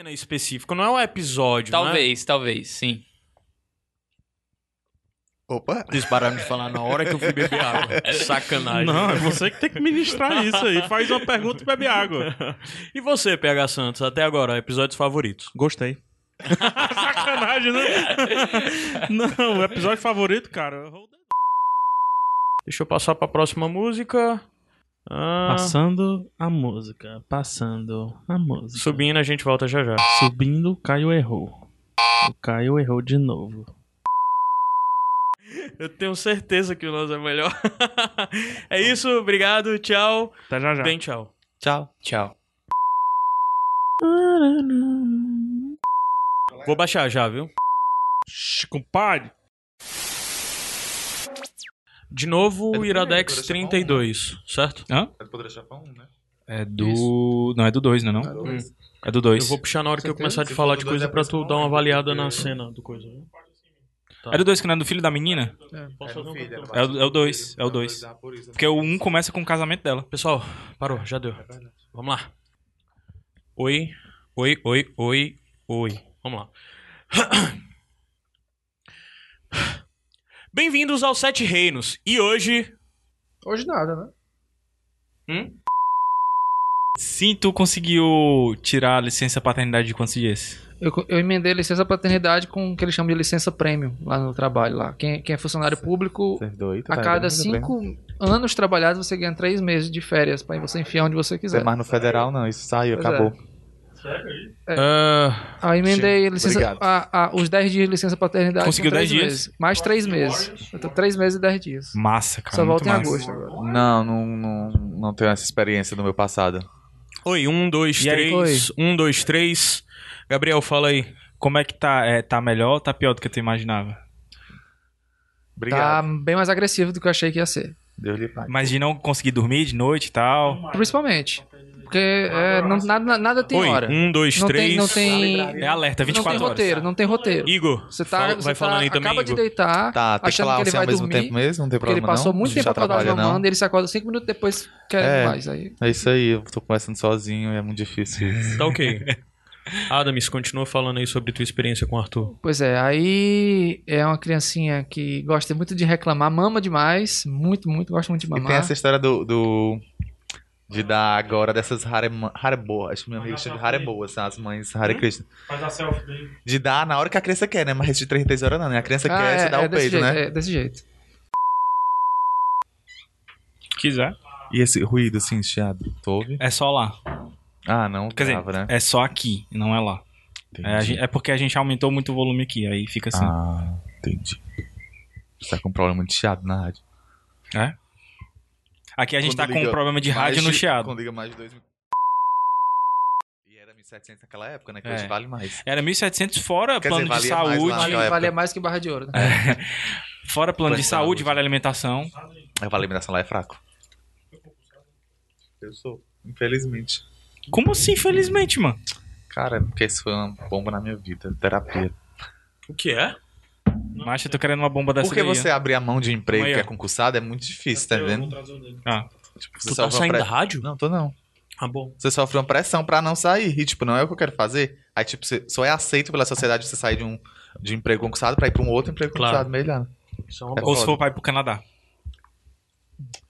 Speaker 5: Cena específico, não é um episódio. né?
Speaker 10: Talvez, talvez, sim.
Speaker 2: Opa.
Speaker 5: Vocês pararam de falar na hora que eu fui beber água. Sacanagem.
Speaker 1: Não, é você que tem que ministrar isso aí. Faz uma pergunta e bebe água.
Speaker 5: E você, PH Santos, até agora, episódios favoritos?
Speaker 1: Gostei. Sacanagem, né? Não, o episódio favorito, cara. Deixa eu passar pra próxima música. Ah,
Speaker 18: Passando a música, passando a música.
Speaker 1: Subindo, a gente volta já já.
Speaker 18: Subindo, o Caio errou. O Caio errou de novo.
Speaker 1: Eu tenho certeza que o nosso é melhor. é isso, obrigado, tchau.
Speaker 18: Tá já já.
Speaker 1: Bem, tchau.
Speaker 5: Tchau. Tchau.
Speaker 1: Vou baixar já, viu? Compadre. De novo, o Iradex 32, certo? Hã?
Speaker 2: É do Poder Chapão, né?
Speaker 5: É do. Não, é do 2, né? Não?
Speaker 2: do dois.
Speaker 5: Hum. É do 2.
Speaker 1: Eu vou puxar na hora que eu começar de
Speaker 5: Se
Speaker 1: falar
Speaker 5: for do
Speaker 1: de
Speaker 5: dois,
Speaker 1: coisa
Speaker 5: é
Speaker 1: pra tu dar uma avaliada na cena do coisa. viu? Tá.
Speaker 5: É do 2 que não é do filho da menina?
Speaker 1: É, posso fazer um cartão.
Speaker 5: É o 2. É o 2. Porque o 1 um começa com o casamento dela.
Speaker 1: Pessoal, parou, já deu. Vamos lá.
Speaker 5: Oi, oi, oi, oi, oi.
Speaker 1: Vamos lá. Bem-vindos aos Sete Reinos. E hoje.
Speaker 4: Hoje nada, né?
Speaker 5: Sim, tu conseguiu tirar a licença paternidade de quantos dias?
Speaker 4: Eu, co- eu emendei a licença paternidade com o que eles chamam de licença prêmio lá no trabalho. lá. Quem, quem é funcionário público,
Speaker 2: tá
Speaker 4: a
Speaker 5: é
Speaker 4: cada
Speaker 2: ganhando
Speaker 4: cinco anos trabalhados, você ganha três meses de férias pra você enfiar onde
Speaker 2: Isso
Speaker 4: você
Speaker 2: é
Speaker 4: quiser.
Speaker 2: mais no federal, não. Isso saiu,
Speaker 4: Pois
Speaker 2: acabou.
Speaker 4: É.
Speaker 5: Ah.
Speaker 4: Aí emendei a
Speaker 2: Sim,
Speaker 4: licença,
Speaker 2: obrigado.
Speaker 4: a- a- os 10 dias de licença paternidade.
Speaker 5: Conseguiu
Speaker 4: com três
Speaker 5: 10 dias?
Speaker 4: meses. Mais 3 meses. Eu tô 3 meses e 10 dias.
Speaker 5: Massa, cara.
Speaker 4: Só
Speaker 5: muito
Speaker 4: volta em
Speaker 5: massa.
Speaker 4: agosto agora. Tá
Speaker 2: Não, não, não, não tenho essa experiência do meu passado.
Speaker 1: Oi, um, dois,
Speaker 5: E aí?
Speaker 1: três. Um, dois, três. Gabriel, fala aí.
Speaker 5: Como é que tá? É, tá melhor ou tá pior do que tu imaginava?
Speaker 4: Tá bem mais agressivo do que eu achei que ia ser.
Speaker 2: Deus lhe pague.
Speaker 5: Mas de não conseguir dormir de noite e tal.
Speaker 4: Principalmente. Porque é, não- nada, nada tem
Speaker 5: Oi,
Speaker 4: hora.
Speaker 5: um, dois,
Speaker 4: não
Speaker 5: três.
Speaker 4: Tem, não tem.
Speaker 5: É alerta, 24
Speaker 4: Não tem
Speaker 5: horas.
Speaker 4: roteiro, não tem roteiro.
Speaker 1: Igor,
Speaker 4: você tá,
Speaker 1: fala-
Speaker 4: você
Speaker 1: vai
Speaker 4: tá-
Speaker 1: falando aí também,
Speaker 4: Acaba de
Speaker 1: Igor.
Speaker 4: deitar,
Speaker 2: Tá, tem que
Speaker 4: achando
Speaker 2: lavar
Speaker 4: que
Speaker 2: o
Speaker 4: ele
Speaker 2: céu
Speaker 4: vai
Speaker 2: ao mesmo
Speaker 4: dormir.
Speaker 2: tempo mesmo, não tem
Speaker 4: porque
Speaker 2: problema,
Speaker 4: Ele passou
Speaker 2: não?
Speaker 4: muito
Speaker 2: Já
Speaker 4: tempo acordado
Speaker 2: trabalha, não.
Speaker 4: mamando, ele se acorda 5 minutos depois, querendo
Speaker 2: é,
Speaker 4: mais. Aí.
Speaker 2: é isso aí, eu tô conversando sozinho e é muito difícil isso.
Speaker 1: Tá ok. Adams, continua falando aí sobre tua experiência com o Arthur.
Speaker 4: Pois é, aí é uma criancinha que gosta muito de reclamar, mama demais, muito, muito, gosta muito de
Speaker 2: E
Speaker 4: mamar.
Speaker 2: tem essa história do. do- de dar agora dessas harem- hareboa. Acho que meu amigo chama de hareboa, são as mães Hare Krishna.
Speaker 1: Hum? Faz a selfie dele.
Speaker 2: De dar na hora que a criança quer, né? Mas de 3 em 3 horas não, né? A criança
Speaker 4: Ah,
Speaker 2: quer,
Speaker 4: é,
Speaker 2: você dá
Speaker 4: é
Speaker 2: o
Speaker 4: desse
Speaker 2: peito,
Speaker 4: jeito,
Speaker 2: né?
Speaker 4: É, desse jeito.
Speaker 5: Quiser.
Speaker 2: E esse ruído assim, chiado, tu ouve?
Speaker 5: É só lá.
Speaker 2: Ah, não,
Speaker 5: Quer dizer,
Speaker 2: grava, né?
Speaker 5: é só aqui, não é lá. É, a gen- é porque a gente aumentou muito o volume aqui, aí fica assim.
Speaker 2: Ah, entendi. Você tá com um problema de chiado na rádio.
Speaker 5: É? Aqui a gente
Speaker 2: Quando
Speaker 5: tá com
Speaker 2: liga
Speaker 5: um problema de
Speaker 2: mais
Speaker 5: rádio no
Speaker 2: de-
Speaker 5: chiado.
Speaker 2: Quando liga mais de dois mil- E era 1.700 naquela época, né? Que
Speaker 5: É.
Speaker 2: hoje vale mais.
Speaker 5: Era 1.700 fora
Speaker 2: Quer
Speaker 5: plano
Speaker 2: dizer,
Speaker 5: de
Speaker 2: valia mais
Speaker 5: saúde.
Speaker 2: lá é,
Speaker 4: Vale,
Speaker 2: naquela
Speaker 4: vale
Speaker 2: época.
Speaker 4: mais que barra de ouro, né?
Speaker 5: Fora
Speaker 2: Plano
Speaker 5: plano de
Speaker 2: de
Speaker 5: saúde, vale alimentação.
Speaker 2: É, vale alimentação lá é fraco. Eu sou, infelizmente.
Speaker 5: Como assim, infelizmente, mano?
Speaker 2: Cara, é porque isso foi uma bomba na minha vida, terapia.
Speaker 1: Tá O que é?
Speaker 5: Macho, eu tô querendo uma bomba dessa
Speaker 2: Porque
Speaker 5: daí, ó.
Speaker 2: você abrir a mão de um emprego
Speaker 5: Aí,
Speaker 2: que
Speaker 5: ó.
Speaker 2: é concursado é muito difícil, tá entendendo?
Speaker 5: Ah.
Speaker 2: Tipo,
Speaker 1: Tu tá
Speaker 2: sofre uma
Speaker 1: saindo
Speaker 2: pre-
Speaker 1: da rádio?
Speaker 2: Não, tô não.
Speaker 1: Ah, bom.
Speaker 2: Você sofre uma pressão pra não sair. E, tipo, não é o que eu quero fazer. Aí, tipo, você só é aceito pela sociedade você sair de um, de um emprego concursado pra ir pra um outro emprego
Speaker 1: Claro.
Speaker 2: concursado melhor.
Speaker 1: Isso é uma
Speaker 2: É
Speaker 5: Ou
Speaker 2: foda.
Speaker 5: se for pra ir pro Canadá.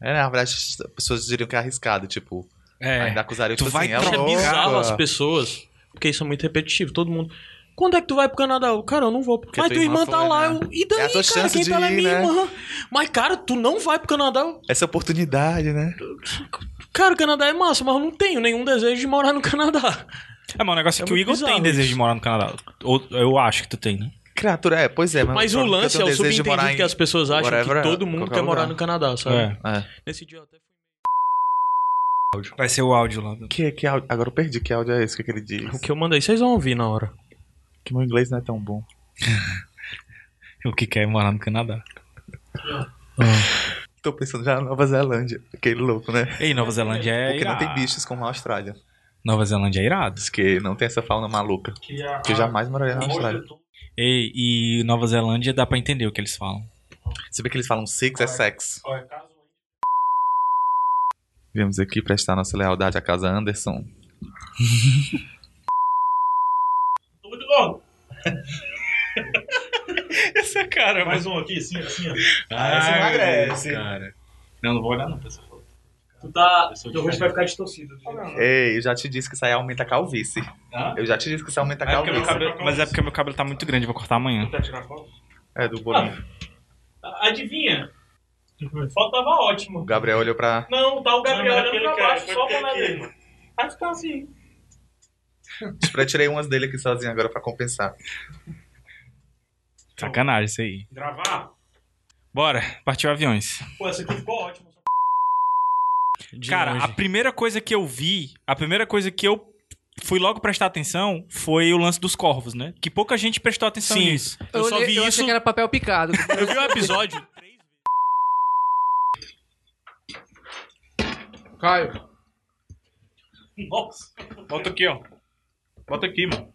Speaker 2: É, na verdade, as pessoas diriam que é arriscado, tipo.
Speaker 5: É.
Speaker 2: Ainda acusariam,
Speaker 5: Tu
Speaker 2: tipo
Speaker 5: vai
Speaker 2: assim, é
Speaker 5: trocar-
Speaker 2: louco.
Speaker 1: Bizarro as pessoas, porque isso é muito repetitivo. Todo mundo. Quando é que tu vai pro Canadá? Eu, cara, eu não vou.
Speaker 2: Porque
Speaker 1: mas
Speaker 2: tua
Speaker 1: tua irmã,
Speaker 2: irmã
Speaker 1: tá
Speaker 2: foi,
Speaker 1: lá.
Speaker 2: né?
Speaker 1: Eu, e daí,
Speaker 2: É a
Speaker 1: cara,
Speaker 2: tua chance
Speaker 1: quem
Speaker 2: de
Speaker 1: tá lá é
Speaker 2: ir,
Speaker 1: minha
Speaker 2: né?
Speaker 1: irmã. Mas, cara, tu não vai pro Canadá. Eu,
Speaker 2: Essa oportunidade, né?
Speaker 1: Cara, o Canadá é massa, mas eu não tenho nenhum desejo de morar no Canadá.
Speaker 5: É, mas o negócio é
Speaker 1: É
Speaker 5: que o
Speaker 1: muito
Speaker 5: Igor
Speaker 1: bizarro
Speaker 5: tem desejo
Speaker 1: isso.
Speaker 5: de morar no Canadá. Ou eu acho que tu tem, né?
Speaker 2: Criatura, é, pois é.
Speaker 1: Mas o
Speaker 2: problema
Speaker 1: lance é
Speaker 2: que eu tenho
Speaker 1: o
Speaker 2: desejo de
Speaker 1: subentendido
Speaker 2: morar em
Speaker 1: que as pessoas acham
Speaker 2: whatever,
Speaker 1: que todo mundo
Speaker 2: qualquer
Speaker 1: quer
Speaker 2: lugar.
Speaker 1: morar no Canadá, sabe?
Speaker 5: É.
Speaker 2: É.
Speaker 1: Nesse dia eu até fui.
Speaker 5: Vai ser o áudio lá.
Speaker 2: Que, que áudio? Agora eu perdi que áudio é esse, o que, que ele diz?
Speaker 1: O que eu mandei, vocês vão ouvir na hora.
Speaker 2: Que meu inglês não é tão bom.
Speaker 5: O que quer é morar no Canadá.
Speaker 2: Tô pensando já na Nova Zelândia. Aquele louco, né?
Speaker 5: Ei, Nova Zelândia é
Speaker 2: Porque não
Speaker 5: irado.
Speaker 2: tem bichos como a Austrália.
Speaker 5: Nova Zelândia é irado.
Speaker 2: Diz que não tem essa fauna maluca. Que eu jamais moraria na Austrália.
Speaker 5: Ei, e Nova Zelândia dá pra entender o que eles falam.
Speaker 2: Se bem que eles falam six é sex. Viemos aqui prestar nossa lealdade à casa Anderson.
Speaker 19: Tô muito gordo.
Speaker 2: é
Speaker 5: Essa cara,
Speaker 19: Mais um aqui, assim, assim, ó.
Speaker 5: Ah,
Speaker 2: essa emagrece.
Speaker 5: Cara. Não, não vou olhar não pra essa foto.
Speaker 19: Tu tá. Teu rosto vai ficar distorcido.
Speaker 2: Ei, eu já te disse que isso aí aumenta a calvície.
Speaker 5: Hã?
Speaker 2: Eu já te disse que isso aumenta a
Speaker 5: É porque meu
Speaker 2: calvície.
Speaker 5: cabelo- mas é porque meu cabelo tá muito grande, eu vou cortar amanhã.
Speaker 19: Tá tirando a foto?
Speaker 2: É, do bolinho.
Speaker 19: Adivinha?
Speaker 1: Foto tava
Speaker 2: O
Speaker 1: ótimo.
Speaker 2: Gabriel olhou pra.
Speaker 1: Não, tá o Gabriel
Speaker 20: Não, mas aquele
Speaker 1: olhando pra
Speaker 20: que é-
Speaker 1: baixo,
Speaker 20: foi
Speaker 1: só pra lá
Speaker 20: aquele que-
Speaker 1: dele. Aí fica assim.
Speaker 2: Tipo, eu tirei umas dele aqui sozinho agora pra compensar.
Speaker 5: Sacanagem isso aí.
Speaker 1: Gravar?
Speaker 5: Bora, partiu aviões.
Speaker 1: Pô, essa aqui ficou ótima.
Speaker 5: Cara, a primeira coisa que eu vi, a primeira coisa que eu fui logo prestar atenção foi o lance dos corvos, né? Que pouca gente prestou atenção
Speaker 21: Sim.
Speaker 5: nisso.
Speaker 4: Eu,
Speaker 5: só
Speaker 4: olhei-
Speaker 5: vi
Speaker 4: eu
Speaker 5: isso.
Speaker 4: achei que era papel picado.
Speaker 5: Eu vi o episódio.
Speaker 4: Caio.
Speaker 1: Nossa.
Speaker 5: Bota aqui, ó. Bota aqui, mano.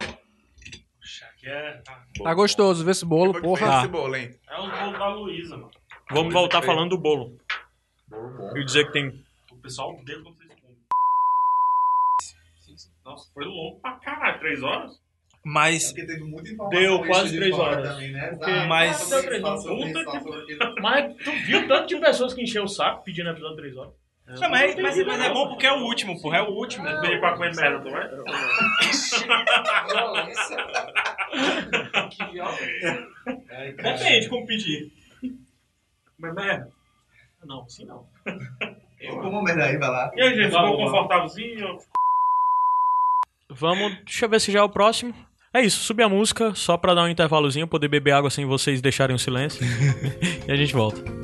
Speaker 1: Aqui é. Tá.
Speaker 4: Tá gostoso, vê esse bolo, porra.
Speaker 1: fez
Speaker 4: Ah.
Speaker 1: esse bolo, É o bolo da Luísa, mano.
Speaker 21: Vamos voltar falando do bolo. E dizer que tem.
Speaker 1: O pessoal deu quando vocês comem. Nossa, foi longo pra caralho. Três horas?
Speaker 2: É
Speaker 5: Mas.
Speaker 1: Deu quase três horas.
Speaker 2: né?
Speaker 1: Porque-
Speaker 5: Mas.
Speaker 1: Ah, deu três horas. Puta que- Mas tu viu o tanto de pessoas que encheu o saco pedindo episódio três horas?
Speaker 5: Não, mas, mas, mas é bom porque é o último, porra. É o último.
Speaker 1: Veio pra comer merda, não é? que violência. Depende como pedir. Mas merda. Não, sim não. Eu
Speaker 2: como merda aí, vai lá.
Speaker 1: E aí, gente,
Speaker 2: Vai,
Speaker 1: ficou
Speaker 2: vai.
Speaker 1: confortávelzinho?
Speaker 21: Vamos. Deixa eu ver se já é o próximo. É isso, subir a música, só pra dar um intervalozinho, poder beber água sem vocês deixarem o silêncio. e a gente volta.